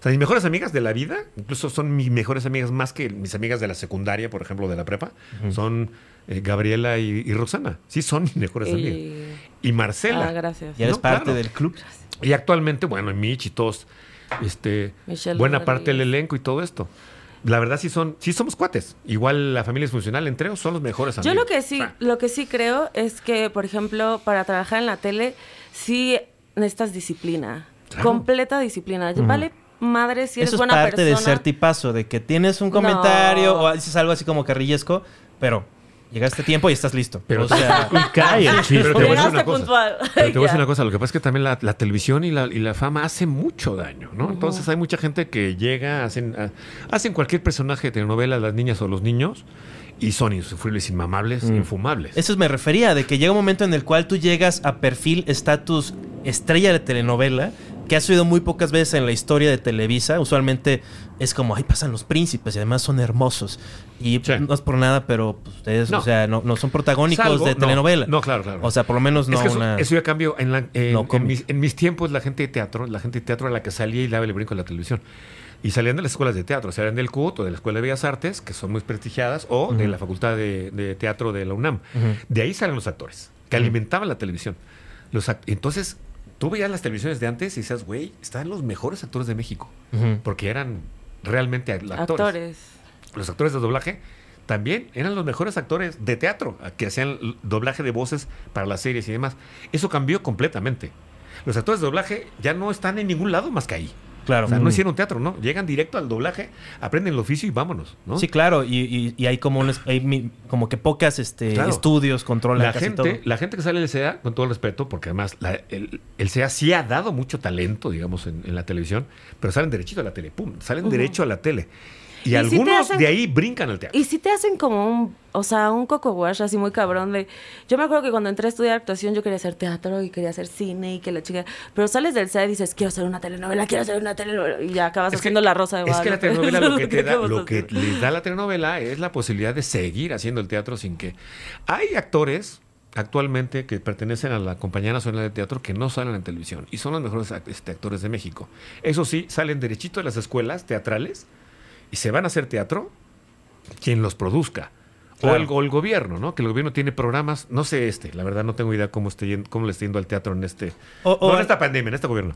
S10: O sea, mis mejores amigas de la vida, incluso son mis mejores amigas más que mis amigas de la secundaria, por ejemplo, de la prepa, son eh, Gabriela y, y Roxana. Sí, son mis mejores amigas.
S8: Y-
S10: Y Marcela.
S8: Ah, gracias.
S4: Y eres
S10: No,
S4: parte
S10: claro.
S4: del club.
S10: Y actualmente, bueno, Mitch y todos, este,
S8: Michelle
S10: buena
S8: Rodríguez.
S10: parte del elenco y todo esto. la verdad sí son, sí somos cuates. Igual la familia es funcional, entre ellos son los mejores amigos. Ah.
S8: Yo lo que sí, lo que sí creo es que, por ejemplo, para trabajar en la tele, sí necesitas disciplina. Completa disciplina. Vale madre si eres
S4: Eso es
S8: buena
S4: parte de
S8: persona.
S4: ser tipazo, de que tienes un comentario
S8: No.
S4: o dices algo así como carrillesco, pero llegaste a tiempo y estás listo.
S10: Pero-
S4: o sea,
S3: Y cae el chiste.
S10: Pero te voy a decir
S8: Llegaste
S10: una cosa.
S8: puntual.
S10: Pero te voy a decir
S8: Ya.
S10: una cosa, lo que pasa es que también la, la televisión y la, y la fama hace mucho daño, ¿no? Entonces hay mucha gente que llega, hacen, ah, hacen cualquier personaje de telenovela, las niñas o los niños, y son insufribles, inmamables,
S4: Mm.
S10: infumables.
S4: eso me refería, de que llega un momento en el cual tú llegas a perfil, estatus, estrella de telenovela, que ha subido muy pocas veces en la historia de Televisa. Usualmente es como, ahí pasan los príncipes y además son hermosos. Y
S10: Sí.
S4: no es por nada, pero pues, ustedes,
S10: No.
S4: o sea, no, no son protagónicos
S10: Salvo-
S4: de
S10: no,
S4: telenovela.
S10: no, claro, claro.
S4: O sea, por lo menos no
S10: es que eso,
S4: una...
S10: eso ya cambió. En, la- en-
S4: No
S10: en
S4: cómic.
S10: mis, en mis tiempos, la gente de teatro, la gente de teatro era la que salía y daba el brinco en la televisión. Y salían de las escuelas de teatro, salían del CUT o de la Escuela de Bellas Artes, que son muy prestigiadas, o de la Facultad de, de Teatro de la UNAM. De ahí salen los actores, que alimentaban la televisión. Los act- Entonces, tú veías las televisiones de antes y decías, güey, están los mejores actores de México.
S4: Ujú.
S10: Porque eran realmente a- actores.
S8: Actores.
S10: Los actores de doblaje también eran los mejores actores de teatro, que hacían l- doblaje de voces para las series y demás. Eso cambió completamente. Los actores de doblaje ya no están en ningún lado más que ahí.
S4: Claro. Mm.
S10: O sea, no hicieron teatro, ¿no? Llegan directo al doblaje, aprenden el oficio y vámonos, ¿no?
S4: Sí, claro, y, y- y hay como un es- hay mi- como que pocas este,
S10: Claro.
S4: estudios controlan
S10: la
S4: casi
S10: gente,
S4: todo.
S10: la gente que sale del CEA, con todo el respeto, porque además la- el, el CEA sí ha dado mucho talento, digamos, en, en la televisión, pero salen derechito a la tele, pum, salen derecho a la tele. Y,
S8: te
S10: algunos
S8: hacen-
S10: de ahí brincan al teatro.
S8: Y si te hacen como un, o sea, un coco wash así muy cabrón de... Yo me acuerdo que cuando entré a estudiar actuación yo quería hacer teatro y quería hacer cine y que la chica... Pero sales del set y dices, quiero hacer una telenovela, quiero hacer una telenovela y ya acabas
S10: Es que-
S8: haciendo La Rosa de
S10: Es que
S8: Guadalupe.
S10: la telenovela lo que, te da,
S8: acabas
S10: lo que
S8: haciendo.
S10: les da la telenovela es la posibilidad de seguir haciendo el teatro sin que... Hay actores actualmente que pertenecen a la Compañía Nacional de Teatro que no salen en televisión y son los mejores act- este, actores de México. Eso sí, salen derechito de las escuelas teatrales y se van a hacer teatro quien los produzca. O,
S4: Claro.
S10: el, o el gobierno, ¿no? Que el gobierno tiene programas, no sé este, la verdad no tengo idea cómo, esté yendo- cómo le está yendo al teatro en este...
S4: O- o-
S10: no en esta pandemia, en este gobierno.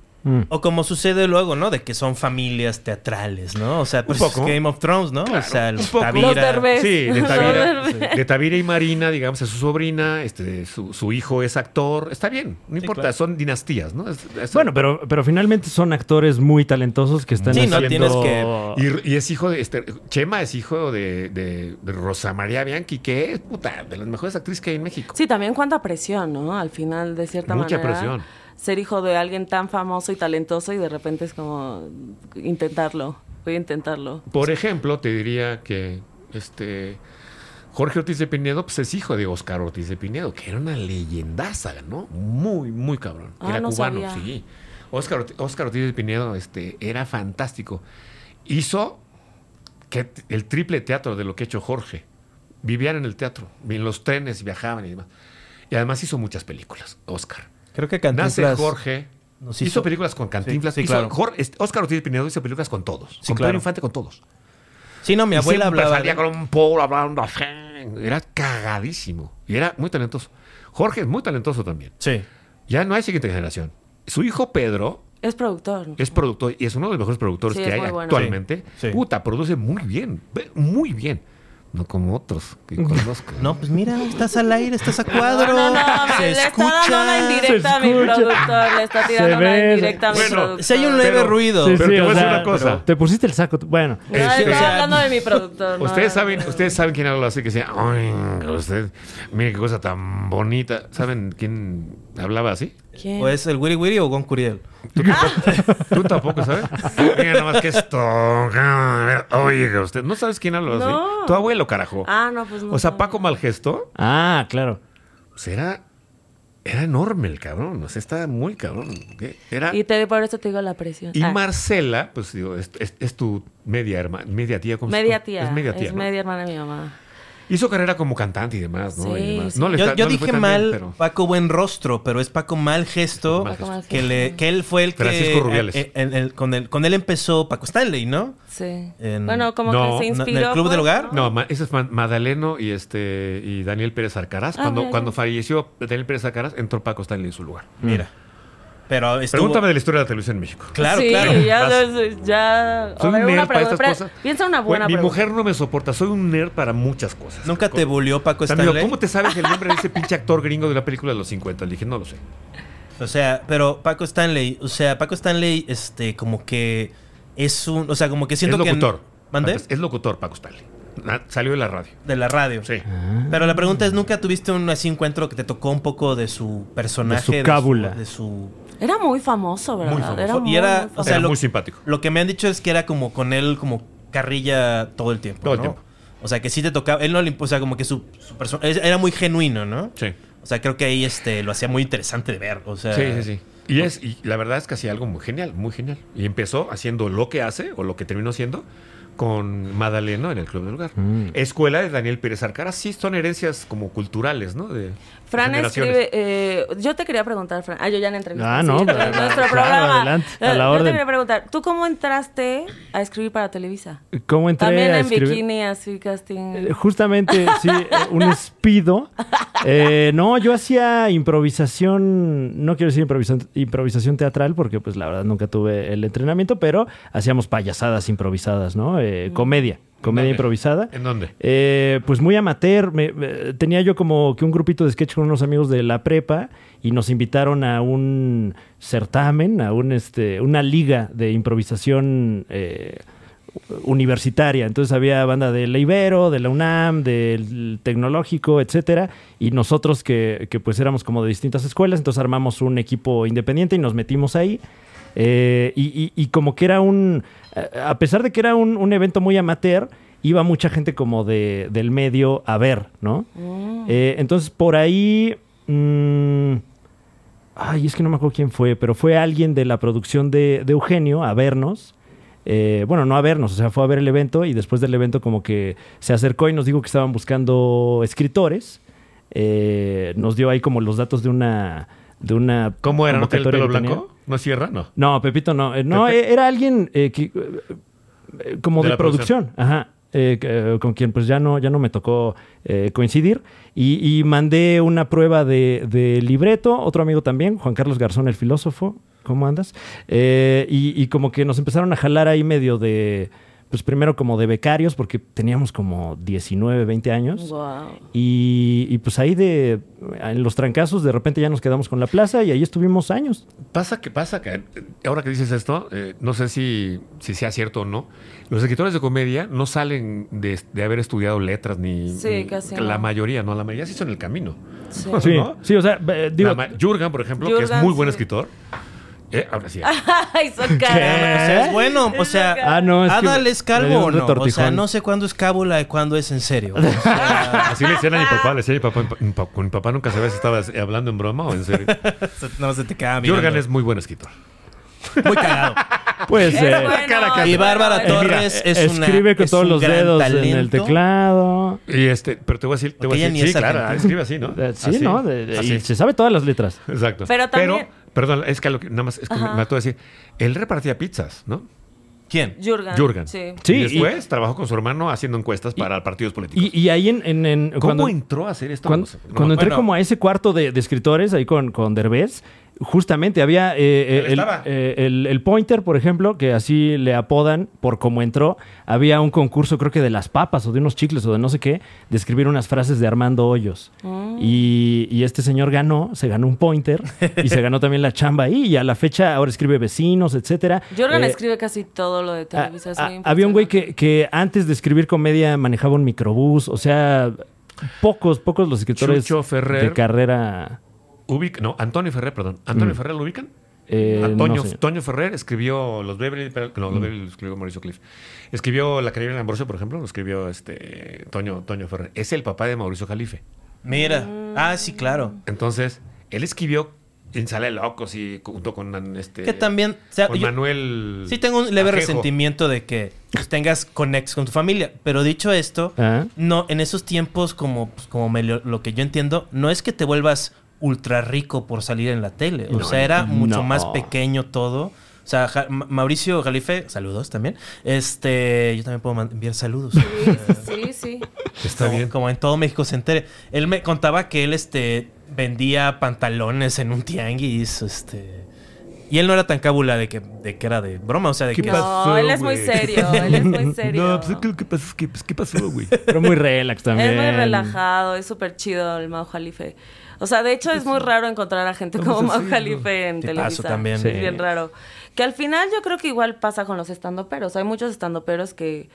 S4: O como sucede luego, ¿no? De que son familias teatrales, ¿no? O sea, pues
S10: poco.
S4: Game of Thrones, ¿no? o sea, los Tavira.
S8: Los Derbez.
S10: Sí, de
S8: Los
S10: Tavira,
S8: Derbez.
S10: de Tavira y Marina, digamos, es su sobrina, este, su, su hijo es actor, está bien, no importa,
S4: claro.
S10: son dinastías, ¿no? Es- es-
S3: Bueno, pero, pero finalmente son actores muy talentosos que están
S4: Sí, no,
S3: haciendo-
S4: tienes que-
S10: y, y es hijo de este, Chema es hijo de, de- de Rosa María Bianchi, que es puta, de las mejores actrices que hay en México.
S8: Sí, también cuánta presión, ¿no? Al final, de cierta
S10: Mucha
S8: manera.
S10: presión.
S8: Ser hijo de alguien tan famoso y talentoso y de repente es como intentarlo. Voy a intentarlo.
S10: Por ejemplo, te diría que este Jorge Ortiz de Pinedo pues, es hijo de Oscar Ortiz de Pinedo, que era una leyendaza, ¿no? Muy, muy cabrón.
S8: Ah,
S10: era
S8: no
S10: cubano,
S8: sabía.
S10: sí. Oscar, Orti- Oscar Ortiz de Pinedo este, era fantástico. Hizo que t- el triple teatro de lo que ha hecho Jorge. Vivían en el teatro, en los trenes viajaban y demás. Y además hizo muchas películas, Oscar.
S4: Creo que
S10: Nace
S4: Cantinflas...
S10: Jorge.
S4: nos
S10: Hizo,
S4: hizo-
S10: películas con Cantinflas.
S4: Sí, sí,
S10: hizo-
S4: claro.
S10: Jor- este, Oscar Ortiz de Pinedo hizo películas con todos.
S4: Sí,
S10: con
S4: claro.
S10: Pedro Infante, con todos.
S4: Sí, no, mi
S10: Y
S4: abuela
S10: siempre
S4: hablaba...
S10: salía
S4: de-
S10: con un polo hablando así. Era cagadísimo. Y era muy talentoso. Jorge es muy talentoso también.
S4: Sí.
S10: Ya no hay siguiente generación. Su hijo Pedro
S8: Es productor. ¿no?
S10: es productor y es uno de los mejores productores
S8: Sí,
S10: que
S8: es
S10: hay
S8: muy bueno.
S10: actualmente.
S4: Sí, sí.
S10: Puta, produce muy bien. ve- Muy bien. No como otros que conozco.
S4: No, pues mira, estás al aire, estás a cuadro.
S8: No, no, me-
S4: se
S8: le está
S4: escucha.
S8: dando una indirecta a mi
S3: escucha.
S8: productor. Le está tirando una
S3: ve.
S8: indirecta a mi
S10: Bueno,
S8: productor.
S4: Si hay un leve
S10: Pero-
S4: ruido.
S3: Sí,
S10: Pero
S3: sí,
S10: te
S3: o
S10: voy a decir
S3: sea,
S10: una cosa.
S3: pero Te pusiste el saco. tú- Bueno,
S8: No,
S10: Este-
S8: estaba
S10: o sea,
S8: hablando de mi productor. no,
S10: Ustedes
S8: no,
S10: saben,
S8: no.
S10: ustedes saben quién habla así que decía, "Ay, usted, mire qué cosa tan bonita." ¿Saben quién hablaba así?
S8: ¿Quién?
S4: ¿O
S10: pues,
S4: es el Wiri Wiri o Gon Curiel?
S10: ¿Tú tampoco, ¿Tú tampoco sabes? Mira nada más que esto. Oiga, usted no sabes quién habló
S8: No.
S10: así. Tu abuelo, carajo.
S8: Ah, no, pues no.
S10: o sea,
S8: no.
S10: Paco Malgesto,
S3: ah, claro.
S10: pues era, era enorme el cabrón. O sea, estaba muy cabrón. ¿Qué? Era,
S8: Y
S10: y
S8: te, por eso te digo la presión. Ah,
S10: Marcela, pues digo, es, es- es tu media hermana, media tía. ¿cómo se
S8: media
S10: llama?
S8: tía.
S10: Es media tía.
S8: Es
S10: ¿no?
S8: media hermana de mi mamá.
S10: Hizo carrera como cantante y demás, ¿no?
S8: Sí,
S10: Y demás.
S8: sí.
S10: No le
S4: Yo,
S10: está-
S4: yo
S10: no le fue
S4: dije
S10: tan
S4: mal
S10: bien, pero-
S4: Paco Buen Rostro, pero es Paco Mal Gesto.
S10: Paco
S8: Mal Gesto.
S4: que, le, que él fue el que.
S10: Francisco Rubiales.
S4: eh, eh, el- con, él, con él empezó Paco Stanley, ¿no?
S8: Sí.
S4: En-
S8: bueno, como
S10: No,
S8: que se
S10: en
S4: el
S8: inspiró. pues,
S4: Club del Hogar,
S10: No, ma- ese es Ma- Madaleno y este y Daniel Pérez Alcaraz.
S8: Ah,
S10: cuando
S8: mira,
S10: cuando
S8: ya.
S10: falleció Daniel Pérez Alcaraz, entró Paco Stanley en su lugar.
S4: Mira. Pero estuvo...
S10: Mm. Pregúntame de la historia de la televisión en México.
S4: Claro,
S8: sí,
S4: claro.
S8: Ya,
S4: Vas-
S8: ya, ya-
S10: Soy
S8: a ver,
S10: un nerd
S8: una
S10: para
S8: pregunta.
S10: estas
S8: espera,
S10: cosas.
S8: Piensa una
S10: Güey,
S8: buena
S10: Mi
S8: pregunta.
S10: mujer no me soporta. Soy un nerd para muchas cosas.
S4: Nunca te bulió Paco
S10: También,
S4: Stanley.
S10: ¿Cómo te sabes el nombre de ese pinche actor gringo de la película de los 50? Le dije, no lo sé.
S4: O sea, pero Paco Stanley, o sea, Paco Stanley, este, como que es un, o sea, como que siento
S10: es
S4: que.
S10: locutor.
S4: ¿Mandé?
S10: Antes, Es locutor, Paco Stanley. Na- Salió de la radio.
S4: De la radio.
S10: Sí.
S8: Ah.
S4: Pero la pregunta es, ¿nunca tuviste un así encuentro que te tocó un poco de su personaje?
S3: De su cábula.
S4: De su...
S8: Era muy famoso, ¿verdad?
S10: Muy famoso.
S8: Era
S4: y
S8: muy,
S4: era,
S8: muy
S4: o
S8: famoso.
S4: sea,
S10: Era
S4: lo,
S10: muy simpático.
S4: lo que me han dicho es que era como con él, como carrilla todo el tiempo,
S10: Todo el
S4: ¿no?
S10: tiempo.
S4: O sea, que sí te tocaba, él no le imp- o sea, como que su, su persona, era muy genuino, ¿no?
S10: Sí.
S4: O sea, creo que ahí este, lo hacía muy interesante de ver, o sea...
S10: Sí, sí, sí. Y, es, y la verdad es que hacía algo muy genial, muy genial. Y empezó haciendo lo que hace, o lo que terminó haciendo, con Madaleno en el Club del Lugar.
S8: Mm.
S10: Escuela de Daniel Pérez Arcara. Sí, son herencias como culturales, ¿no? De
S8: Fran
S10: generaciones.
S8: escribe, eh, yo te quería preguntar, Fran. Ah, yo ya en entrevista.
S3: Ah, no, pero-
S8: nuestro
S3: claro,
S8: programa.
S3: adelante, a la
S8: Eh, Yo
S3: orden.
S8: te quería preguntar, ¿tú cómo entraste a escribir para Televisa?
S3: ¿Cómo entré
S8: También
S3: a
S8: en
S3: escribir?
S8: bikini, así casting.
S3: Eh, Justamente, sí, eh, un espido. Eh, no, yo hacía improvisación, no quiero decir improvisación, improvisación teatral, porque pues la verdad nunca tuve el entrenamiento, pero hacíamos payasadas improvisadas, ¿no? Eh, comedia, comedia
S10: Ok.
S3: improvisada.
S10: ¿En dónde?
S3: Eh, pues muy amateur. me- me- tenía yo como que un grupito de sketch con unos amigos de la prepa y nos invitaron a un certamen, a un este, una liga de improvisación eh, universitaria. Entonces había banda de la Ibero, de la UNAM, del Tecnológico, etcétera. Y nosotros que, que, pues éramos como de distintas escuelas, entonces armamos un equipo independiente y nos metimos ahí. Eh, y, y- y como que era un, a a pesar de que era un, un evento muy amateur, iba mucha gente como de, del medio a ver, ¿no? Eh, entonces por ahí... mm, Ay, es que no me acuerdo quién fue, pero fue alguien de la producción de, de Eugenio a vernos. Eh, bueno, no a vernos, o sea, fue a ver el evento y después del evento como que se acercó y nos dijo que estaban buscando escritores. Eh, nos dio ahí como los datos de una... De una
S10: ¿Cómo era? ¿No tenía el
S3: convocatoria
S10: pelo
S3: que tenía.
S10: blanco? ¿No cierra? No.
S3: No, Pepito no. Eh, no,
S10: Pepe.
S3: eh, era alguien eh, que, eh, eh, como
S10: De
S3: de,
S10: la
S3: producción. Ajá. Eh, que, eh, con quien pues ya no, ya no me tocó eh, coincidir. Y, y mandé una prueba de, de libreto, otro amigo también, Juan Carlos Garzón, el filósofo. ¿Cómo andas? Eh, y, y como que nos empezaron a jalar ahí medio de, pues primero como de becarios, porque teníamos como 19, 20 años.
S8: Wow.
S3: Y, y, pues ahí de, en los trancazos de repente ya nos quedamos con la plaza y ahí estuvimos años.
S10: Pasa que, pasa que, eh, ahora que dices esto, eh, no sé si, si sea cierto o no, los escritores de comedia no salen de, de haber estudiado letras ni...
S8: Sí,
S10: ni-
S8: casi
S10: La
S8: no.
S10: mayoría, no, la mayoría se hizo en el camino.
S8: Sí.
S3: Sí,
S10: ¿No?
S3: sí, o sea, eh, digo,
S10: La ma- Jurgen, por ejemplo, que es
S8: Jurgen,
S10: muy buen
S8: sí.
S10: escritor. Eh, ahora sí.
S8: Ay, son
S4: O
S8: caras.
S4: sea, es bueno, o sea,
S3: ¿Eh? Ah, no, es que
S4: Adal es
S3: me
S4: calvo
S3: dio
S4: o
S3: un
S4: no. O sea,
S3: retortijón.
S4: no sé cuándo es cábula y cuándo es en serio. O sea,
S10: Así le decían a mi papá, le decía a mi papá, mi pa- mi pa- con mi papá nunca sabía si estaba hablando en broma o en serio.
S4: se- no se te queda mirando.
S10: Jurgen es muy buen escritor.
S4: muy cagado.
S3: pues
S8: Es
S3: eh,
S8: bueno, Eh,
S4: Y
S8: es
S4: Bárbara
S8: bueno.
S4: Torres es una.
S3: escribe con
S4: es
S3: todos
S4: un
S3: los
S4: gran
S3: dedos en el
S4: talento.
S3: teclado.
S10: Y este, pero te voy a decir, te voy
S4: Porque
S10: a
S4: ella
S10: decir,
S4: ni
S10: sí,
S4: es
S10: claro,
S4: argentina.
S10: escribe así, ¿no?
S3: Eh, Sí,
S10: Así,
S3: ¿no? De- de-
S10: así.
S3: y se sabe todas las letras.
S10: Exacto.
S8: Pero también-
S10: perdón, es que, a lo que- nada más, es que me me atrevo a decir, él repartía pizzas, ¿no?
S4: ¿Quién?
S8: Jurgen.
S10: Jurgen.
S8: Ah, Sí.
S3: Sí,
S10: y
S3: y-
S10: después trabajó con su hermano haciendo encuestas para partidos políticos.
S3: Y, y ahí en... en- en-
S10: ¿Cómo
S3: cuando,
S10: entró a hacer esto?
S3: cuando,
S10: No sé, no
S3: cuando
S10: me
S3: entré
S10: acuerdo.
S3: como a ese cuarto de, de escritores ahí con, con Derbez, justamente había eh,
S10: Él
S3: el,
S10: estaba.
S3: eh, el- el Pointer, por ejemplo, que así le apodan por cómo entró. Había un concurso, creo que de las papas o de unos chicles o de no sé qué, de escribir unas frases de Armando Hoyos.
S10: Mm.
S3: Y, y este señor ganó, se ganó un Pointer y se ganó también la chamba ahí. Y a la fecha ahora escribe vecinos, etcétera.
S8: Jurgen
S3: Eh,
S8: escribe casi todo lo de Televisa. es
S3: Ah,
S8: muy
S3: ah, había un güey
S8: impresionante.
S3: que, que antes de escribir comedia manejaba un microbús, o sea, pocos, pocos los escritores
S10: Chucho Ferrer.
S3: de carrera.
S10: Ubic- no, Antonio Ferrer, perdón. ¿Antonio Ferrer lo ubican?
S3: Mm. eh,
S10: Antonio,
S3: no sé. Mm.
S10: Toño Ferrer escribió Los Beverly, pero- no, Los Beverly lo escribió Mauricio Cliff. Escribió La Carrera en Ambrosio, por ejemplo, lo escribió este Toño, Toño Ferrer. Es el papá de Mauricio Jalife.
S4: Mira. Ah, sí, claro.
S10: Entonces, él escribió Ensalada de Locos y junto con este
S4: Que también, o sea,
S10: con
S4: yo-
S10: Manuel
S4: Sí tengo un leve
S10: Ajejo.
S4: resentimiento de que pues, tengas conex con tu familia, pero dicho esto,
S3: Ah.
S4: no en esos tiempos como pues, como me lo, lo que yo entiendo, no es que te vuelvas ultra rico por salir en la tele, o sea, era mucho
S3: no.
S4: más pequeño todo. O sea, Ja- Ma- Mauricio Jalife, saludos también. Este, yo también puedo man- enviar saludos.
S8: Sí, sí.
S10: Está
S4: como,
S10: bien.
S4: como en todo México se entere. Él me contaba que él este vendía pantalones en un tianguis, este Y él no era tan cábula de que, de que era de broma, o sea, de
S10: ¿Qué
S4: que...
S10: pasa?
S8: No, él es muy
S10: güey?
S8: serio, él es muy serio.
S10: No, pues ¿qué, qué pasó? Es que, pues, ¿qué pasó, güey?
S3: Pero muy relax también.
S8: Es muy relajado, es súper chido el Mau Jalife. O sea, de hecho es muy raro encontrar a gente como Mau Jalife en
S4: Tipazo
S8: Televisa.
S4: también.
S8: Es
S4: Sí.
S8: bien raro. Que al final yo creo que igual pasa con los estandoperos. Hay muchos estandoperos que,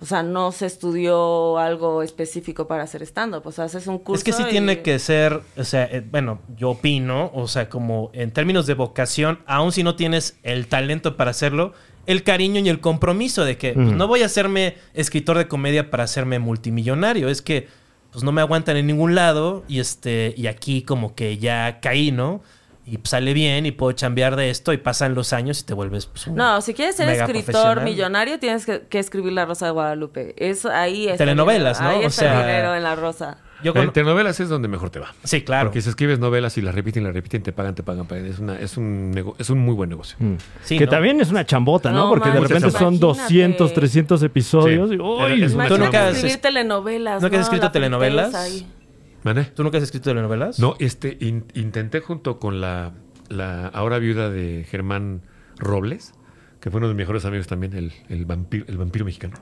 S8: o sea, no se estudió algo específico para hacer stand-up. O sea, haces un curso
S4: Es que sí
S8: y-
S4: tiene que ser, o sea, eh, bueno, yo opino, o sea, como en términos de vocación, aun si no tienes el talento para hacerlo, el cariño y el compromiso de que pues, no voy a hacerme escritor de comedia para hacerme multimillonario, es que pues no me aguantan en ningún lado y este y aquí como que ya caí, ¿no? Y pues, sale bien y puedo chambear de esto y pasan los años y te vuelves pues, un
S8: No, si quieres ser
S4: mega
S8: escritor
S4: profesional.
S8: millonario, tienes que, que escribir La Rosa de Guadalupe. Es, ahí está el
S4: Telenovelas,
S8: dinero.
S4: ¿no?
S8: Ahí
S4: O
S8: está
S4: sea-
S8: el dinero en La Rosa.
S4: Yo
S10: En
S4: con-
S10: telenovelas es donde mejor te va.
S4: Sí, claro.
S10: Porque si escribes novelas y las repiten, las repiten, te pagan, te pagan. pagan. Es, una, es, un, nego- es un muy buen negocio.
S4: Sí,
S3: que
S4: ¿no?
S3: también es una chambota, ¿no?
S8: No,
S3: Porque de
S8: manches,
S3: repente son
S8: imagínate.
S3: 200, 300 episodios.
S10: Sí.
S3: y, ¡ay!
S10: Es una
S8: Imagínate
S4: nunca has-
S8: escribir telenovelas.
S4: ¿Nunca has escrito
S8: La princesa
S4: telenovelas?
S8: ahí.
S10: ¿Mané?
S4: ¿Tú nunca has escrito telenovelas?
S10: No, este, in- intenté junto con la, la ahora viuda de Germán Robles, que fue uno de mis mejores amigos también, el, el, vampiro, el vampiro mexicano.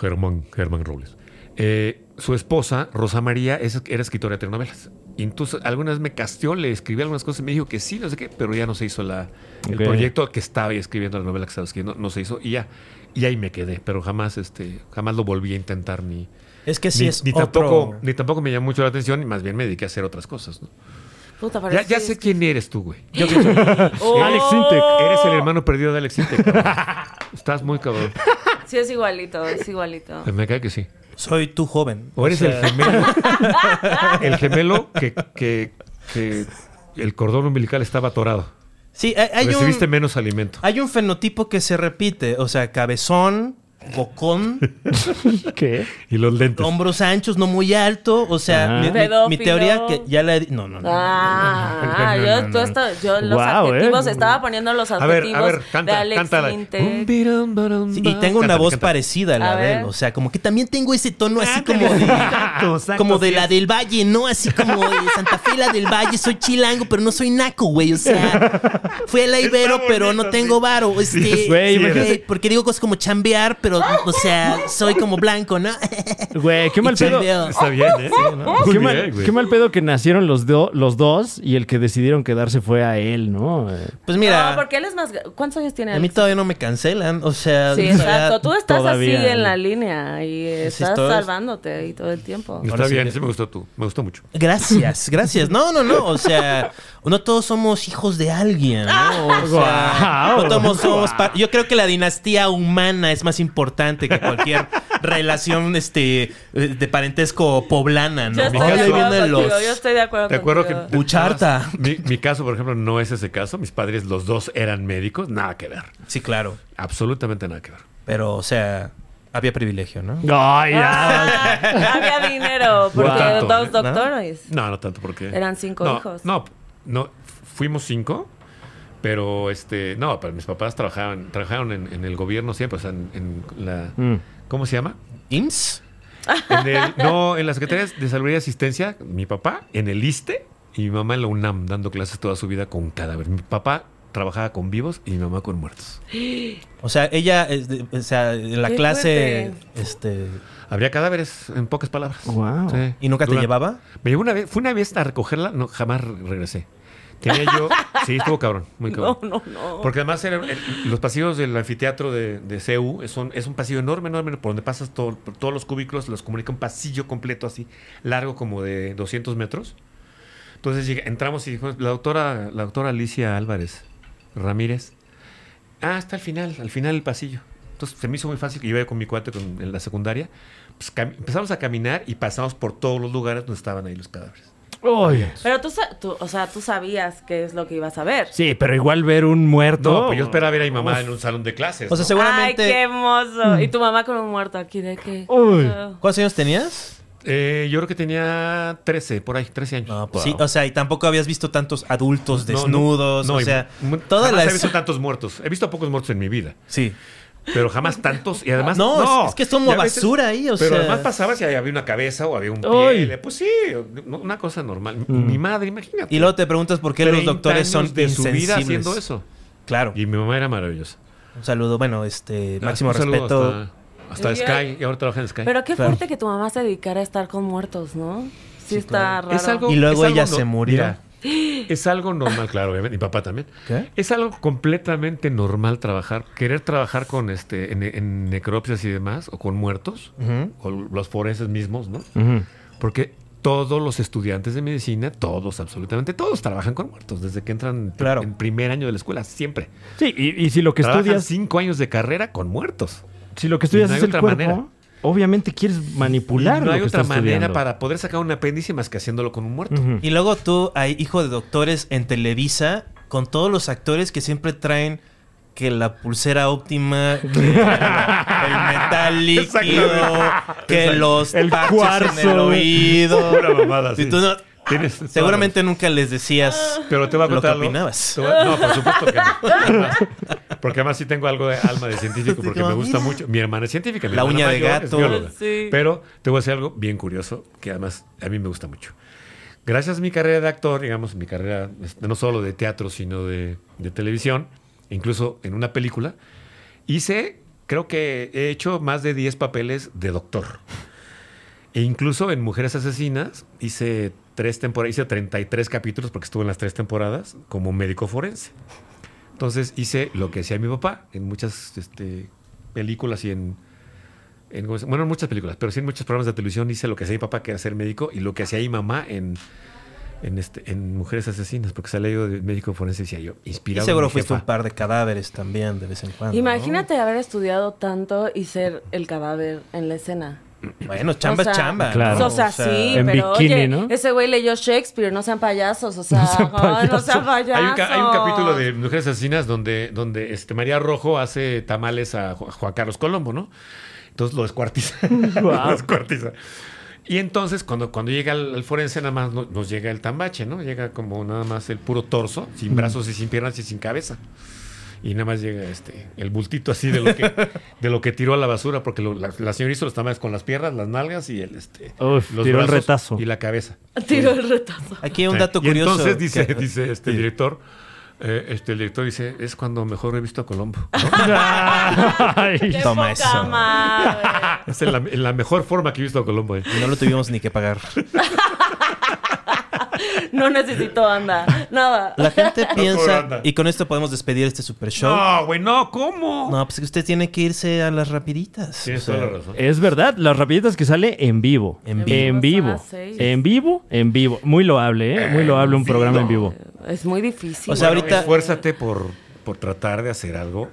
S10: Germán, Germán Robles. Eh, su esposa, Rosa María, es- era escritora de telenovelas. Y entonces algunas me casteó, le escribí algunas cosas y me dijo que sí, no sé qué, pero ya no se hizo la, el
S3: Ok.
S10: proyecto que estaba ahí escribiendo, la novela que estaba escribiendo, no se hizo y ya. Y ahí me quedé, pero jamás, este, jamás lo volví a intentar ni,
S4: Es que sí
S10: ni,
S4: es
S10: ni
S4: otro-
S10: tampoco, ni tampoco me llamó mucho la atención y más bien me dediqué a hacer otras cosas. ¿no?
S8: Puta,
S10: Ya,
S8: parece
S10: ya
S8: que
S10: sé
S8: es-
S10: quién eres tú, güey.
S8: Oh,
S3: Alex Intec.
S10: Eres el hermano perdido de Alex Intec. cabrón. Estás muy cabrón.
S8: Sí, es igualito, es igualito.
S10: Me cae que sí.
S4: Soy tu joven.
S10: O eres
S4: sea,
S10: el gemelo. El gemelo que, que- que el cordón umbilical estaba atorado.
S4: Sí, hay, hay un...
S10: Recibiste menos alimento.
S4: Hay un fenotipo que se repite, o sea, cabezón, bocón,
S3: ¿Qué?
S10: Y los lentes.
S4: hombros anchos, no muy alto, o sea,
S3: Ah.
S4: mi- mi, mi
S8: Pedófilo.
S4: teoría que ya la he... di- No, no, no.
S8: Ah, yo, tú esto- yo los
S3: Guau, ¿eh?
S8: adjetivos, estaba poniendo los
S10: A ver,
S8: adjetivos
S10: a ver,
S8: de
S10: canta,
S8: Alex
S10: cántala.
S4: Sí, y
S8: Intec.
S4: tengo una
S10: Cántala,
S4: voz
S10: cántala.
S4: parecida a la
S8: A
S4: de él,
S8: ver.
S4: o sea, como que también tengo ese tono así como de,
S10: Ah,
S4: como de la del Valle, ¿no? Así como de Santa Fe, la del Valle, soy chilango, pero no soy naco, güey, o sea, fui a la Ibero, pero no tengo varo, este,
S3: Güey, imagínate.
S4: eh, porque digo cosas como chambear, pero, o sea, soy como blanco, ¿no?
S3: Güey, qué mal pedo.
S4: Chambeo.
S10: Está bien, ¿eh? Muy
S3: Qué
S10: bien,
S3: mal,
S10: güey.
S3: qué mal pedo que nacieron los, do- los dos y el que decidieron quedarse fue a él, ¿no? Eh,
S4: Pues mira,
S8: No, porque él es más... ga- ¿Cuántos años tiene
S4: a mí
S8: Alex?
S4: todavía no me cancelan, o sea,
S8: Sí,
S4: o sea,
S8: exacto. Tú estás
S3: todavía,
S8: así en
S3: ¿no?
S8: la línea y estás
S4: estoy-
S8: salvándote ahí todo el tiempo.
S10: Está
S4: Ahora sí
S10: bien,
S4: que-
S10: sí me gustó tú. Me gustó mucho.
S4: Gracias, gracias. No, no, no. O sea, no todos somos hijos de alguien, ¿no? O sea,
S3: Guau.
S4: no todos somos par- Yo creo que la dinastía humana es más importante que cualquier relación este eh, de parentesco poblana, ¿no?
S8: Yo
S10: mi
S8: estoy,
S10: caso-
S8: de
S4: Ahí
S8: acuerdo
S4: vienen
S8: contigo,
S4: los-
S8: yo estoy de acuerdo
S10: Te acuerdo que.
S8: contigo.
S4: Ucharta.
S10: Mi, mi caso, por ejemplo, no es ese caso. Mis padres, los dos eran médicos. Nada que ver.
S4: Sí, claro.
S10: Absolutamente nada que ver.
S4: Pero, o sea, había privilegio, ¿no?
S3: Ay, ya.
S8: Ah, había dinero, porque
S10: Guau.
S8: dos
S4: ¿No?
S8: doctores.
S10: No, no tanto porque.
S8: Eran cinco
S10: no,
S8: hijos.
S10: No, no, fuimos cinco, pero este, no, pero mis papás trabajaban, trabajaron en, en el gobierno siempre, o sea, en, en la.
S3: Mm.
S10: ¿Cómo se llama?
S4: ¿IMSS?
S10: En el- no, en la Secretaría de Salud y Asistencia, mi papá, en el ISTE, y mi mamá en la UNAM, dando clases toda su vida con cadáveres. Mi papá trabajaba con vivos y mi mamá con muertos.
S4: O sea, ella, es de- o sea, en la
S8: Qué
S4: clase,
S8: fuerte.
S4: este,
S10: Habría cadáveres, en pocas palabras.
S3: Guau.
S10: Sí.
S4: ¿y nunca te
S10: Dura-
S4: llevaba?
S10: Me llevó una vez, fue una vez a recogerla, no, jamás re- regresé. Tenía yo. Sí, estuvo cabrón, muy cabrón.
S8: No, no,
S4: Oh.
S8: no.
S10: Porque además era el- los pasillos del anfiteatro de, de CEU son, es un pasillo enorme, enorme, por donde pasas todo- por todos los cubículos, los comunica un pasillo completo así, largo como de 200 metros. Entonces llega- entramos y dijo, la doctora, la doctora Alicia Álvarez Ramírez, ah, está al final, al final del pasillo. Entonces se me hizo muy fácil, que yo iba con mi cuate con, en la secundaria, pues, cam- empezamos a caminar y pasamos por todos los lugares donde estaban ahí los cadáveres.
S3: Ay.
S8: Pero tú, sa- tú- o sea, tú sabías qué es lo que ibas a ver.
S3: Sí, pero igual ver un muerto.
S10: No, pues yo esperaba ver a mi mamá en un salón de clases.
S4: Oh. O sea,
S10: ¿no?
S4: seguramente...
S8: Ay, qué hermoso. Y tu mamá con un muerto aquí de qué.
S3: Uy.
S8: Oh.
S4: ¿Cuántos años tenías?
S10: Eh, yo creo que tenía 13, por ahí, 13 años.
S4: No, pues, sí, o sea, y tampoco habías visto tantos adultos
S10: No, no,
S4: desnudos,
S10: no,
S4: o
S10: y
S4: sea,
S10: mu-
S4: todas
S10: jamás he
S4: las...
S10: visto tantos muertos. He visto pocos muertos en mi vida.
S4: Sí.
S10: pero jamás tantos. Y además.
S4: No, es- es que es como
S10: Y a veces-
S4: basura ahí, o
S10: Pero
S4: sea.
S10: además pasabas y ahí había una cabeza o había un pie.
S3: Ay.
S10: Le- Pues sí, una cosa normal.
S4: Mm.
S10: Mi madre, imagínate.
S4: Y luego te preguntas por qué los
S10: 30
S4: doctores son
S10: años de su vida
S4: insensibles.
S10: haciendo eso.
S4: Claro.
S10: Y mi mamá era maravillosa.
S4: Un saludo, bueno, este, máximo
S10: Un saludo
S4: respeto.
S10: Hasta, hasta Sky, y ahora trabaja en Sky.
S8: Pero qué
S4: Claro.
S8: fuerte que tu mamá se dedicara a estar con muertos, ¿no? Sí, está raro.
S10: Es algo-
S4: Y luego
S10: es algo
S4: ella se murió.
S10: Mira, es algo normal, claro, obviamente. Mi papá también.
S4: ¿Qué?
S10: Es algo completamente normal trabajar. Querer trabajar con este en, en necropsias y demás, o con muertos, o los forenses mismos, ¿no?
S4: Mm.
S10: Porque todos los estudiantes de medicina, todos, absolutamente todos, trabajan con muertos desde que entran
S4: Claro.
S10: en primer año de la escuela, siempre.
S3: Sí, y, y si lo que
S10: Trabajan
S3: estudias,
S10: cinco años de carrera con muertos.
S3: si lo que estudias
S10: No hay
S3: es el
S10: otra
S3: cuerpo,
S10: manera.
S3: obviamente quieres manipular
S10: Y no
S3: lo
S10: hay
S3: que
S10: otra
S3: estás
S10: manera
S3: estudiando.
S10: para poder sacar un apéndice más que haciéndolo con un muerto.
S3: Ujú.
S4: Y luego tú, hay hijo de doctores en Televisa, con todos los actores que siempre traen que la pulsera óptima, que el metal líquido,
S10: Exactamente.
S4: que los
S3: El
S4: parches en el
S3: cuarzo.
S4: oído.
S10: Pura mamada,
S4: Y
S10: sí.
S4: tú no-
S10: Tienes toda la
S4: seguramente nunca les decías
S10: Pero te voy
S4: lo
S10: a
S4: que
S10: contar algo.
S4: opinabas.
S10: Te voy a- No, por supuesto que no. Además, porque además sí tengo algo de alma de científico, porque me gusta mucho. Mi hermana es científica. mi
S4: La
S10: hermana
S4: uña de
S10: mayor es
S4: gato.
S10: bióloga.
S8: Sí.
S10: Pero te voy a decir algo bien curioso, que además a mí me gusta mucho. Gracias a mi carrera de actor, digamos, mi carrera este, no solo de teatro, sino de, de televisión, incluso en una película, hice, creo que he hecho más de 10 papeles de doctor. E incluso en Mujeres Asesinas hice tres temporadas, hice 33 capítulos porque estuve en las tres temporadas como médico forense. Entonces hice lo que hacía mi papá en muchas este, películas y en, en- ¿cómo se- Bueno, en muchas películas, pero sí en muchos programas de televisión hice lo que hacía mi papá, que era ser médico, y lo que hacía mi mamá en, en, este, en Mujeres Asesinas, porque salía yo de médico forense y decía yo,
S4: Y
S10: inspirado. en
S4: seguro
S10: mi
S4: fuiste
S10: jefa.
S4: un par de cadáveres también de vez en cuando. ¿no?
S8: Imagínate haber estudiado tanto y ser el cadáver en la escena.
S4: Bueno, chamba
S8: O sea,
S4: es chamba.
S3: Claro.
S4: ¿no?
S8: O sea, sí,
S3: en
S8: pero
S3: bikini,
S8: oye,
S3: ¿no?
S8: ese güey leyó Shakespeare, no sean payasos, o sea, ay, no sean payasos.
S10: Hay un, ca- hay un capítulo de Mujeres Asesinas donde, donde este, María Rojo hace tamales a Ju- a Juan Carlos Colombo, ¿no? Entonces lo descuartiza. lo descuartiza. Y entonces, cuando, cuando llega el, el forense, nada más no- nos, llega el tambache, ¿no? Llega como nada más el puro torso,
S3: Mm.
S10: sin brazos y sin piernas y sin cabeza. Y nada más llega este, el bultito así de lo que, de lo que tiró a la basura, porque lo- la, la señora hizo los tamales con las piernas, las nalgas y el este.
S3: Uf, tiró el retazo.
S10: Y la cabeza.
S8: Tiro el retazo.
S4: Aquí hay un
S10: Sí.
S4: dato
S10: Y
S4: curioso.
S10: Entonces dice,
S4: que-
S10: dice este director, eh, este el director dice, es cuando mejor he visto a Colombo.
S3: Ay,
S4: Toma
S8: Poca
S4: eso.
S8: madre.
S10: es en la, en la mejor forma que he visto a Colombo. eh.
S4: Y no lo tuvimos ni que pagar.
S8: No necesito anda, nada.
S4: La gente piensa,
S10: anda.
S4: y con esto podemos despedir este super show.
S10: No, güey, no, ¿cómo?
S4: No, pues es que usted tiene que irse a las rapiditas.
S10: Tienes
S4: O sea,
S10: toda la razón.
S3: es verdad, las rapiditas que sale en vivo.
S4: En vivo.
S3: En
S8: Son
S3: vivo.
S8: las seis.
S3: En vivo, en vivo. Muy loable, ¿eh? Muy loable un programa en vivo.
S8: Es muy difícil.
S4: O sea, ahorita-
S10: Esfuérzate por, por tratar de hacer algo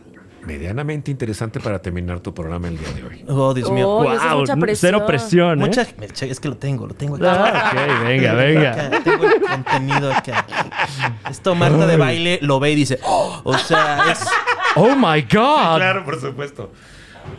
S10: medianamente interesante para terminar tu programa el día de hoy.
S4: Oh, Dios mío.
S8: Oh, eso es
S3: Guau,
S8: mucha presión.
S3: Cero presión, ¿eh?
S4: Mucha, es que lo tengo, lo tengo aquí.
S3: Ah, ok, venga, venga.
S4: Acá, tengo el contenido acá. Esto Marta de baile lo ve y dice, "Oh", o sea, es
S3: Oh my
S4: Ah.
S3: God.
S10: Claro, por supuesto.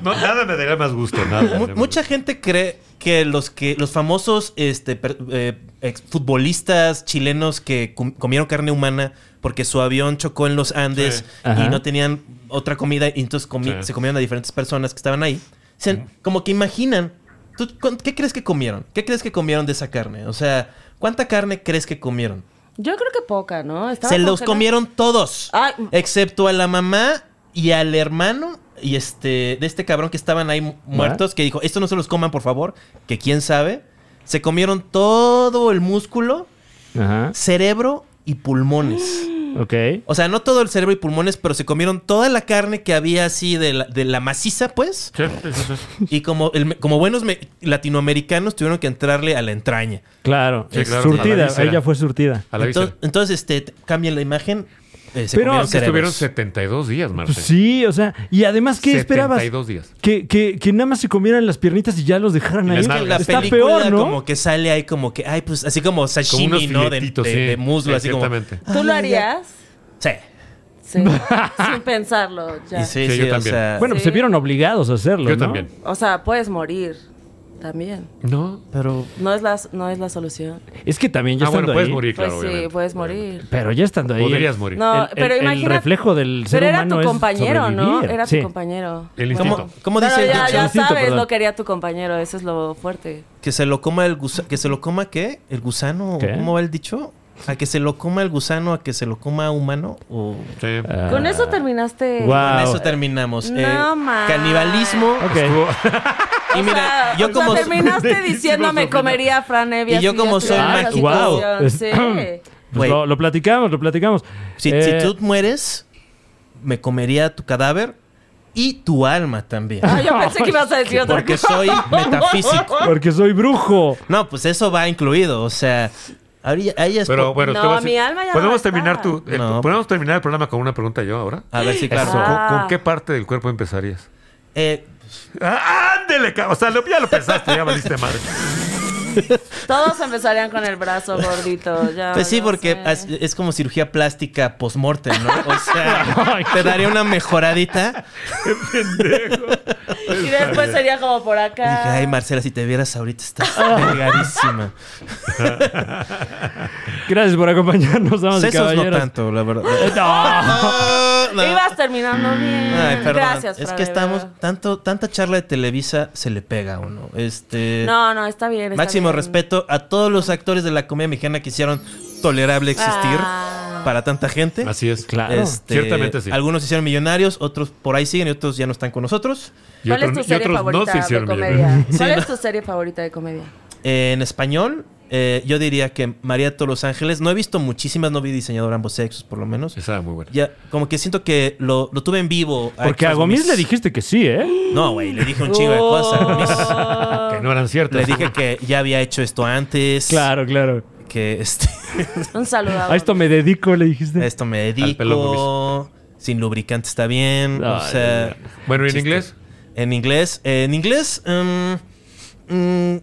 S10: No, nada me daría más gusto, nada. me
S4: Mu-
S10: daría más
S4: mucha
S10: gusto.
S4: gente cree que los que los famosos este per- eh, exfutbolistas chilenos que com- comieron carne humana porque su avión chocó en los Andes y
S3: Ajá.
S4: no tenían otra comida y entonces comi-
S10: Sí.
S4: se comieron a diferentes personas que estaban ahí. Dicen, como que imaginan, ¿tú, con- ¿qué crees que comieron? ¿Qué crees que comieron de esa carne? O sea, ¿cuánta carne crees que comieron?
S8: Yo creo que poca, ¿no? Estaba
S4: se los
S8: congelada.
S4: comieron todos,
S8: Ay.
S4: excepto a la mamá y al hermano y este de este cabrón que estaban ahí mu- muertos que dijo, "Esto no se los coman, por favor", que quién sabe. Se comieron todo el músculo,
S3: Ajá.
S4: cerebro y pulmones.
S3: Ok.
S4: O sea, no todo el cerebro y pulmones, pero se comieron toda la carne que había así de la, de la maciza, pues. Y como, el me- como buenos me- latinoamericanos tuvieron que entrarle a la entraña.
S3: Claro.
S10: Sí,
S3: es
S10: claento. A la
S3: Surtida.
S10: víscera.
S3: Ella fue surtida.
S10: A la
S4: Entonces,
S10: vista.
S4: entonces, este, t- cambian la imagen. eh, se
S3: Pero
S4: comieron
S3: aunque
S10: Estuvieron
S4: cerebros.
S10: 72 días, Marta.
S3: Pues sí, o sea, y además, ¿qué esperabas?
S10: 72 días.
S3: Que, que, que nada más se comieran las piernitas y ya los dejaran
S10: Y
S3: ahí.
S10: las
S4: Es que
S10: nalgas.
S4: la
S3: Está
S4: película
S3: peor, ¿no?
S4: como que sale ahí como que, ay, pues así como
S10: Como
S4: sashimi,
S10: unos
S4: ¿no? De,
S10: filetitos,
S4: de-
S10: sí.
S4: de muslo, así como.
S10: Exactamente.
S8: ¿Tú lo harías?
S4: Sí.
S8: Sí. Sin pensarlo,
S4: Y
S8: ya.
S4: sí,
S10: Sí,
S4: sí,
S10: yo
S4: o
S10: también.
S4: sea.
S3: Bueno, pues
S8: Sí.
S3: se vieron obligados a hacerlo,
S10: Yo
S3: ¿no?
S10: también.
S8: O sea, puedes morir. También.
S10: No.
S4: Pero
S8: No es la, no es la solución.
S3: Es que también ya
S10: Ah, bueno,
S3: estando
S10: puedes
S3: ahí-
S10: morir,
S8: Pues
S10: claro.
S8: sí,
S10: obviamente.
S8: puedes morir.
S3: Pero ya estando ahí.
S10: Podrías morir.
S8: No,
S3: el-
S8: pero
S3: el
S8: imagínate.
S3: reflejo del ser
S8: pero era
S3: humano
S8: tu
S3: es
S8: compañero, ¿no?
S3: sobrevivir.
S8: Era
S3: Sí.
S8: tu compañero.
S10: El instinto.
S4: ¿Cómo, cómo
S8: Claro,
S4: dice el
S8: ya,
S4: dicho?
S8: ya
S3: Instinto,
S8: sabes
S3: perdón.
S8: lo que haría tu compañero, eso es lo fuerte.
S4: Que se lo coma el gusano. ¿Que se lo coma qué? ¿El gusano?
S3: ¿Qué?
S4: ¿Cómo va el dicho? ¿A que se lo coma el gusano? ¿A que se lo coma humano? O-
S10: Sí.
S4: Eh,
S3: Ah,
S8: Con eso terminaste.
S3: guau.
S4: Con
S3: Ah,
S4: eso
S3: bueno.
S4: terminamos.
S8: No,
S4: Eh,
S8: man.
S4: canibalismo.
S10: Pues,
S3: ok.
S4: Y
S8: O
S4: mira,
S8: sea,
S4: yo
S8: o sea,
S4: como.
S8: terminaste diciendo me comería a Fran Evia
S4: Y yo
S8: si
S4: como soy
S8: estuviera en
S4: mágico.
S8: esa
S3: Guau.
S8: situación.
S3: Es-
S8: Sí.
S3: Pues
S4: Güey.
S3: lo, lo platicamos, lo platicamos.
S4: Si, si
S3: Eh,
S4: tú mueres, me comería tu cadáver y tu alma también.
S8: Ah, yo pensé que ibas a decir otra
S4: Porque
S8: cosa.
S4: soy metafísico.
S3: Porque soy brujo.
S4: No, pues eso va incluido. O sea, ahí, ahí es por-
S10: Pero bueno,
S8: No,
S10: te voy a decir-
S8: mi alma ya no
S10: ¿podemos,
S8: está.
S10: terminar tu, eh,
S4: No.
S10: ¿podemos terminar el programa con una pregunta yo ahora?
S4: A ver si
S10: Eso.
S4: claro.
S8: Ah.
S10: ¿Con, con qué parte del cuerpo empezarías?
S4: Eh,
S10: Ah, ándele, ca- o sea, lo- ya lo pensaste, ya valiste madre.
S8: Todos empezarían con el brazo gordito. Ya,
S4: pues sí,
S8: Ah, no
S4: porque
S8: sé.
S4: es, es como cirugía plástica post-mortem, ¿no? O sea, te daría una mejoradita.
S8: Y después sería como por
S4: Y
S8: acá.
S4: dije, ay, Marcela, si te vieras ahorita estás pegadísima.
S3: Gracias por acompañarnos, damas y
S4: Sesos no
S3: caballeros.
S4: tanto, la verdad.
S3: No.
S4: Ah, no. Mm,
S8: Ibas terminando bien.
S4: Ay, perdón.
S8: Gracias,
S4: es
S8: Fran
S4: que
S8: Evia.
S4: estamos tanto tanta charla de Televisa se le pega a uno. Este
S8: No, no, está bien. está
S4: máximo
S8: bien.
S4: respeto a todos los actores de la comedia mexicana que hicieron tolerable existir
S8: Ah.
S4: para tanta gente.
S10: Así es.
S3: Claro.
S4: Este,
S10: Ciertamente sí.
S4: Algunos se hicieron millonarios, otros por ahí siguen y otros ya no están con nosotros.
S10: Y,
S8: ¿Cuál
S10: otro-
S8: es tu
S10: y
S8: serie
S10: otros no
S8: favorita
S10: se
S8: de
S10: hicieron ¿eh? millonarios.
S8: comedia? ¿Cuál es tu serie favorita de comedia?
S4: Eh, en español, eh, yo diría que María de todos los ángeles. No he visto muchísimas, no vi diseñador ambos sexos, por lo menos.
S10: Esa era muy buena.
S4: Ya, como que siento que lo, lo tuve en vivo. a
S3: Porque
S4: Héctor
S3: a Gomis
S4: Gomis.
S3: le dijiste que sí, ¿eh?
S4: No, güey, le dije un chingo de cosas. a Gomis.
S10: Que no eran ciertas.
S4: Le dije que ya había hecho esto antes.
S3: Claro, claro.
S4: Que este,
S8: Un saludo.
S3: A esto me dedico, le dijiste.
S4: a esto me
S10: pelón,
S4: dedico. Sin lubricante está bien. o
S3: Ay,
S4: sea.
S10: Bueno, ¿y en
S4: chiste.
S10: inglés?
S4: En inglés. eh, en inglés. mm, mm,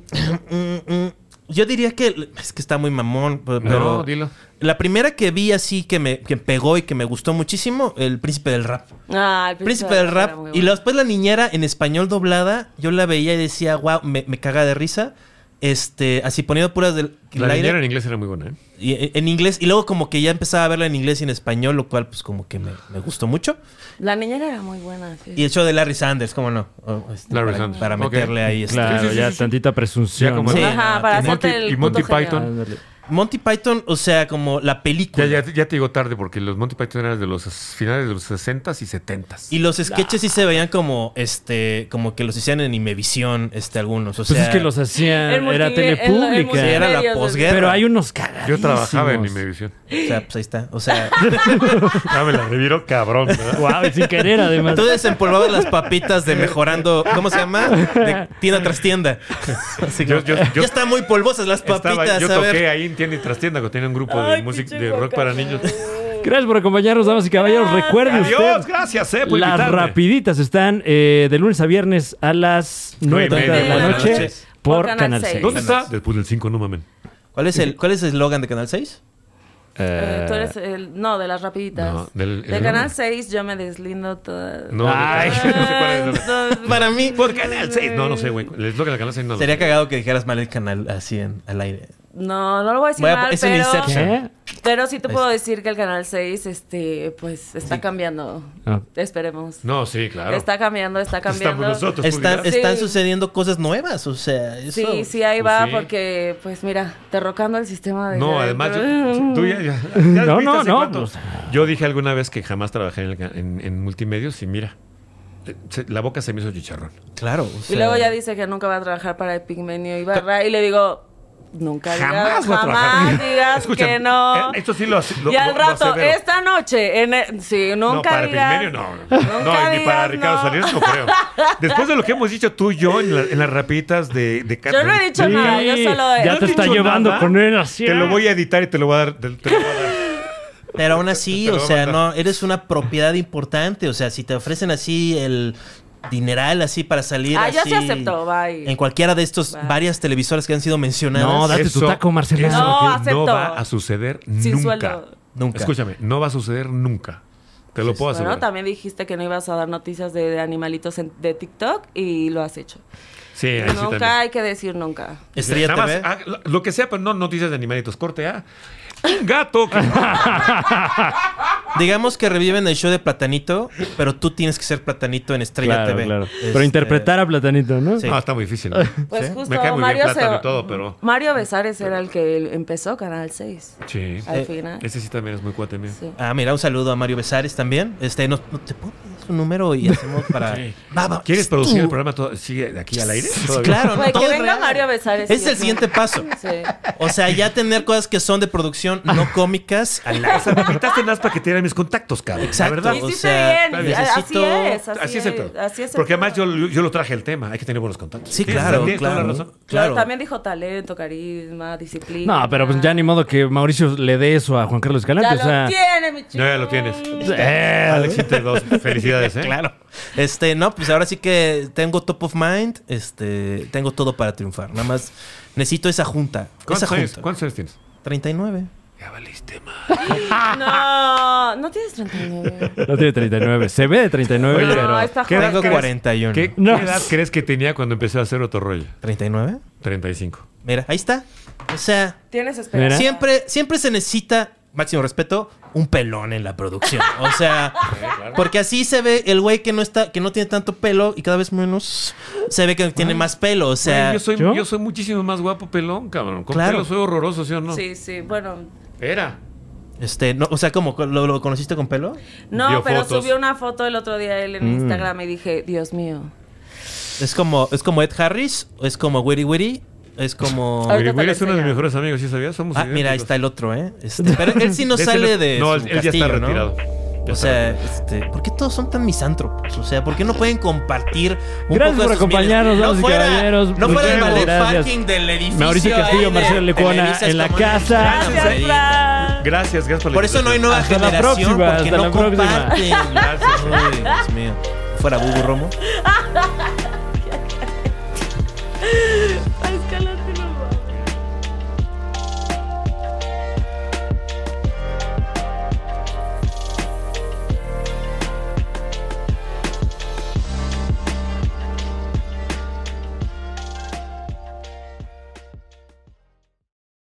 S4: mm, mm, yo diría que. Es que está muy mamón. pe- Pero,
S10: No, dilo.
S4: La primera que vi así que me que pegó y que me gustó muchísimo, El Príncipe del Rap.
S8: Ah, el
S4: Príncipe del
S8: era
S4: Rap.
S8: muy
S4: Y
S8: bueno.
S4: la- después la niñera en español doblada, yo la veía y decía, wow, me, me caga de risa. Este, así poniendo puras del
S10: La
S4: del aire.
S10: niñera en inglés era muy buena, ¿eh?
S4: Y, e- en inglés. Y luego como que ya empezaba a verla en inglés y en español, lo cual pues como que me, me gustó mucho.
S8: La niñera era muy buena. sí.
S4: Y el show de Larry Sanders, ¿cómo no. Oh, este,
S10: Larry
S4: para,
S10: Sanders.
S4: para
S10: Ok.
S4: meterle ahí. este.
S3: Claro, ya tantita presunción.
S10: Ya como-
S3: ¿no?
S4: Sí,
S8: Ajá,
S4: no,
S8: para
S4: tiene-
S8: hacerte el
S10: y Monty
S8: puto genio.
S10: Python.
S3: Ándale.
S4: Monty Python, o sea, como la película.
S10: Ya, ya, ya te digo tarde porque los Monty Python eran de los finales de los 60s y 70s.
S4: Y los sketches sí se veían como, este, como que los hacían en Imevisión, este, algunos. O
S3: Pues
S4: sea,
S3: es que los hacían,
S8: El
S3: era
S8: multi-
S3: tele
S8: el- el
S4: sí,
S3: pública.
S4: era
S8: Medios,
S4: la posguerra.
S3: Pero hay unos cagadísimos.
S10: Yo trabajaba en Imevisión.
S4: O sea, pues ahí está. O sea,
S10: Ah, me la reviro cabrón, ¿verdad?
S3: Guau, y sin querer, además.
S4: tú desempolvabas las papitas de mejorando, ¿cómo se llama? De tienda tras tienda. Así
S10: Yo-
S4: como,
S10: yo- yo-
S4: ya están muy polvosas las
S10: Estaba-
S4: papitas,
S10: yo
S4: a ver.
S10: toqué ahí en tienda y trastienda cuando tenía un grupo de, música, de rock para niños.
S3: Gracias por acompañarnos, damas y caballeros. Recuerden
S10: Dios,
S3: ustedes.
S10: gracias, eh, por
S3: Las
S10: invitarme.
S3: rapiditas están eh, de lunes a viernes a las
S10: Nueve
S3: 9.30
S10: y
S3: de
S10: media
S3: la
S10: de la
S3: noche
S4: noche.
S3: por
S8: Por Canal
S3: Canal
S8: seis.
S3: 6.
S10: ¿Dónde está? Después del 5, no mamen.
S4: ¿Cuál es el cuál es el eslogan de Canal 6?
S8: Eh, tú eres el. No, de las rapiditas.
S10: No, del-
S8: de
S10: el-
S8: Canal 6 yo me deslindo toda.
S10: No,
S3: Ay.
S10: no sé cuál es.
S4: Ah, Para mí
S10: Por Canal 6. No, no sé, güey. El eslogan de Canal 6 no. lo
S4: sería
S10: sé.
S4: cagado que dijeras mal el canal así en, al aire.
S8: No, no lo voy a decir
S4: Voy a-
S8: mal,
S4: es un
S8: pero,
S4: Inception.
S3: ¿Qué?
S8: pero sí te puedo decir que el Canal 6, este, pues, está cambiando.
S3: Ah.
S8: Esperemos.
S10: No, sí, claro.
S8: Está cambiando, está cambiando.
S10: Estamos nosotros.
S4: Están,
S10: publicidad.
S8: Sí.
S4: están sucediendo cosas nuevas, o sea, eso.
S8: Sí, sí, ahí va,
S10: sí.
S8: porque, pues mira, derrocando el sistema de.
S10: No,
S8: de-
S10: además, yo,
S8: Mm.
S10: tú ya, ya- ya
S3: No,
S10: viste
S3: no,
S10: hace
S3: no,
S10: cuánto.
S3: pues.
S10: Yo dije alguna vez que jamás trabajé en, el ca- en- en multimedios y mira, eh, se- la boca se me hizo chicharrón.
S4: Claro. o
S8: Y
S4: sea,
S8: luego ya dice que nunca va a trabajar para Epigmenio y Barra, y le digo, nunca digas,
S10: Jamás voy a
S8: jamás
S10: trabajar.
S8: digas
S10: Escucha,
S8: que no.
S10: eh, Esto sí lo hace- lo-
S8: y al
S10: lo- lo
S8: rato,
S10: asevero.
S8: esta noche, en el- sí, nunca
S10: No, para
S8: digas.
S10: Pigmenio no. No, y ni
S8: digas
S10: para Ricardo
S8: no.
S10: Salinas no creo. Después de lo que hemos dicho tú y yo en, la- en las rapitas de, de
S8: Yo no he dicho nada, yo
S3: Sí,
S8: solo.
S3: ya
S8: no
S3: te
S10: he
S3: está
S10: dicho
S3: llevando
S10: nada.
S3: con él así. ¿eh?
S10: Te lo voy a editar y te lo voy a dar. Te, te lo voy a dar.
S4: Pero aún así,
S10: Te lo
S4: o
S10: voy a
S4: sea,
S10: mandar.
S4: no, eres una propiedad importante. O sea, si te ofrecen así el dineral así para salir
S8: Ah,
S4: así,
S8: ya se aceptó, bye.
S4: En cualquiera de estos
S8: Bye.
S4: varias televisoras que han sido mencionadas.
S3: No, date tu
S10: Eso-
S3: taco, Marcela.
S10: eso
S8: No,
S10: que
S8: acepto.
S10: no va a suceder
S8: Sin
S10: nunca.
S8: sueldo.
S4: Nunca.
S10: Escúchame, no va a suceder nunca. Te lo
S8: Bueno,
S10: puedo asegurar.
S8: también dijiste que no ibas a dar noticias de, de animalitos en- de TikTok y lo has hecho.
S10: Sí, ahí sí
S8: nunca
S10: también.
S8: hay que decir nunca.
S4: Estrella
S10: Nada
S4: TV.
S10: más, ah, lo- lo que sea, pero no noticias de animalitos. Corte A. Un gato. que-
S4: Digamos que reviven el show de Platanito, pero tú tienes que ser Platanito en Estrella
S3: Claro,
S4: TV.
S3: claro. Pero
S4: Este,
S3: interpretar a Platanito, ¿no?
S4: Sí.
S10: No, está muy difícil.
S8: Pues
S4: Sí.
S8: justo
S10: Me cae muy
S8: Mario
S10: bien plátano
S8: se-
S10: y todo, pero.
S8: Mario Besares era el que empezó Canal 6.
S10: Sí.
S8: Al
S4: Eh,
S8: final.
S10: Ese sí también es muy cuate mío.
S8: Sí.
S4: Ah, mira, un saludo a Mario Besares también. Este, no, no te pones su número y hacemos para. Ah, Va, va.
S10: ¿Quieres producir
S4: Tú.
S10: el programa todo- sigue de aquí al aire?
S4: Sí,
S10: Todavía.
S4: claro,
S8: Güey,
S4: todo
S8: que
S4: es
S8: venga
S4: real.
S8: Mario Besares.
S4: Ese es el
S8: sí.
S4: siguiente paso.
S8: Sí.
S4: O sea, ya tener cosas que son de producción, no cómicas, al
S10: O sea, me quitaste las paqueteras de mis contactos, cabrón.
S4: Exacto.
S10: La verdad.
S4: O
S8: Hiciste
S4: sea,
S8: bien,
S4: necesito-
S8: así es, así,
S10: Así es el pedo.
S8: así es el
S10: Porque
S8: pedo.
S10: además yo, yo lo traje el tema. Hay que tener buenos contactos.
S4: Sí,
S10: Tienes-
S4: claro,
S10: tienes toda
S4: claro.
S10: la razón.
S4: claro.
S8: También dijo talento, carisma, disciplina.
S3: No, pero pues ya ni modo que Mauricio le dé eso a Juan Carlos
S8: Ya
S3: Escalante.
S8: lo
S3: o sea,
S8: tiene, mi chico.
S10: No, ya lo tienes.
S3: Eh,
S10: Alexite dos. Felicidades, ¿eh?
S4: Claro. Este, no, pues ahora sí que tengo top of mind, este, tengo todo para triunfar. Nada más necesito esa junta. Esa
S10: ¿Cuántos años,
S4: junta. Eh,
S10: cuántos años tienes?
S4: 39.
S10: Ya valiste, ma.
S8: No, no tienes 39.
S3: no tiene 39. Se ve de 39,
S10: Oye,
S3: pero.
S8: no, está
S10: ¿qué
S8: joven.
S10: edad
S4: Tengo
S10: crees?
S4: 41.
S10: ¿Qué,
S3: No.
S10: qué edad crees que tenía cuando empecé a hacer otro rollo?
S4: ¿39?
S10: 35.
S4: Mira, ahí está. O sea,
S8: Tienes esperanza.
S3: Mira.
S4: siempre siempre se necesita máximo respeto un pelón en la producción. O sea, porque así se ve el güey que no está que no tiene tanto pelo y cada vez menos se ve que tiene más pelo, o sea,
S10: Güey, yo, soy,
S3: ¿yo?
S10: ¿yo? soy muchísimo más guapo pelón, cabrón. Con
S4: Claro.
S10: pelo soy horroroso, ¿sí o no?
S8: Sí, sí, bueno.
S10: Era.
S4: este, no, o sea, como lo, lo conociste con pelo?
S8: No,
S10: Vio
S8: pero
S10: fotos.
S8: subió una foto el otro día él en Instagram y dije, Dios mío.
S4: Es como es como Ed Harris, es como Witty Witty, es como
S3: Ah,
S8: Ahorita te
S10: Güey, güey,
S8: lo
S10: es uno de mis
S8: enseño.
S10: mejores amigos, ¿sí sabías? Somos
S4: Ah, mira, ahí
S10: idénticos.
S4: está el otro, ¿eh? Este, pero él sí no
S10: Ese
S4: sale de.
S10: No,
S4: su
S10: él ya está
S4: castillo, ¿no?
S10: retirado. Ya
S4: O
S10: está
S4: sea,
S10: retirado.
S4: este, ¿por qué todos son tan misántropos? O sea, ¿por qué no pueden compartir un poco
S3: Gracias
S4: de
S3: por
S4: sus miles?
S3: acompañarnos,
S4: No
S3: damas y
S4: fuera,
S3: caballeros.
S4: No fuera el
S3: Muchísimas
S4: ballet
S3: gracias.
S4: parking del edificio.
S3: Mauricio
S4: ahí
S3: Castillo,
S4: de
S3: Marcelo Lecuona
S4: Televisa,
S3: en la
S4: como-
S3: casa.
S4: Gracias,
S8: Gracias,
S4: ahí.
S8: Fran.
S10: Gracias, gracias por la
S4: Por eso no hay nueva
S3: Hasta la
S4: generación,
S3: próxima,
S4: porque
S3: hasta
S4: no
S3: la próxima.
S4: comparten. Ay, Dios mío. Fuera Bubu Romo.